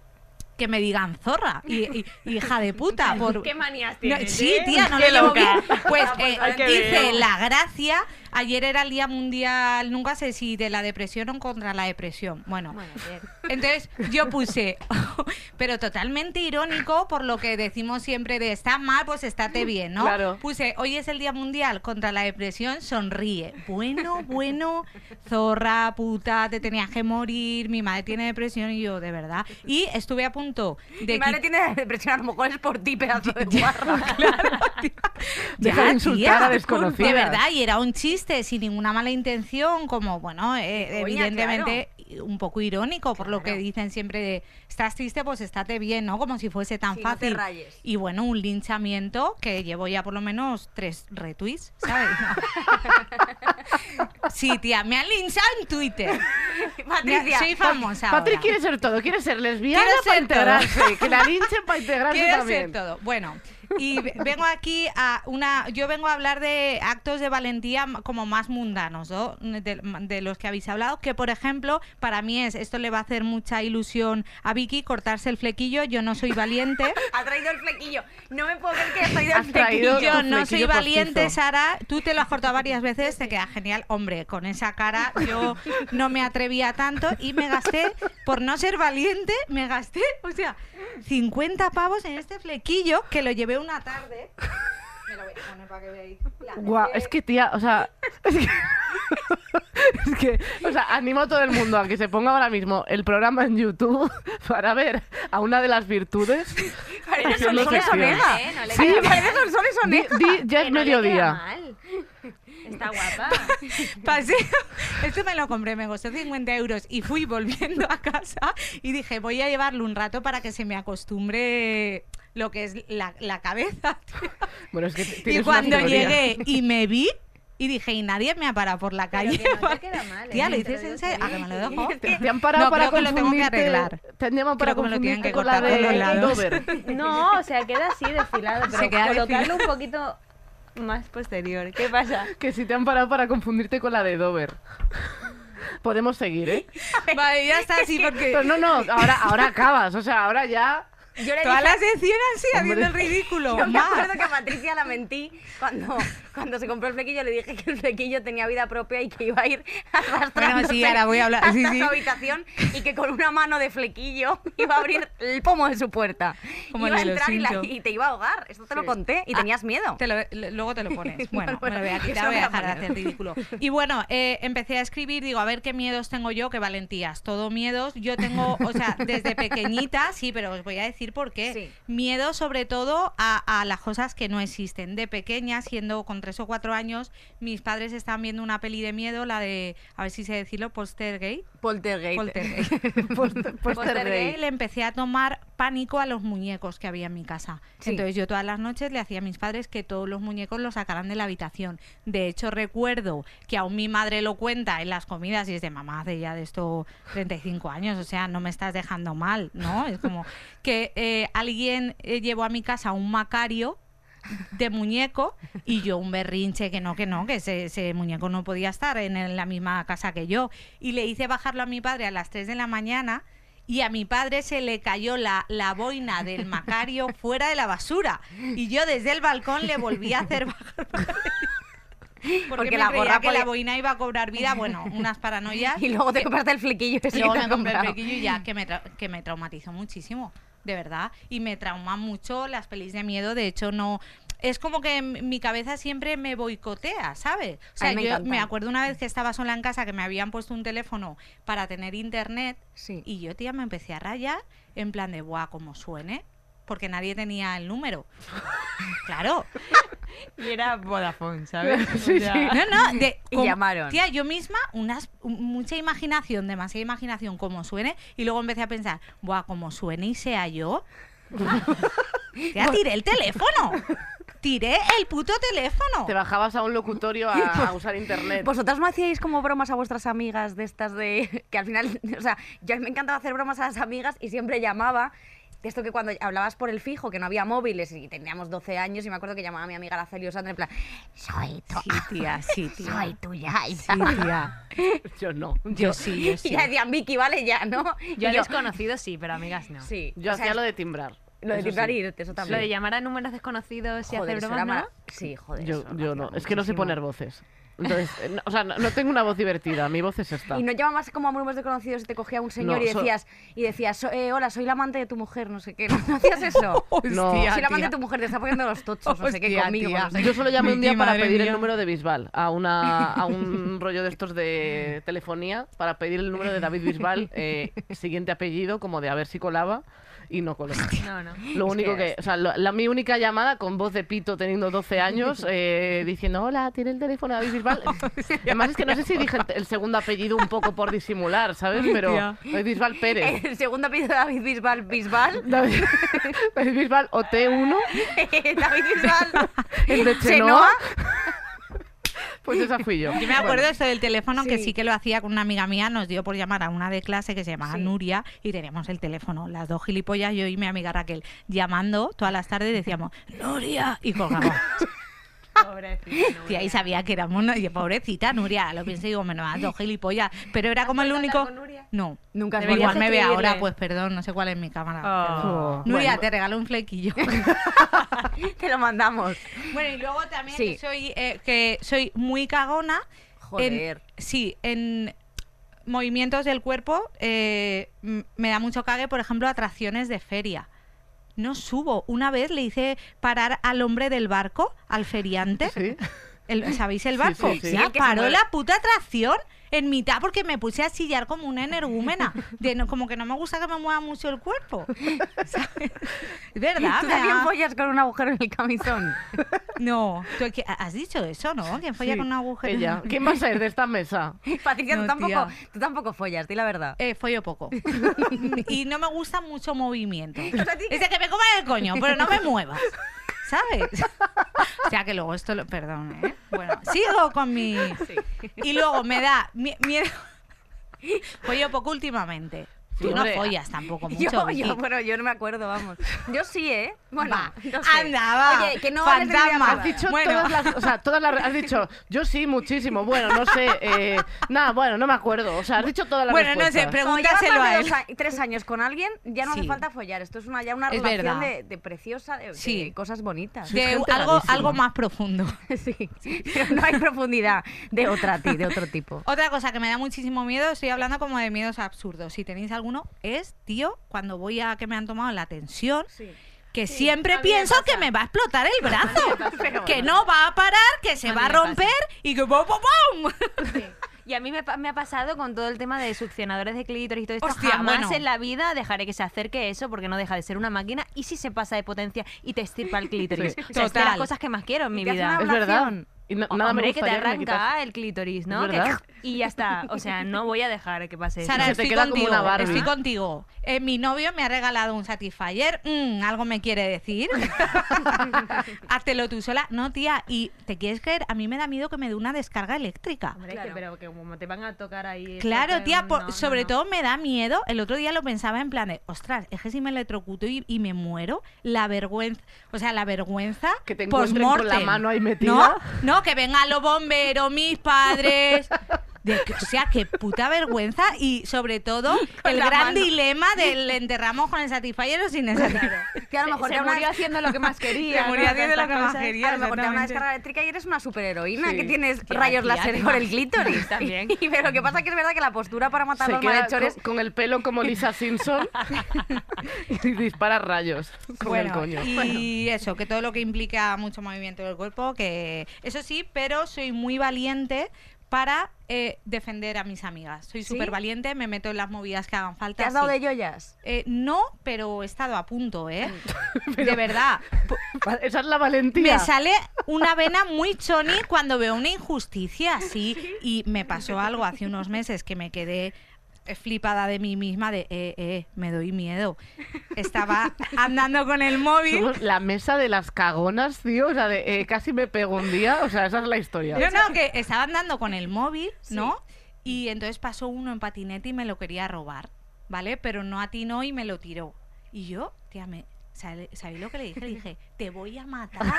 [SPEAKER 6] que me digan zorra y, y- hija de
[SPEAKER 5] [laughs]
[SPEAKER 6] puta. Por...
[SPEAKER 5] ¿Qué manías
[SPEAKER 6] No,
[SPEAKER 5] tienes?
[SPEAKER 6] sí,
[SPEAKER 5] eh?
[SPEAKER 6] tía, no lo
[SPEAKER 5] Qué
[SPEAKER 6] llevo
[SPEAKER 5] loca.
[SPEAKER 6] bien.
[SPEAKER 5] [laughs]
[SPEAKER 6] Pues eh,
[SPEAKER 5] hay que
[SPEAKER 6] dice
[SPEAKER 5] ver.
[SPEAKER 6] la gracia. Ayer era el Día Mundial, nunca sé si de la depresión o contra la depresión. Bueno,
[SPEAKER 5] Bueno, bien.
[SPEAKER 6] entonces yo puse, [laughs] pero totalmente irónico por lo que decimos siempre de está mal, pues estate bien, ¿no?
[SPEAKER 3] Claro.
[SPEAKER 6] Puse, hoy es el Día Mundial contra la Depresión, sonríe. Bueno, bueno, zorra, puta, te tenías que morir, mi madre tiene depresión y yo, de verdad. Y estuve a punto de...
[SPEAKER 2] Mi madre
[SPEAKER 6] qui-
[SPEAKER 2] tiene depresión, a lo mejor es por ti, pedazo de guarra.
[SPEAKER 3] Deja de insultar a desconocidas.
[SPEAKER 6] De verdad, y era un chiste sin ninguna mala intención, como, bueno, eh,
[SPEAKER 2] Coña,
[SPEAKER 6] evidentemente un poco irónico por lo que
[SPEAKER 2] Claro.
[SPEAKER 6] dicen siempre de, estás triste, pues estate bien, ¿no? Como si fuese tan
[SPEAKER 2] Sí, no te
[SPEAKER 6] fácil.
[SPEAKER 2] rayes.
[SPEAKER 6] Y bueno, un linchamiento que llevo ya por lo menos tres retweets,
[SPEAKER 2] [laughs]
[SPEAKER 6] ¿sabes? sí, tía, me han linchado
[SPEAKER 2] [laughs]
[SPEAKER 6] en Twitter. Me
[SPEAKER 2] [laughs]
[SPEAKER 6] ha-
[SPEAKER 2] Patricia.
[SPEAKER 6] soy famosa.
[SPEAKER 3] Patri
[SPEAKER 6] ahora.
[SPEAKER 3] quiere ser todo, quiere ser lesbiana
[SPEAKER 6] Quiero
[SPEAKER 3] para
[SPEAKER 6] ser todo.
[SPEAKER 3] integrarse, que la linchen para integrarse
[SPEAKER 6] Quiero
[SPEAKER 3] también.
[SPEAKER 6] hacer todo. Bueno, Y ve- vengo aquí a una. Yo vengo a hablar de actos de valentía m- como más mundanos, ¿no? De, de los que habéis hablado. Que, por ejemplo, para mí es. Esto le va a hacer mucha ilusión a Vicky cortarse el flequillo. Yo no soy valiente.
[SPEAKER 2] Ha traído el flequillo. No me puedo creer que ha traído el
[SPEAKER 3] Has traído
[SPEAKER 2] flequillo.
[SPEAKER 3] tu
[SPEAKER 6] Yo no soy
[SPEAKER 3] flequillo
[SPEAKER 6] valiente,
[SPEAKER 3] postizo.
[SPEAKER 6] Sara. Tú te lo has cortado varias veces, te queda genial. Hombre, con esa cara yo no me atrevía tanto y me gasté, por no ser valiente, me gasté, o sea, 50 pavos en este flequillo que lo llevé una tarde. Me lo voy a poner para que veáis. La-
[SPEAKER 3] [laughs] Guau, es que tía, o sea, es que, [laughs] es que, o sea, animo a todo el mundo a que se ponga ahora mismo el programa en YouTube [laughs] para ver a una de las virtudes.
[SPEAKER 2] Parece
[SPEAKER 3] Haciendo
[SPEAKER 2] Sonsoles
[SPEAKER 3] secciones.
[SPEAKER 2] Oneja.
[SPEAKER 5] Eh, no le
[SPEAKER 3] Sí.
[SPEAKER 5] queda
[SPEAKER 2] Parece Sonsoles
[SPEAKER 3] Di-
[SPEAKER 2] Oneja.
[SPEAKER 3] di, ya
[SPEAKER 5] Que
[SPEAKER 3] es
[SPEAKER 5] no le queda
[SPEAKER 3] mediodía.
[SPEAKER 5] mal. Está guapa.
[SPEAKER 6] Paseo. Esto me lo compré, me costó 50 euros y fui volviendo a casa y dije, voy a llevarlo un rato para que se me acostumbre lo que es la, la cabeza. tío.
[SPEAKER 3] Bueno, es que
[SPEAKER 6] Y [laughs]
[SPEAKER 3] tienes unas
[SPEAKER 6] cuando
[SPEAKER 3] teorías.
[SPEAKER 6] llegué y me vi y dije, y nadie me ha parado por la
[SPEAKER 5] Pero
[SPEAKER 6] calle.
[SPEAKER 5] que no te
[SPEAKER 6] [laughs]
[SPEAKER 5] queda mal, ¿eh?
[SPEAKER 6] Tía, ¿lo
[SPEAKER 5] Te lo
[SPEAKER 6] dices
[SPEAKER 5] digo
[SPEAKER 6] en serio? ¿A que me lo dejo?
[SPEAKER 5] [laughs]
[SPEAKER 3] Te, te han parado
[SPEAKER 6] No,
[SPEAKER 3] para
[SPEAKER 6] creo que lo tengo que
[SPEAKER 3] confundirte-
[SPEAKER 6] arreglar.
[SPEAKER 3] Te han llamado para
[SPEAKER 6] Creo que me lo tienen
[SPEAKER 3] confundirte
[SPEAKER 6] que
[SPEAKER 3] con la
[SPEAKER 6] cortar por los
[SPEAKER 3] de
[SPEAKER 6] lados.
[SPEAKER 3] Dover.
[SPEAKER 7] No, o sea, queda así desfilado, pero
[SPEAKER 6] Se queda
[SPEAKER 7] colocarlo
[SPEAKER 6] desfilado.
[SPEAKER 7] un poquito más posterior. ¿Qué pasa?
[SPEAKER 3] Que si te han parado para confundirte con la de Dover. Podemos seguir, ¿eh?
[SPEAKER 6] [laughs] Vale, ya está
[SPEAKER 5] [laughs]
[SPEAKER 6] así porque
[SPEAKER 3] Pero no, no, ahora, ahora acabas, o sea, ahora ya...
[SPEAKER 2] Yo le
[SPEAKER 6] toda
[SPEAKER 2] dije
[SPEAKER 6] la
[SPEAKER 5] [laughs]
[SPEAKER 6] sección así, haciendo el ridículo.
[SPEAKER 2] Yo me
[SPEAKER 6] Ma.
[SPEAKER 2] acuerdo que a Patricia la mentí cuando, cuando se compró el flequillo. Le dije que el flequillo tenía vida propia y que iba a ir arrastrándose
[SPEAKER 6] Bueno, sí, ahora voy a hablar-
[SPEAKER 2] hasta
[SPEAKER 6] sí, sí.
[SPEAKER 2] su habitación y que con una mano de flequillo [laughs] iba a abrir el pomo de su puerta.
[SPEAKER 6] Como el
[SPEAKER 2] iba a
[SPEAKER 6] de los
[SPEAKER 2] entrar y, la-
[SPEAKER 6] Simpson.
[SPEAKER 2] y te iba a ahogar. Esto te lo
[SPEAKER 3] Sí.
[SPEAKER 2] conté y tenías miedo.
[SPEAKER 6] Ah, Te lo- le- luego te lo pones.
[SPEAKER 2] [laughs]
[SPEAKER 6] Bueno, me lo voy a
[SPEAKER 2] Eso
[SPEAKER 6] quitar, voy
[SPEAKER 2] me
[SPEAKER 6] a
[SPEAKER 2] lo
[SPEAKER 6] dejar de
[SPEAKER 2] pones.
[SPEAKER 6] hacer ridículo. Y bueno, eh, empecé a escribir, digo, a ver qué miedos tengo yo, qué valentías. Todo miedos. Yo tengo,
[SPEAKER 2] [laughs]
[SPEAKER 6] o sea, desde pequeñita, sí, pero os voy a decir por qué.
[SPEAKER 2] Sí.
[SPEAKER 6] Miedo sobre todo a, a las cosas que no existen. De pequeña, siendo con tres o cuatro años, mis padres estaban viendo una peli de miedo, la de, a ver si sé decirlo, Poltergeist.
[SPEAKER 2] Poltergeist. [laughs]
[SPEAKER 6] Poltergeist. [laughs] Poltergeist, le empecé a tomar pánico a los muñecos que había en mi casa.
[SPEAKER 2] Sí.
[SPEAKER 6] Entonces yo todas las noches le hacía a mis padres que todos los muñecos los sacaran de la habitación. De hecho recuerdo que aún mi madre lo cuenta en las comidas y es de mamá hace ya de esto 35 años, o sea, no me estás dejando mal, ¿no? Es como que eh, alguien eh, llevó a mi casa un macario de muñeco y yo un berrinche que no, que no, que ese, ese muñeco no podía estar en, el- la misma casa que yo. Y le hice bajarlo a mi padre a las 3 de la mañana y a mi padre se le cayó la, la boina
[SPEAKER 2] [laughs]
[SPEAKER 6] del Macario fuera de la basura. Y yo desde el balcón le volví a
[SPEAKER 2] [laughs]
[SPEAKER 6] hacer bajar. Porque,
[SPEAKER 2] Porque
[SPEAKER 6] me
[SPEAKER 2] la
[SPEAKER 6] creía
[SPEAKER 2] gorra
[SPEAKER 6] que
[SPEAKER 2] podía-
[SPEAKER 6] la boina iba a cobrar vida, bueno, unas paranoias.
[SPEAKER 2] [laughs] Y luego te compraste el flequillo. ese
[SPEAKER 6] Y luego
[SPEAKER 2] que te has
[SPEAKER 6] me compré el
[SPEAKER 2] comprado.
[SPEAKER 6] flequillo y ya que me, tra- que me traumatizó muchísimo, de verdad. Y me trauman mucho las pelis de miedo. De hecho, no. Es como que m- mi cabeza siempre me boicotea, ¿sabes? O sea,
[SPEAKER 2] A mí me
[SPEAKER 6] yo
[SPEAKER 2] encantan.
[SPEAKER 6] me acuerdo una vez que estaba sola en casa que me habían puesto un teléfono para tener internet
[SPEAKER 2] Sí.
[SPEAKER 6] y yo, tía, me empecé a rayar en plan de, guau, como suene, porque nadie tenía
[SPEAKER 2] [laughs]
[SPEAKER 6] el número. claro.
[SPEAKER 7] Y era Vodafone, ¿sabes?
[SPEAKER 3] [laughs] Sí, sí.
[SPEAKER 2] [laughs]
[SPEAKER 6] No, no, de,
[SPEAKER 2] Y
[SPEAKER 6] como-
[SPEAKER 2] llamaron.
[SPEAKER 6] Tía, yo misma, unas, un- mucha imaginación, demasiada imaginación, como suene, y luego empecé a pensar, buah, como suene y
[SPEAKER 2] [laughs]
[SPEAKER 6] sea yo. Tía, tiré el teléfono. Tiré el puto teléfono.
[SPEAKER 3] Te bajabas a un locutorio
[SPEAKER 2] Pues,
[SPEAKER 3] a, a usar internet.
[SPEAKER 2] Eh, ¿Vosotras no hacíais como bromas a vuestras amigas de estas de... [laughs] que al final, o sea, yo me encantaba hacer bromas a las amigas y siempre llamaba. De esto que cuando hablabas por el fijo, que no había móviles y teníamos 12 años y me acuerdo que llamaba a mi amiga Araceli Sandra en plan, soy, tu-
[SPEAKER 6] Sí,
[SPEAKER 2] [laughs]
[SPEAKER 6] tía, sí, tía.
[SPEAKER 2] soy tuya. y
[SPEAKER 6] Sí,
[SPEAKER 2] [laughs]
[SPEAKER 6] tía.
[SPEAKER 3] [laughs] Yo no.
[SPEAKER 6] Yo sí, yo sí.
[SPEAKER 2] ya decían, Vicky, vale ya, ¿no?
[SPEAKER 5] Yo
[SPEAKER 2] Y
[SPEAKER 5] a desconocidos sí, pero amigas no.
[SPEAKER 2] Sí.
[SPEAKER 3] Yo
[SPEAKER 2] o sea,
[SPEAKER 3] hacía lo de timbrar.
[SPEAKER 2] Lo de
[SPEAKER 3] eso sí.
[SPEAKER 2] timbrar y irte, eso
[SPEAKER 5] Lo
[SPEAKER 2] también.
[SPEAKER 5] de llamar a números desconocidos y
[SPEAKER 2] Joder,
[SPEAKER 5] hacer
[SPEAKER 2] eso
[SPEAKER 5] bromas,
[SPEAKER 2] era
[SPEAKER 5] ¿no?
[SPEAKER 2] mala- Sí, joder.
[SPEAKER 3] Yo,
[SPEAKER 2] eso lo
[SPEAKER 3] yo
[SPEAKER 2] hacía
[SPEAKER 3] no. Es que no sé
[SPEAKER 2] muchísimo.
[SPEAKER 3] poner voces. Entonces, eh, no- o sea, no, no tengo una voz divertida. Mi voz es esta.
[SPEAKER 2] Y no llamabas como a murmullos desconocidos y te cogía un señor
[SPEAKER 3] No,
[SPEAKER 2] y
[SPEAKER 3] so-
[SPEAKER 2] decías, y decías "So- eh, hola, soy la amante de tu mujer, no sé qué. No, [laughs] no hacías
[SPEAKER 6] [laughs]
[SPEAKER 2] eso.
[SPEAKER 3] No.
[SPEAKER 2] soy la amante de tu mujer, te está poniendo los tochos, no sé qué,
[SPEAKER 6] Hostia,
[SPEAKER 2] conmigo.
[SPEAKER 6] tía.
[SPEAKER 2] no sé qué".
[SPEAKER 3] Yo solo llamé un día
[SPEAKER 6] Vicky,
[SPEAKER 3] para
[SPEAKER 6] madre
[SPEAKER 3] pedir el
[SPEAKER 6] mía.
[SPEAKER 3] número de Bisbal a, una, a
[SPEAKER 6] [laughs]
[SPEAKER 3] un rollo de estos de telefonía para pedir el número de David Bisbal, eh, siguiente apellido, como de a ver si colaba y no coló.
[SPEAKER 5] No, no.
[SPEAKER 3] Lo
[SPEAKER 2] Es
[SPEAKER 3] único
[SPEAKER 2] que
[SPEAKER 3] que, o sea, lo- la, mi única llamada con voz de pito teniendo 12
[SPEAKER 6] [laughs]
[SPEAKER 3] años, eh, diciendo, hola, tiene el teléfono de David Bisbal. Además es que no sé si dije el, el segundo apellido un poco por disimular, ¿sabes? Pero
[SPEAKER 6] Hostia. Eh.
[SPEAKER 3] David Bisbal
[SPEAKER 2] [laughs]
[SPEAKER 3] Pérez.
[SPEAKER 2] El segundo apellido de David Bisbal, Bisbal.
[SPEAKER 3] [laughs]
[SPEAKER 2] [laughs]
[SPEAKER 6] [laughs]
[SPEAKER 3] David, David Bisbal OT1,
[SPEAKER 6] [laughs]
[SPEAKER 2] David Bisbal.
[SPEAKER 3] el de
[SPEAKER 2] Chenoa.
[SPEAKER 3] Chenoa. Pues esa fui yo.
[SPEAKER 6] Yo me acuerdo
[SPEAKER 3] Bueno,
[SPEAKER 6] esto del teléfono que
[SPEAKER 2] Sí.
[SPEAKER 6] sí que lo hacía con una amiga mía, nos dio por llamar a una de clase que se llamaba
[SPEAKER 2] Sí.
[SPEAKER 6] Nuria y teníamos el teléfono, las dos gilipollas, yo y mi amiga Raquel, llamando todas las tardes decíamos, Nuria, y colgábamos. [laughs] Tía, y sabía que éramos una y pobrecita Nuria, lo pienso y digo, menos dos gilipollas, pero era como el único... No,
[SPEAKER 2] Nunca has
[SPEAKER 7] Deberías
[SPEAKER 6] igual me ve
[SPEAKER 7] escribirle.
[SPEAKER 2] eh.
[SPEAKER 6] ahora, pues perdón, no sé cuál es mi cámara.
[SPEAKER 7] Oh.
[SPEAKER 6] perdón.
[SPEAKER 3] oh,
[SPEAKER 6] Nuria,
[SPEAKER 3] bueno.
[SPEAKER 6] te regalo un flequillo.
[SPEAKER 2] vuelto. Te lo
[SPEAKER 6] [laughs]
[SPEAKER 2] mandamos.
[SPEAKER 6] bueno, y luego también
[SPEAKER 2] Sí.
[SPEAKER 6] que soy, eh, que soy muy cagona en-
[SPEAKER 2] Joder.
[SPEAKER 6] sí, en movimientos del cuerpo eh, m- me da mucho cague, por ejemplo, atracciones de feria. No subo. Una vez le hice parar al hombre del barco, al feriante.
[SPEAKER 3] Sí.
[SPEAKER 6] El- ¿Sabéis el
[SPEAKER 3] Sí,
[SPEAKER 6] barco?
[SPEAKER 3] sí, sí.
[SPEAKER 6] Ya
[SPEAKER 2] El que se
[SPEAKER 6] paró
[SPEAKER 2] mueve.
[SPEAKER 6] la puta atracción en mitad porque me puse a sillar como una energúmena. De no- como que no me gusta que me mueva mucho el cuerpo. [laughs]
[SPEAKER 2] [laughs]
[SPEAKER 6] ¿Sabes? Es verdad,
[SPEAKER 2] ¿Tú
[SPEAKER 6] me da-
[SPEAKER 2] también follas con un agujero en el
[SPEAKER 6] [laughs]
[SPEAKER 2] camisón?
[SPEAKER 6] No, tú aquí- has dicho eso, ¿no? Que folla
[SPEAKER 3] Sí,
[SPEAKER 6] con un agujero.
[SPEAKER 3] Ella. ¿Quién va a ser de esta
[SPEAKER 6] [laughs]
[SPEAKER 3] mesa?
[SPEAKER 2] Patricia,
[SPEAKER 6] No,
[SPEAKER 2] tú, tampoco,
[SPEAKER 6] tía.
[SPEAKER 2] tú tampoco follas, di la
[SPEAKER 6] [laughs]
[SPEAKER 2] verdad.
[SPEAKER 6] Eh, follo poco. y no me gusta mucho movimiento.
[SPEAKER 2] sea, tiene
[SPEAKER 6] Es de que me comas el coño, pero no me muevas. ¿Sabes? o sea que luego esto lo. Perdón, ¿eh? Bueno, sigo con mi. Y luego me da mi- miedo. Follo poco últimamente.
[SPEAKER 3] Sí,
[SPEAKER 6] Tú no
[SPEAKER 3] hombre.
[SPEAKER 6] follas tampoco
[SPEAKER 2] [laughs]
[SPEAKER 6] mucho.
[SPEAKER 2] Yo,
[SPEAKER 6] Vicky.
[SPEAKER 2] yo, bueno, yo no me acuerdo, vamos. Yo sí, ¿eh? Bueno,
[SPEAKER 6] Va.
[SPEAKER 2] no sé.
[SPEAKER 6] Anda, va.
[SPEAKER 2] Oye, que no vales de mi
[SPEAKER 6] Fantasma.
[SPEAKER 2] llamada.
[SPEAKER 3] Has dicho
[SPEAKER 6] Bueno.
[SPEAKER 3] todas las, o sea, todas las, has dicho, yo sí, muchísimo, bueno, no sé, eh, nada, bueno, no me acuerdo, o sea, has dicho todas las
[SPEAKER 6] Bueno, no sé,
[SPEAKER 3] respuestas.
[SPEAKER 2] Cuando llevas más
[SPEAKER 6] pregúntaselo
[SPEAKER 2] de
[SPEAKER 6] a
[SPEAKER 2] dos
[SPEAKER 6] él.
[SPEAKER 2] a- tres años con alguien, ya no
[SPEAKER 6] Sí.
[SPEAKER 2] hace falta follar. Esto es una, ya una
[SPEAKER 6] Es
[SPEAKER 2] relación
[SPEAKER 6] verdad.
[SPEAKER 2] de, de preciosa, de, de
[SPEAKER 6] Sí.
[SPEAKER 2] cosas bonitas.
[SPEAKER 6] De
[SPEAKER 3] gente
[SPEAKER 6] algo,
[SPEAKER 3] rarísima.
[SPEAKER 6] algo más profundo.
[SPEAKER 2] [laughs] Sí, pero no hay profundidad de otra ti- de otro
[SPEAKER 6] [laughs]
[SPEAKER 2] tipo.
[SPEAKER 6] Otra cosa que me da muchísimo miedo, estoy hablando como de miedos absurdos. Si tenéis alguno, es, tío, cuando voy a que me han tomado la atención, que siempre pienso que me va a explotar el brazo, que no va a parar, que se
[SPEAKER 7] A mí
[SPEAKER 6] va a
[SPEAKER 7] me pasa.
[SPEAKER 6] romper y que ¡pum, pum, pum!
[SPEAKER 5] Y a mí me, pa- me ha pasado con todo el tema de succionadores de clítoris y todo esto.
[SPEAKER 6] Hostia,
[SPEAKER 5] Jamás
[SPEAKER 6] bueno.
[SPEAKER 5] en la vida dejaré que se acerque eso porque no deja de ser una máquina. Y si se pasa de potencia y te estirpa el clítoris.
[SPEAKER 3] Sí.
[SPEAKER 5] O sea, es de
[SPEAKER 6] Total.
[SPEAKER 5] las cosas que más quiero en mi
[SPEAKER 2] te hace
[SPEAKER 5] vida.
[SPEAKER 2] una
[SPEAKER 3] es verdad.
[SPEAKER 2] ablación.
[SPEAKER 3] Y no-
[SPEAKER 5] O-
[SPEAKER 3] nada me
[SPEAKER 5] Hombre, que te
[SPEAKER 3] gustaría me
[SPEAKER 6] ah,
[SPEAKER 3] quitas-
[SPEAKER 5] arranca el clítoris, ¿no?
[SPEAKER 3] Es
[SPEAKER 5] Que-
[SPEAKER 3] verdad.
[SPEAKER 5] [laughs] y ya está. O sea, no voy a dejar que pase eso.
[SPEAKER 6] Sara,
[SPEAKER 3] se te
[SPEAKER 6] estoy
[SPEAKER 3] queda como
[SPEAKER 6] contigo,
[SPEAKER 3] una Barbie.
[SPEAKER 6] estoy contigo. Eh, mi novio me ha regalado un Satisfyer, Mm, algo me quiere decir. Háztelo tú sola. No, tía, y te quieres creer, a mí me da miedo que me dé una descarga eléctrica.
[SPEAKER 7] Hombre, es que, pero que como te van a tocar ahí.
[SPEAKER 6] Claro,
[SPEAKER 7] eso,
[SPEAKER 6] tía,
[SPEAKER 7] no,
[SPEAKER 6] por-
[SPEAKER 7] no,
[SPEAKER 6] sobre
[SPEAKER 7] no.
[SPEAKER 6] todo me da miedo. El otro día lo pensaba en plan de, ostras, es que si me electrocuto y, y me muero, la vergüenza, o sea, la vergüenza
[SPEAKER 3] Que te encuentren
[SPEAKER 6] postmortem.
[SPEAKER 3] con la mano ahí metida.
[SPEAKER 6] No, no, que vengan los bomberos, mis padres. De que- o sea, qué puta vergüenza y
[SPEAKER 3] [laughs]
[SPEAKER 6] sobre todo el
[SPEAKER 2] la
[SPEAKER 6] gran
[SPEAKER 2] mano.
[SPEAKER 6] dilema del enterramos con el Satisfyer o sin el Satisfyer.
[SPEAKER 2] Que a
[SPEAKER 7] Se-
[SPEAKER 2] lo mejor
[SPEAKER 7] se
[SPEAKER 2] te da una
[SPEAKER 7] murió haciendo lo que
[SPEAKER 5] [laughs]
[SPEAKER 7] más quería.
[SPEAKER 6] Se
[SPEAKER 7] ¿no?
[SPEAKER 6] murió haciendo lo
[SPEAKER 7] Tantas
[SPEAKER 6] que más
[SPEAKER 7] cosas.
[SPEAKER 6] quería.
[SPEAKER 2] A lo mejor te da una
[SPEAKER 6] Exactamente.
[SPEAKER 2] descarga eléctrica y eres una superheroína
[SPEAKER 3] Sí.
[SPEAKER 2] que tienes
[SPEAKER 6] Tía,
[SPEAKER 2] rayos
[SPEAKER 6] tía,
[SPEAKER 2] láser
[SPEAKER 6] te
[SPEAKER 2] por el clítoris.
[SPEAKER 7] También.
[SPEAKER 2] [laughs] Y, pero que pasa que es verdad que la postura para matar
[SPEAKER 3] Se
[SPEAKER 2] los
[SPEAKER 3] queda
[SPEAKER 2] malhechores
[SPEAKER 3] con, con el pelo como Lisa
[SPEAKER 6] [laughs]
[SPEAKER 3] Simpson y dispara rayos con el coño.
[SPEAKER 6] Y eso, que todo lo que implica mucho movimiento del cuerpo, que eso sí, pero soy muy valiente para eh, defender a mis amigas. Soy
[SPEAKER 2] ¿Sí?
[SPEAKER 6] súper valiente, me meto en las movidas que hagan falta.
[SPEAKER 2] te has dado
[SPEAKER 6] sí.
[SPEAKER 2] de yoyas.
[SPEAKER 6] Eh, no, pero he estado a punto, ¿eh?
[SPEAKER 2] [laughs]
[SPEAKER 6] De verdad.
[SPEAKER 3] Esa es la valentía.
[SPEAKER 6] Me sale una vena muy choni cuando veo una injusticia así. Y me pasó algo hace unos meses que me quedé eh, flipada de mí misma de, eh, eh, me doy miedo. Estaba andando con el móvil.
[SPEAKER 3] Somos la mesa de las cagonas, tío. O sea, de, eh, casi me pego un día. O sea, esa es la historia.
[SPEAKER 6] No, no, que estaba andando con el móvil, ¿no? Y entonces pasó uno en patinete y me lo quería robar, ¿vale? Pero no atinó y me lo tiró. Y yo, tía, me, sale- ¿sabéis lo que le dije? Le dije, te voy a matar.
[SPEAKER 2] [laughs]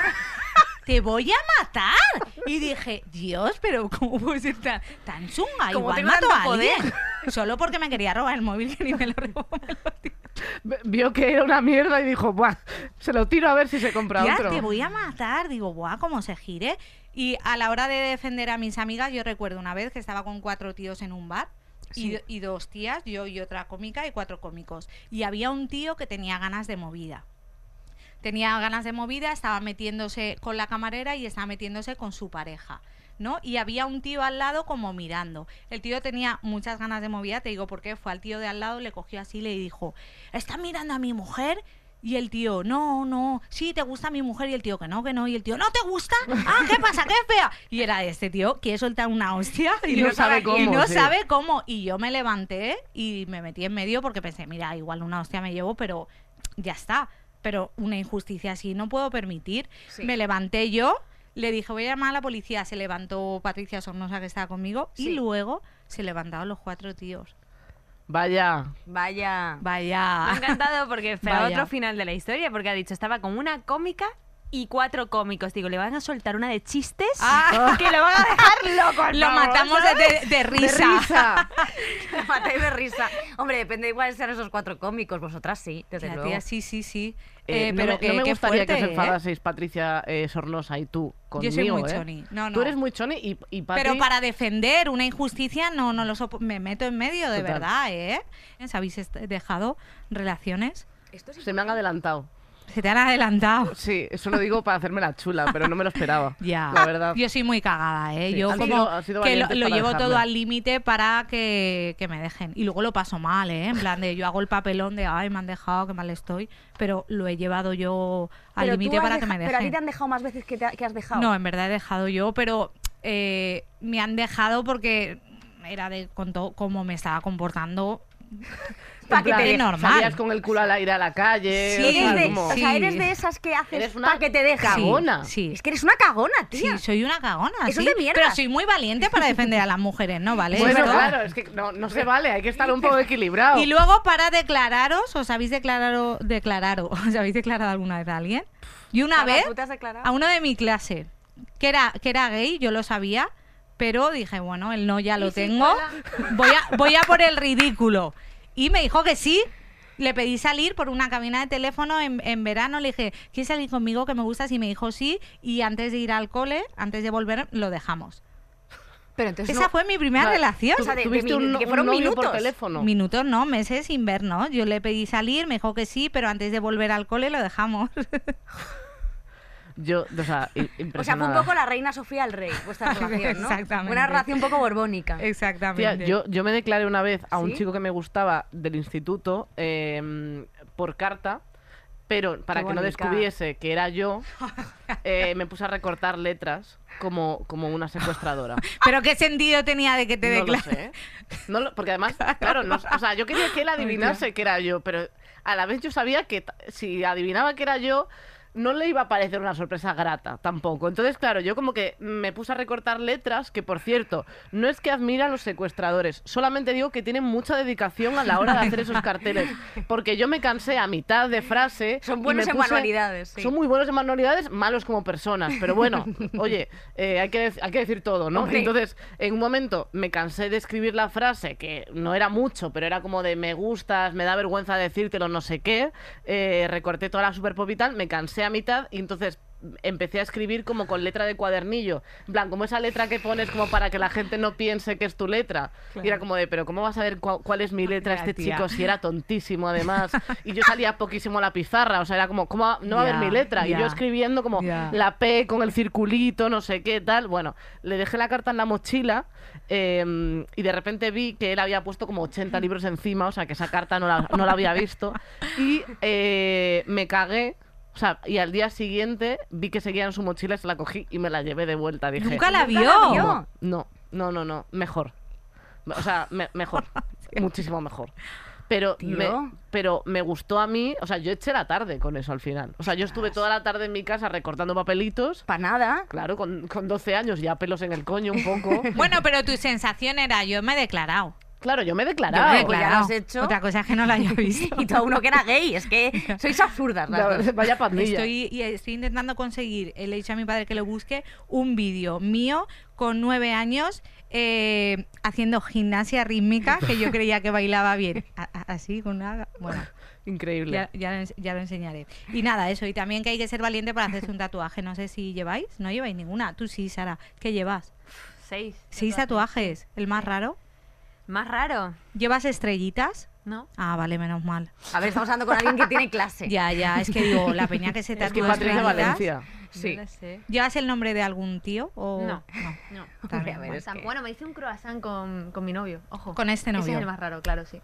[SPEAKER 6] ¡Te voy a matar! Y dije, Dios, pero ¿cómo puedo ser tan, tan chunga?
[SPEAKER 2] Como
[SPEAKER 6] Igual
[SPEAKER 2] tengo
[SPEAKER 6] mato a
[SPEAKER 2] tanto poder.
[SPEAKER 6] alguien. Solo porque me quería robar el móvil que ni me lo robó. me lo tiró.
[SPEAKER 3] V- Vio que era una mierda y dijo, Buah, se lo tiro a ver si se compra
[SPEAKER 6] Ya
[SPEAKER 3] otro.
[SPEAKER 6] te voy a matar. Digo, guau, cómo se gire. Y a la hora de defender a mis amigas, yo recuerdo una vez que estaba con cuatro tíos en un bar. Y, y dos tías, yo y otra cómica y cuatro cómicos. Y había un tío que tenía ganas de movida. Tenía ganas de movida, estaba metiéndose con la camarera y estaba metiéndose con su pareja. ¿no? Y había un tío al lado como mirando. El tío tenía muchas ganas de movida, te digo por qué, fue al tío de al lado, le cogió así y le dijo, ¿está mirando a mi mujer? Y el tío, no, no, sí, te gusta mi mujer. Y el tío, que no, que no. Y el tío, ¿no te gusta? Ah, ¿qué pasa? ¿Qué fea? Y era de este tío, quiere soltar una hostia
[SPEAKER 3] Y no sabe
[SPEAKER 6] Y
[SPEAKER 3] cómo,
[SPEAKER 6] no
[SPEAKER 3] sí.
[SPEAKER 6] sabe cómo. Y yo me levanté y me metí en medio porque pensé, mira, igual una hostia me llevo, pero ya está. Pero una injusticia así no puedo permitir.
[SPEAKER 2] Sí.
[SPEAKER 6] Me levanté yo, Le dije, voy a llamar a la policía. Se levantó Patricia Sornosa, que estaba conmigo, y luego se levantaron los cuatro tíos.
[SPEAKER 3] Vaya.
[SPEAKER 2] Vaya. [laughs]
[SPEAKER 5] Me ha
[SPEAKER 6] Vaya. [laughs]
[SPEAKER 5] encantado porque esperaba
[SPEAKER 6] Vaya.
[SPEAKER 5] otro final de la historia, porque ha dicho, estaba con una cómica y cuatro cómicos. Digo, le van a soltar una de chistes
[SPEAKER 7] Ah.
[SPEAKER 5] [laughs] que lo van
[SPEAKER 7] [laughs]
[SPEAKER 5] a dejar loco.
[SPEAKER 6] Lo matamos de, de risa. [laughs]
[SPEAKER 2] Me matáis de risa. Hombre, depende de cuáles sean esos cuatro cómicos. Vosotras sí, desde
[SPEAKER 6] La
[SPEAKER 2] luego.
[SPEAKER 6] tía, sí, sí, sí.
[SPEAKER 3] Eh,
[SPEAKER 6] Eh,
[SPEAKER 3] no
[SPEAKER 6] pero
[SPEAKER 3] me-
[SPEAKER 6] que,
[SPEAKER 3] no me
[SPEAKER 6] qué
[SPEAKER 3] gustaría
[SPEAKER 6] fuerte,
[SPEAKER 3] que
[SPEAKER 6] ¿eh?
[SPEAKER 3] os enfadaseis, Patricia eh, Sornosa, y tú conmigo.
[SPEAKER 6] Yo soy muy
[SPEAKER 3] ¿eh?
[SPEAKER 6] choni. No, no.
[SPEAKER 3] Tú eres muy choni y, y Patri-
[SPEAKER 6] Pero para defender una injusticia no, no lo sopo- me meto en medio, de
[SPEAKER 3] Total.
[SPEAKER 6] verdad, ¿eh? ¿Habéis est- dejado relaciones?
[SPEAKER 3] se me han adelantado.
[SPEAKER 6] Se te han adelantado.
[SPEAKER 3] Sí, eso lo digo para hacerme la chula, pero no me
[SPEAKER 2] [laughs]
[SPEAKER 3] lo esperaba.
[SPEAKER 6] Ya.
[SPEAKER 3] La verdad.
[SPEAKER 6] Yo soy muy cagada, ¿eh?
[SPEAKER 3] Sí,
[SPEAKER 6] Yo
[SPEAKER 3] han
[SPEAKER 6] como
[SPEAKER 3] sido- han sido
[SPEAKER 6] que lo,
[SPEAKER 3] valientes
[SPEAKER 6] lo
[SPEAKER 3] para
[SPEAKER 6] llevo
[SPEAKER 3] dejarlo.
[SPEAKER 6] todo al límite para que, que me dejen. Y luego lo paso mal, ¿eh? En plan de yo hago el papelón de, ay, me han dejado, que mal estoy. Pero lo he llevado yo al
[SPEAKER 2] Pero tú
[SPEAKER 6] límite
[SPEAKER 2] has
[SPEAKER 6] para que
[SPEAKER 2] deja-
[SPEAKER 6] me dejen.
[SPEAKER 2] Pero a ti te han dejado más veces que, te ha- que has dejado.
[SPEAKER 6] No, en verdad he dejado yo, pero eh, me han dejado porque era de con to- cómo me estaba
[SPEAKER 2] [laughs]
[SPEAKER 6] comportando.
[SPEAKER 2] Pa'
[SPEAKER 3] En
[SPEAKER 2] que
[SPEAKER 3] plan,
[SPEAKER 2] te
[SPEAKER 6] es
[SPEAKER 2] dejen.
[SPEAKER 6] normal.
[SPEAKER 3] Salías con el culo al aire a la calle.
[SPEAKER 6] Sí,
[SPEAKER 3] o
[SPEAKER 2] Eres
[SPEAKER 3] sea,
[SPEAKER 2] de,
[SPEAKER 3] como-
[SPEAKER 2] o sea,
[SPEAKER 6] Sí.
[SPEAKER 2] eres de esas que haces
[SPEAKER 3] Eres una
[SPEAKER 2] para que te dejan.
[SPEAKER 3] cagona.
[SPEAKER 6] Sí,
[SPEAKER 2] Es que eres una cagona,
[SPEAKER 6] sí,
[SPEAKER 2] tía.
[SPEAKER 6] soy una cagona.
[SPEAKER 2] Eso
[SPEAKER 6] sí,
[SPEAKER 2] es de mierda.
[SPEAKER 6] Pero soy muy valiente para defender a las mujeres, ¿no? ¿Vale?
[SPEAKER 3] Bueno,
[SPEAKER 6] Esto-
[SPEAKER 3] claro, es que no, no se vale, hay que estar un poco equilibrado.
[SPEAKER 6] Y luego para declararos, ¿os habéis declarado, declarado, [laughs] os habéis declarado alguna vez a alguien? Y una
[SPEAKER 2] Carla,
[SPEAKER 6] vez
[SPEAKER 2] ¿tú te has declarado?
[SPEAKER 6] a uno de mi clase, que era, que era gay, yo lo sabía, pero dije, bueno, el no ya lo tengo, voy a, voy a por el ridículo. Y me dijo que sí. Le pedí salir por una cabina de teléfono en, en verano. Le dije, ¿quieres salir conmigo? Que me gustas. Y me dijo sí. Y antes de ir al cole, antes de volver, lo dejamos.
[SPEAKER 2] Pero entonces
[SPEAKER 6] Esa
[SPEAKER 2] no-
[SPEAKER 6] fue mi primera
[SPEAKER 3] Vale,
[SPEAKER 6] relación.
[SPEAKER 2] O sea, de- de
[SPEAKER 3] Tuviste
[SPEAKER 2] minu-
[SPEAKER 3] un,
[SPEAKER 2] que
[SPEAKER 3] un
[SPEAKER 2] fueron
[SPEAKER 3] novio
[SPEAKER 2] minutos.
[SPEAKER 3] por teléfono.
[SPEAKER 6] Minutos no, meses sin ver, ¿no? Yo le pedí salir, me dijo que sí, pero antes de volver al cole lo dejamos. [laughs]
[SPEAKER 3] Yo,
[SPEAKER 2] [laughs]
[SPEAKER 3] o sea, i-
[SPEAKER 2] O sea, fue un
[SPEAKER 3] impresionada.
[SPEAKER 2] poco la reina Sofía al rey,
[SPEAKER 6] [laughs]
[SPEAKER 2] vuestra relación, ¿no?
[SPEAKER 6] Exactamente.
[SPEAKER 2] Una relación un poco
[SPEAKER 6] [laughs]
[SPEAKER 2] borbónica.
[SPEAKER 3] Tía,
[SPEAKER 6] Exactamente.
[SPEAKER 3] yo, yo me declaré una vez a un
[SPEAKER 2] ¿Sí?
[SPEAKER 3] chico que me gustaba del instituto eh, por carta, pero para
[SPEAKER 2] Qué
[SPEAKER 3] que no
[SPEAKER 2] bonita.
[SPEAKER 3] descubriese que
[SPEAKER 2] [laughs]
[SPEAKER 3] era yo, eh, me puse a recortar letras como, como una secuestradora.
[SPEAKER 6] Pero qué sentido tenía de que te
[SPEAKER 3] no lo
[SPEAKER 6] declaras.
[SPEAKER 3] sé. No lo-
[SPEAKER 2] [laughs]
[SPEAKER 3] porque además, claro, no- o sea, yo quería que él adivinase que era yo, pero a la vez yo sabía que ta- si adivinaba que era yo, no le iba a parecer una sorpresa grata tampoco. Entonces, claro, yo como que me puse a recortar letras, que por cierto, no es que admira a los secuestradores, solamente digo que tienen mucha dedicación a la hora de hacer esos carteles, porque yo me cansé a mitad de frase.
[SPEAKER 2] Son
[SPEAKER 3] y
[SPEAKER 2] buenos
[SPEAKER 3] me
[SPEAKER 2] en
[SPEAKER 3] puse-
[SPEAKER 2] manualidades, sí.
[SPEAKER 3] Son muy buenos en manualidades, malos como personas, pero bueno, oye, eh, hay, que, dec- hay que decir todo, ¿no?
[SPEAKER 2] Hombre.
[SPEAKER 3] Entonces, entonces, en un momento me cansé de escribir la frase, que no era mucho, pero era como de me gustas, me da vergüenza decírtelo, no sé qué. Eh, recorté toda la superpop y tal, me cansé a mitad y entonces empecé a escribir como con letra de cuadernillo. En plan, como esa letra que pones como para que la gente no piense que es tu letra. Y era como de, pero ¿cómo vas a ver cua- cuál es mi letra
[SPEAKER 6] Ya,
[SPEAKER 3] este
[SPEAKER 6] tía.
[SPEAKER 3] chico si era tontísimo además? Y yo salía poquísimo a la pizarra, o sea, era como, ¿cómo va- no va a
[SPEAKER 6] Ya,
[SPEAKER 3] ver mi letra? Y
[SPEAKER 6] ya.
[SPEAKER 3] yo escribiendo como
[SPEAKER 6] Ya.
[SPEAKER 3] la P con el circulito, no sé qué, tal. Bueno, le dejé la carta en la mochila eh, y de repente vi que él había puesto como 80 libros encima, o sea, que esa carta no la, no la había visto. Y eh, me cagué. O sea, y al día siguiente vi que seguía en su mochila, se la cogí y me la llevé de vuelta. Dije,
[SPEAKER 6] Nunca la vio.
[SPEAKER 2] vio.
[SPEAKER 3] no, no, no, no. Mejor. O sea, me- mejor. Muchísimo mejor. Pero
[SPEAKER 2] Tío.
[SPEAKER 3] me, pero me gustó a mí, o sea, yo eché la tarde con eso al final. O sea, yo estuve toda la tarde en mi casa recortando papelitos,
[SPEAKER 2] Para nada.
[SPEAKER 3] claro, con, con 12 años ya pelos en el coño un poco.
[SPEAKER 6] Bueno, pero tu sensación era, yo me he declarado.
[SPEAKER 3] claro, yo me he
[SPEAKER 6] Yo me he
[SPEAKER 3] declarado.
[SPEAKER 2] Pues ya lo
[SPEAKER 6] declarado.
[SPEAKER 2] has hecho.
[SPEAKER 6] Otra cosa es que no
[SPEAKER 2] [laughs]
[SPEAKER 6] la haya visto.
[SPEAKER 2] Y todo uno que era gay. Es que sois absurdas
[SPEAKER 3] [laughs]
[SPEAKER 2] las
[SPEAKER 3] La-
[SPEAKER 2] dos.
[SPEAKER 3] Vaya
[SPEAKER 6] [laughs]
[SPEAKER 3] pandilla.
[SPEAKER 6] Estoy, y estoy intentando conseguir, eh, le he dicho a mi padre que lo busque, un vídeo mío con nueve años eh, haciendo gimnasia rítmica que yo creía que bailaba bien. A- a- así, con una... Bueno,
[SPEAKER 3] Increíble.
[SPEAKER 6] ya, ya lo, ens- ya lo enseñaré. Y nada, eso. Y también que hay que ser valiente para hacerse un tatuaje. No sé si lleváis. No lleváis ninguna. Tú sí, Sara. ¿Qué llevas?
[SPEAKER 5] Seis.
[SPEAKER 6] Seis tatuajes. El más raro.
[SPEAKER 5] Más raro,
[SPEAKER 6] ¿Llevas estrellitas?
[SPEAKER 5] ¿no?
[SPEAKER 6] Ah, vale, menos mal.
[SPEAKER 2] A ver, estamos hablando con alguien que tiene clase.
[SPEAKER 6] [laughs] Ya, ya, es que digo, la peña que se tatúa
[SPEAKER 3] Es que Patricia
[SPEAKER 6] estrellitas,
[SPEAKER 3] Valencia.
[SPEAKER 2] Sí.
[SPEAKER 5] No lo sé.
[SPEAKER 6] ¿Llevas el nombre de algún tío o
[SPEAKER 7] No. No.
[SPEAKER 2] [laughs] Hombre,
[SPEAKER 6] También,
[SPEAKER 2] a ver,
[SPEAKER 6] bueno.
[SPEAKER 2] es que-
[SPEAKER 7] Bueno, me hice un croissant con, con mi novio. Ojo.
[SPEAKER 6] Con este
[SPEAKER 7] Ese es
[SPEAKER 6] novio.
[SPEAKER 7] el más raro, claro, sí.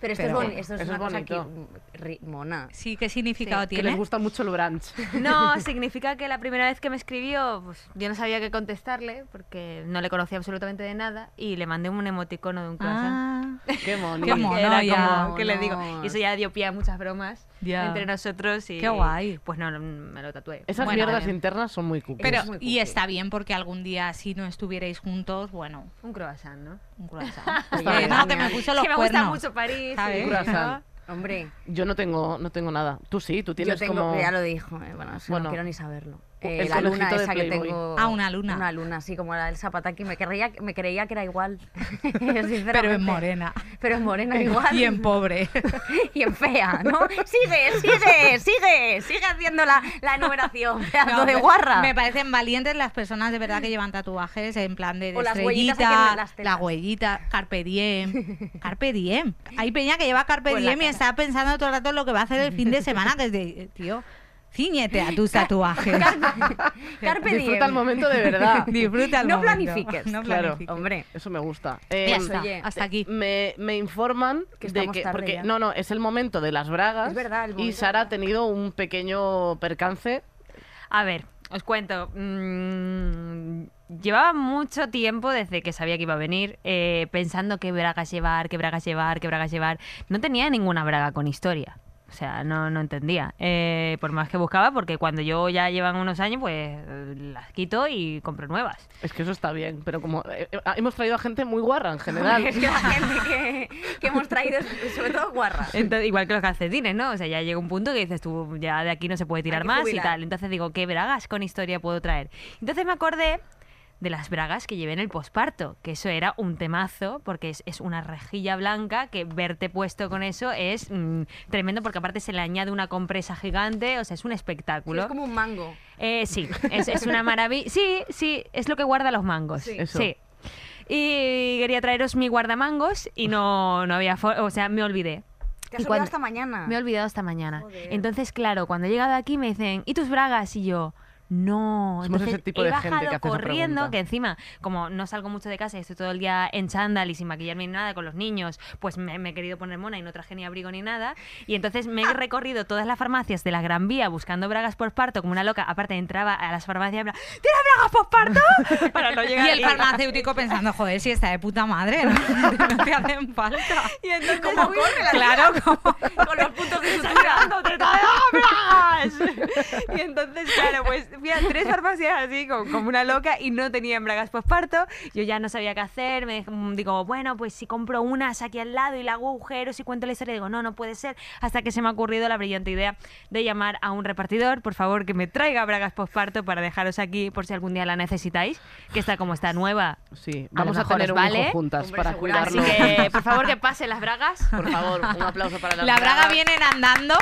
[SPEAKER 2] Pero esto
[SPEAKER 6] Pero
[SPEAKER 2] es, boni-
[SPEAKER 6] bueno,
[SPEAKER 2] esto es
[SPEAKER 3] eso
[SPEAKER 2] una
[SPEAKER 3] es
[SPEAKER 2] cosa aquí
[SPEAKER 3] bonito.
[SPEAKER 2] ri- mona.
[SPEAKER 6] Sí, ¿qué significado
[SPEAKER 3] Que les
[SPEAKER 6] tiene?
[SPEAKER 3] gusta mucho el brunch.
[SPEAKER 5] No, significa que la primera vez que me escribió, pues yo no sabía qué contestarle porque no le conocía absolutamente de nada y le mandé un emoticono de un corazón.
[SPEAKER 6] Ah,
[SPEAKER 3] Qué
[SPEAKER 6] Qué
[SPEAKER 3] bonito.
[SPEAKER 5] Porque
[SPEAKER 6] mono,
[SPEAKER 5] era
[SPEAKER 6] ya.
[SPEAKER 5] como, ¿qué le digo?
[SPEAKER 2] Monos.
[SPEAKER 5] Y eso ya dio pie a muchas bromas
[SPEAKER 6] Ya.
[SPEAKER 5] entre nosotros y
[SPEAKER 6] Qué guay.
[SPEAKER 5] pues no, me lo tatué.
[SPEAKER 3] Esas
[SPEAKER 5] Bueno,
[SPEAKER 3] mierdas
[SPEAKER 5] bien.
[SPEAKER 3] internas son muy cookies.
[SPEAKER 6] Pero,
[SPEAKER 2] Es muy
[SPEAKER 6] y
[SPEAKER 2] cookie.
[SPEAKER 6] está bien porque algún día, si no estuvierais juntos, bueno,
[SPEAKER 5] Un croissant, ¿no?
[SPEAKER 3] [laughs]
[SPEAKER 6] un croissant.
[SPEAKER 3] Está
[SPEAKER 6] Oye, no,
[SPEAKER 3] bien.
[SPEAKER 6] que me puso los
[SPEAKER 5] que me
[SPEAKER 6] cuernos.
[SPEAKER 5] gusta mucho París.
[SPEAKER 6] ¿Sabes?
[SPEAKER 5] y-
[SPEAKER 6] [laughs]
[SPEAKER 3] Croissant.
[SPEAKER 2] Hombre,
[SPEAKER 3] Yo no tengo, no tengo nada. Tú sí, tú
[SPEAKER 2] yo
[SPEAKER 3] tienes
[SPEAKER 2] tengo,
[SPEAKER 3] como...
[SPEAKER 2] ya lo dijo, eh, bueno, eso
[SPEAKER 3] Bueno.
[SPEAKER 2] no quiero ni saberlo.
[SPEAKER 3] El
[SPEAKER 2] Eh, la luna
[SPEAKER 3] conejito de
[SPEAKER 2] esa que
[SPEAKER 3] Playboy.
[SPEAKER 2] tengo.
[SPEAKER 6] Ah, una luna.
[SPEAKER 2] Una luna, sí, como la del Zapataki. Me creía, me creía que era igual. [laughs]
[SPEAKER 6] Pero
[SPEAKER 2] Pero
[SPEAKER 6] en morena.
[SPEAKER 2] Pero en morena igual.
[SPEAKER 6] Y en pobre.
[SPEAKER 2] [laughs] y en fea, ¿no? Sigue, sigue, sigue, sigue haciendo la, la enumeración, pedazo
[SPEAKER 6] [laughs] No,
[SPEAKER 2] de
[SPEAKER 6] me-
[SPEAKER 2] guarra.
[SPEAKER 6] Me parecen valientes las personas de verdad que llevan tatuajes en plan de, de
[SPEAKER 2] O las huellitas que
[SPEAKER 6] estrellita,
[SPEAKER 2] tienen las tetas.
[SPEAKER 6] la huellita,
[SPEAKER 2] [laughs]
[SPEAKER 6] carpe diem, carpe diem. Hay peña que lleva carpe
[SPEAKER 2] Pues la
[SPEAKER 6] diem y
[SPEAKER 2] cara.
[SPEAKER 6] está pensando todo el rato en lo que va a hacer el fin de semana, que es de, tío, ciñete a
[SPEAKER 2] [laughs]
[SPEAKER 6] tus tatuajes.
[SPEAKER 2] Carpe diem.
[SPEAKER 3] Disfruta el momento de verdad.
[SPEAKER 6] [laughs] Disfruta el
[SPEAKER 2] No
[SPEAKER 6] momento.
[SPEAKER 2] planifiques.
[SPEAKER 6] No
[SPEAKER 3] Claro.
[SPEAKER 6] planifiques.
[SPEAKER 2] Hombre,
[SPEAKER 3] Eso me gusta.
[SPEAKER 6] Ya
[SPEAKER 3] Eh,
[SPEAKER 6] está,
[SPEAKER 2] oye,
[SPEAKER 6] hasta aquí.
[SPEAKER 3] Me, me informan
[SPEAKER 2] Que
[SPEAKER 3] de
[SPEAKER 2] estamos
[SPEAKER 3] que
[SPEAKER 2] tarde
[SPEAKER 3] porque
[SPEAKER 2] ya.
[SPEAKER 3] no no es el momento de las bragas
[SPEAKER 2] Es verdad, el
[SPEAKER 3] y
[SPEAKER 2] momento
[SPEAKER 3] Sara
[SPEAKER 2] de-
[SPEAKER 3] ha tenido un pequeño percance
[SPEAKER 5] A ver, os cuento. Mm, llevaba mucho tiempo desde que sabía que iba a venir eh, pensando qué bragas llevar, qué bragas llevar, qué bragas llevar. No tenía ninguna braga con historia. O sea, no, no entendía. Eh, por más que buscaba, porque cuando yo ya llevan unos años, pues eh, las quito y compro nuevas.
[SPEAKER 3] es que eso está bien pero como eh, eh, hemos traído a gente muy guarra en
[SPEAKER 2] [laughs]
[SPEAKER 3] general
[SPEAKER 2] es que la gente que, que hemos traído es sobre todo guarra.
[SPEAKER 5] Entonces, igual que los calcetines, ¿no? O sea, ya llega un punto que dices tú, ya de aquí no se puede tirar
[SPEAKER 2] que
[SPEAKER 5] más
[SPEAKER 2] jubilar.
[SPEAKER 5] y tal. Entonces digo, ¿qué bragas con historia puedo traer? Entonces me acordé de las bragas que llevé en el posparto, que eso era un temazo, porque es, es una rejilla blanca que verte puesto con eso es mm, tremendo, porque aparte se le añade una compresa gigante, o sea, es un
[SPEAKER 2] Sí,
[SPEAKER 5] espectáculo.
[SPEAKER 2] es como un mango.
[SPEAKER 5] Eh, sí, es, es
[SPEAKER 2] [laughs]
[SPEAKER 5] una maravilla. Sí, sí, es lo que guarda los mangos.
[SPEAKER 2] Sí.
[SPEAKER 5] Sí.
[SPEAKER 3] Eso.
[SPEAKER 5] Y quería traeros mi guardamangos y no, no había forma, o sea, me olvidé.
[SPEAKER 2] Te
[SPEAKER 5] Y
[SPEAKER 2] has olvidado
[SPEAKER 5] cuando-
[SPEAKER 2] hasta
[SPEAKER 3] Ah.
[SPEAKER 2] mañana.
[SPEAKER 5] Me he olvidado esta mañana.
[SPEAKER 2] Joder.
[SPEAKER 5] Entonces, claro, cuando he llegado aquí me dicen, ¿y tus bragas? Y yo, no.
[SPEAKER 3] Somos
[SPEAKER 5] Entonces,
[SPEAKER 3] ese tipo
[SPEAKER 5] he
[SPEAKER 3] de gente que
[SPEAKER 5] bajado
[SPEAKER 3] hace esa
[SPEAKER 5] corriendo,
[SPEAKER 3] pregunta.
[SPEAKER 5] que encima, como no salgo mucho de casa y estoy todo el día en chándal y sin maquillarme ni nada con los niños, pues me, me he querido poner mona y no traje ni abrigo ni nada. Y entonces me
[SPEAKER 3] Ah.
[SPEAKER 5] he recorrido todas las farmacias de la Gran Vía buscando bragas por parto como una loca. Aparte, entraba a las farmacias y hablaba, ¿tienes bragas por
[SPEAKER 3] [laughs]
[SPEAKER 5] parto? Para no
[SPEAKER 6] Y
[SPEAKER 5] llegar
[SPEAKER 6] el farmacéutico pensando, joder, si está de puta madre, no, [laughs] no te hacen falta.
[SPEAKER 5] [laughs] Y entonces
[SPEAKER 2] ¿Cómo
[SPEAKER 5] fui-
[SPEAKER 2] corre la
[SPEAKER 6] [laughs]
[SPEAKER 5] Claro, como
[SPEAKER 2] Con los puntos de sutura.
[SPEAKER 5] sangrando, te está- ¡Ah, bragas! [laughs] Y entonces, claro, pues fui a tres farmacias así como, como una loca y no tenían bragas posparto. Yo ya no sabía qué hacer. Me dej- mm, digo, bueno, pues si compro unas aquí al lado y la hago agujeros y cuento la historia, digo, no, no puede ser. Hasta que se me ha ocurrido la brillante idea de llamar a un repartidor, por favor, que me traiga bragas posparto para dejaros aquí por si algún día la necesitáis, que está como está nueva.
[SPEAKER 3] sí
[SPEAKER 5] A lo
[SPEAKER 3] vamos a,
[SPEAKER 5] mejor
[SPEAKER 3] tener
[SPEAKER 5] os
[SPEAKER 3] un
[SPEAKER 5] vale.
[SPEAKER 3] hijo juntas
[SPEAKER 2] Hombre,
[SPEAKER 3] para
[SPEAKER 2] seguro. Así
[SPEAKER 3] cuidarlo
[SPEAKER 5] Así que, por favor, que pasen las bragas.
[SPEAKER 3] [laughs] por favor un aplauso para las
[SPEAKER 6] La braga
[SPEAKER 3] bragas.
[SPEAKER 6] vienen andando,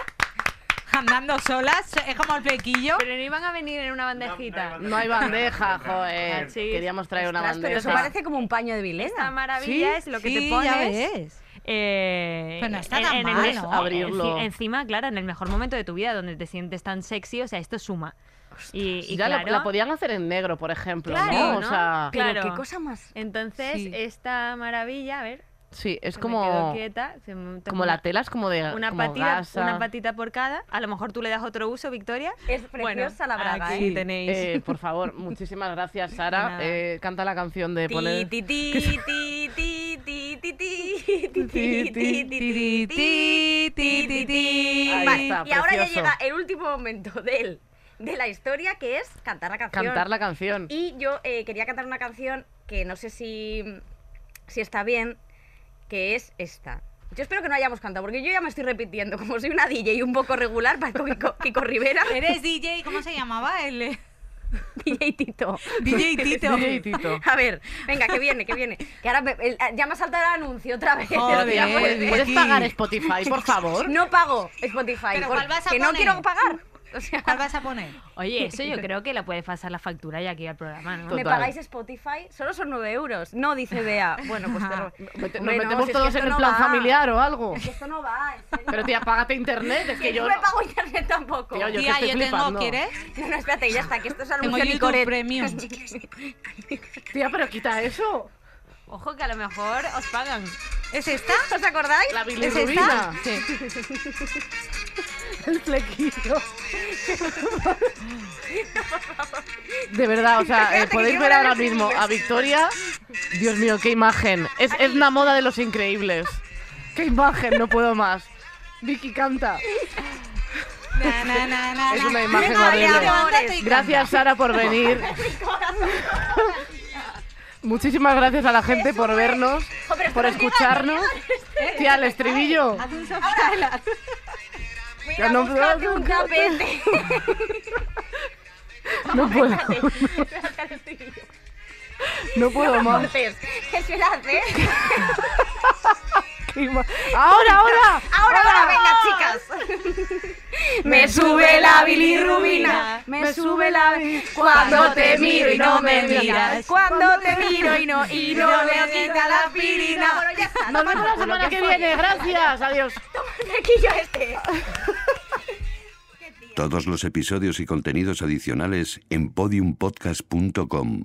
[SPEAKER 6] andando solas, es como el flequillo.
[SPEAKER 5] Pero no iban a venir en una bandejita.
[SPEAKER 3] no hay bandeja joder
[SPEAKER 5] Cachis.
[SPEAKER 3] queríamos traer una
[SPEAKER 2] Ostras, pero eso
[SPEAKER 3] bandeja
[SPEAKER 2] parece como un paño de
[SPEAKER 5] Esta
[SPEAKER 2] vilena.
[SPEAKER 5] maravilla es lo que
[SPEAKER 6] sí,
[SPEAKER 5] te pones.
[SPEAKER 6] ya ves.
[SPEAKER 5] Eh,
[SPEAKER 6] Pero no está tan
[SPEAKER 5] el
[SPEAKER 6] mal,
[SPEAKER 5] mejor-
[SPEAKER 6] ¿no?
[SPEAKER 3] Abrirlo.
[SPEAKER 5] enci- Encima, claro, en el mejor momento de tu vida, donde te sientes tan sexy, o sea, esto suma. Y, y
[SPEAKER 3] ya la-
[SPEAKER 5] claro,
[SPEAKER 3] la podían hacer en negro por ejemplo
[SPEAKER 5] Claro,
[SPEAKER 3] ¿no? o
[SPEAKER 5] ¿no?
[SPEAKER 3] sea
[SPEAKER 2] Pero
[SPEAKER 5] claro.
[SPEAKER 2] qué cosa más.
[SPEAKER 5] Entonces,
[SPEAKER 6] Sí.
[SPEAKER 5] esta maravilla, a ver,
[SPEAKER 3] sí es
[SPEAKER 5] se me quedo
[SPEAKER 3] como
[SPEAKER 5] quieta, se me-
[SPEAKER 3] como la tela es como de
[SPEAKER 5] una
[SPEAKER 3] como
[SPEAKER 5] patita,
[SPEAKER 3] gasa.
[SPEAKER 5] una patita por cada. A lo mejor tú le das otro uso, Victoria.
[SPEAKER 2] Es preciosa la braga,
[SPEAKER 5] aquí
[SPEAKER 2] ¿eh?
[SPEAKER 5] tenéis.
[SPEAKER 3] Eh, por favor, muchísimas gracias, Sara.
[SPEAKER 5] nada.
[SPEAKER 3] Eh, canta la canción de poner.
[SPEAKER 2] Ti, ti, ti, ti, ti, ti, ti, ti, ti, ti, ti, ti,
[SPEAKER 6] Ti, ti, ti, ti.
[SPEAKER 3] Ahí
[SPEAKER 2] Vale,
[SPEAKER 3] está,
[SPEAKER 2] y ahora ya
[SPEAKER 3] precioso.
[SPEAKER 2] llega el último momento del, de la historia, que es cantar la canción.
[SPEAKER 3] Cantar la canción.
[SPEAKER 2] Y yo eh, quería cantar una canción que no sé si, si está bien, que es esta. Yo espero que no hayamos cantado, porque yo ya me estoy repitiendo. Como soy una DJ un poco regular, parezco Kiko, Kiko Rivera,
[SPEAKER 6] [laughs] Eres DJ, ¿cómo se
[SPEAKER 2] [laughs]
[SPEAKER 6] llamaba el
[SPEAKER 2] DJ Tito.
[SPEAKER 6] DJ Tito?
[SPEAKER 3] DJ Tito.
[SPEAKER 2] [laughs] A ver, venga, que viene, que viene. Que ahora me- el- ya me ha saltado el anuncio otra vez. [laughs]
[SPEAKER 6] Joder,
[SPEAKER 2] Ya puede ser.
[SPEAKER 3] ¿Puedes pagar Spotify, por
[SPEAKER 2] [laughs]
[SPEAKER 3] favor?
[SPEAKER 2] No pago Spotify.
[SPEAKER 6] Pero
[SPEAKER 2] por-
[SPEAKER 6] ¿cuál vas a
[SPEAKER 2] que no
[SPEAKER 6] poner?
[SPEAKER 2] quiero pagar.
[SPEAKER 6] [laughs]
[SPEAKER 2] O sea,
[SPEAKER 6] ¿Cuál vas a poner?
[SPEAKER 5] Oye, eso [laughs] yo creo que la puede pasar la factura ya aquí al programa, ¿no?
[SPEAKER 3] Total.
[SPEAKER 2] ¿Me pagáis Spotify? Solo son 9 euros. No, dice Bea. Bueno, pues te ro-
[SPEAKER 3] Mete- Nos
[SPEAKER 2] Hombre, no,
[SPEAKER 3] metemos
[SPEAKER 2] si es que
[SPEAKER 3] todos
[SPEAKER 2] esto
[SPEAKER 3] en el
[SPEAKER 2] no
[SPEAKER 3] plan
[SPEAKER 2] va.
[SPEAKER 3] familiar
[SPEAKER 2] [laughs]
[SPEAKER 3] o algo.
[SPEAKER 2] Es que esto no va, en serio.
[SPEAKER 3] Pero tía, págate internet, es que
[SPEAKER 2] Que
[SPEAKER 3] yo
[SPEAKER 2] yo
[SPEAKER 3] no-
[SPEAKER 2] no me pago internet tampoco.
[SPEAKER 3] Tío, yo- que
[SPEAKER 6] Tía,
[SPEAKER 3] estoy
[SPEAKER 6] yo tengo,
[SPEAKER 3] flipando.
[SPEAKER 6] ¿quieres?
[SPEAKER 2] [laughs] No, no, espérate, ya está, que esto es
[SPEAKER 6] Tengo
[SPEAKER 2] anuncio
[SPEAKER 6] YouTube
[SPEAKER 2] Nicoret. [laughs]
[SPEAKER 6] Premium.
[SPEAKER 3] Tía, pero quita eso.
[SPEAKER 5] Ojo que a lo mejor os pagan.
[SPEAKER 6] ¿Es esta?
[SPEAKER 2] ¿Os acordáis?
[SPEAKER 3] La
[SPEAKER 6] ¿Es esta?
[SPEAKER 3] bilirrubina.
[SPEAKER 7] El flequillo.
[SPEAKER 3] De verdad, o sea, eh,
[SPEAKER 2] [laughs] Espérate, que
[SPEAKER 3] podéis
[SPEAKER 2] yo
[SPEAKER 3] ver
[SPEAKER 2] ahora
[SPEAKER 3] ahora
[SPEAKER 2] no sé
[SPEAKER 3] mismo
[SPEAKER 2] inglés.
[SPEAKER 3] a Victoria. Dios mío, qué imagen. Es, es una moda de los increíbles. Qué imagen, no puedo más. Vicky canta.
[SPEAKER 6] Na, na, na, na,
[SPEAKER 3] Es
[SPEAKER 6] na.
[SPEAKER 3] una imagen
[SPEAKER 6] Venga,
[SPEAKER 3] horrible.
[SPEAKER 6] ya, levántate y
[SPEAKER 3] Gracias, Sara, por venir. Muchísimas gracias a la gente por vernos, por escucharnos. Tía, el estribillo. Ya no
[SPEAKER 2] Búscate un
[SPEAKER 3] [laughs]
[SPEAKER 2] tapete. [laughs]
[SPEAKER 3] No puedo, no puedo más.
[SPEAKER 2] Cortes. Espérate.
[SPEAKER 3] Qué ima- Ahora, ahora.
[SPEAKER 2] Ahora, ahora, venga, chicas. [laughs] Me sube la bilirrubina. Me sube la. Cuando te miro y no me miras. Cuando te miro y no. Y no me quita la pirina. Bueno, ya está.
[SPEAKER 3] Nos vemos la semana que viene. Gracias. Adiós.
[SPEAKER 2] Aquí yo este.
[SPEAKER 4] [laughs] Todos los episodios y contenidos adicionales en podiumpodcast.com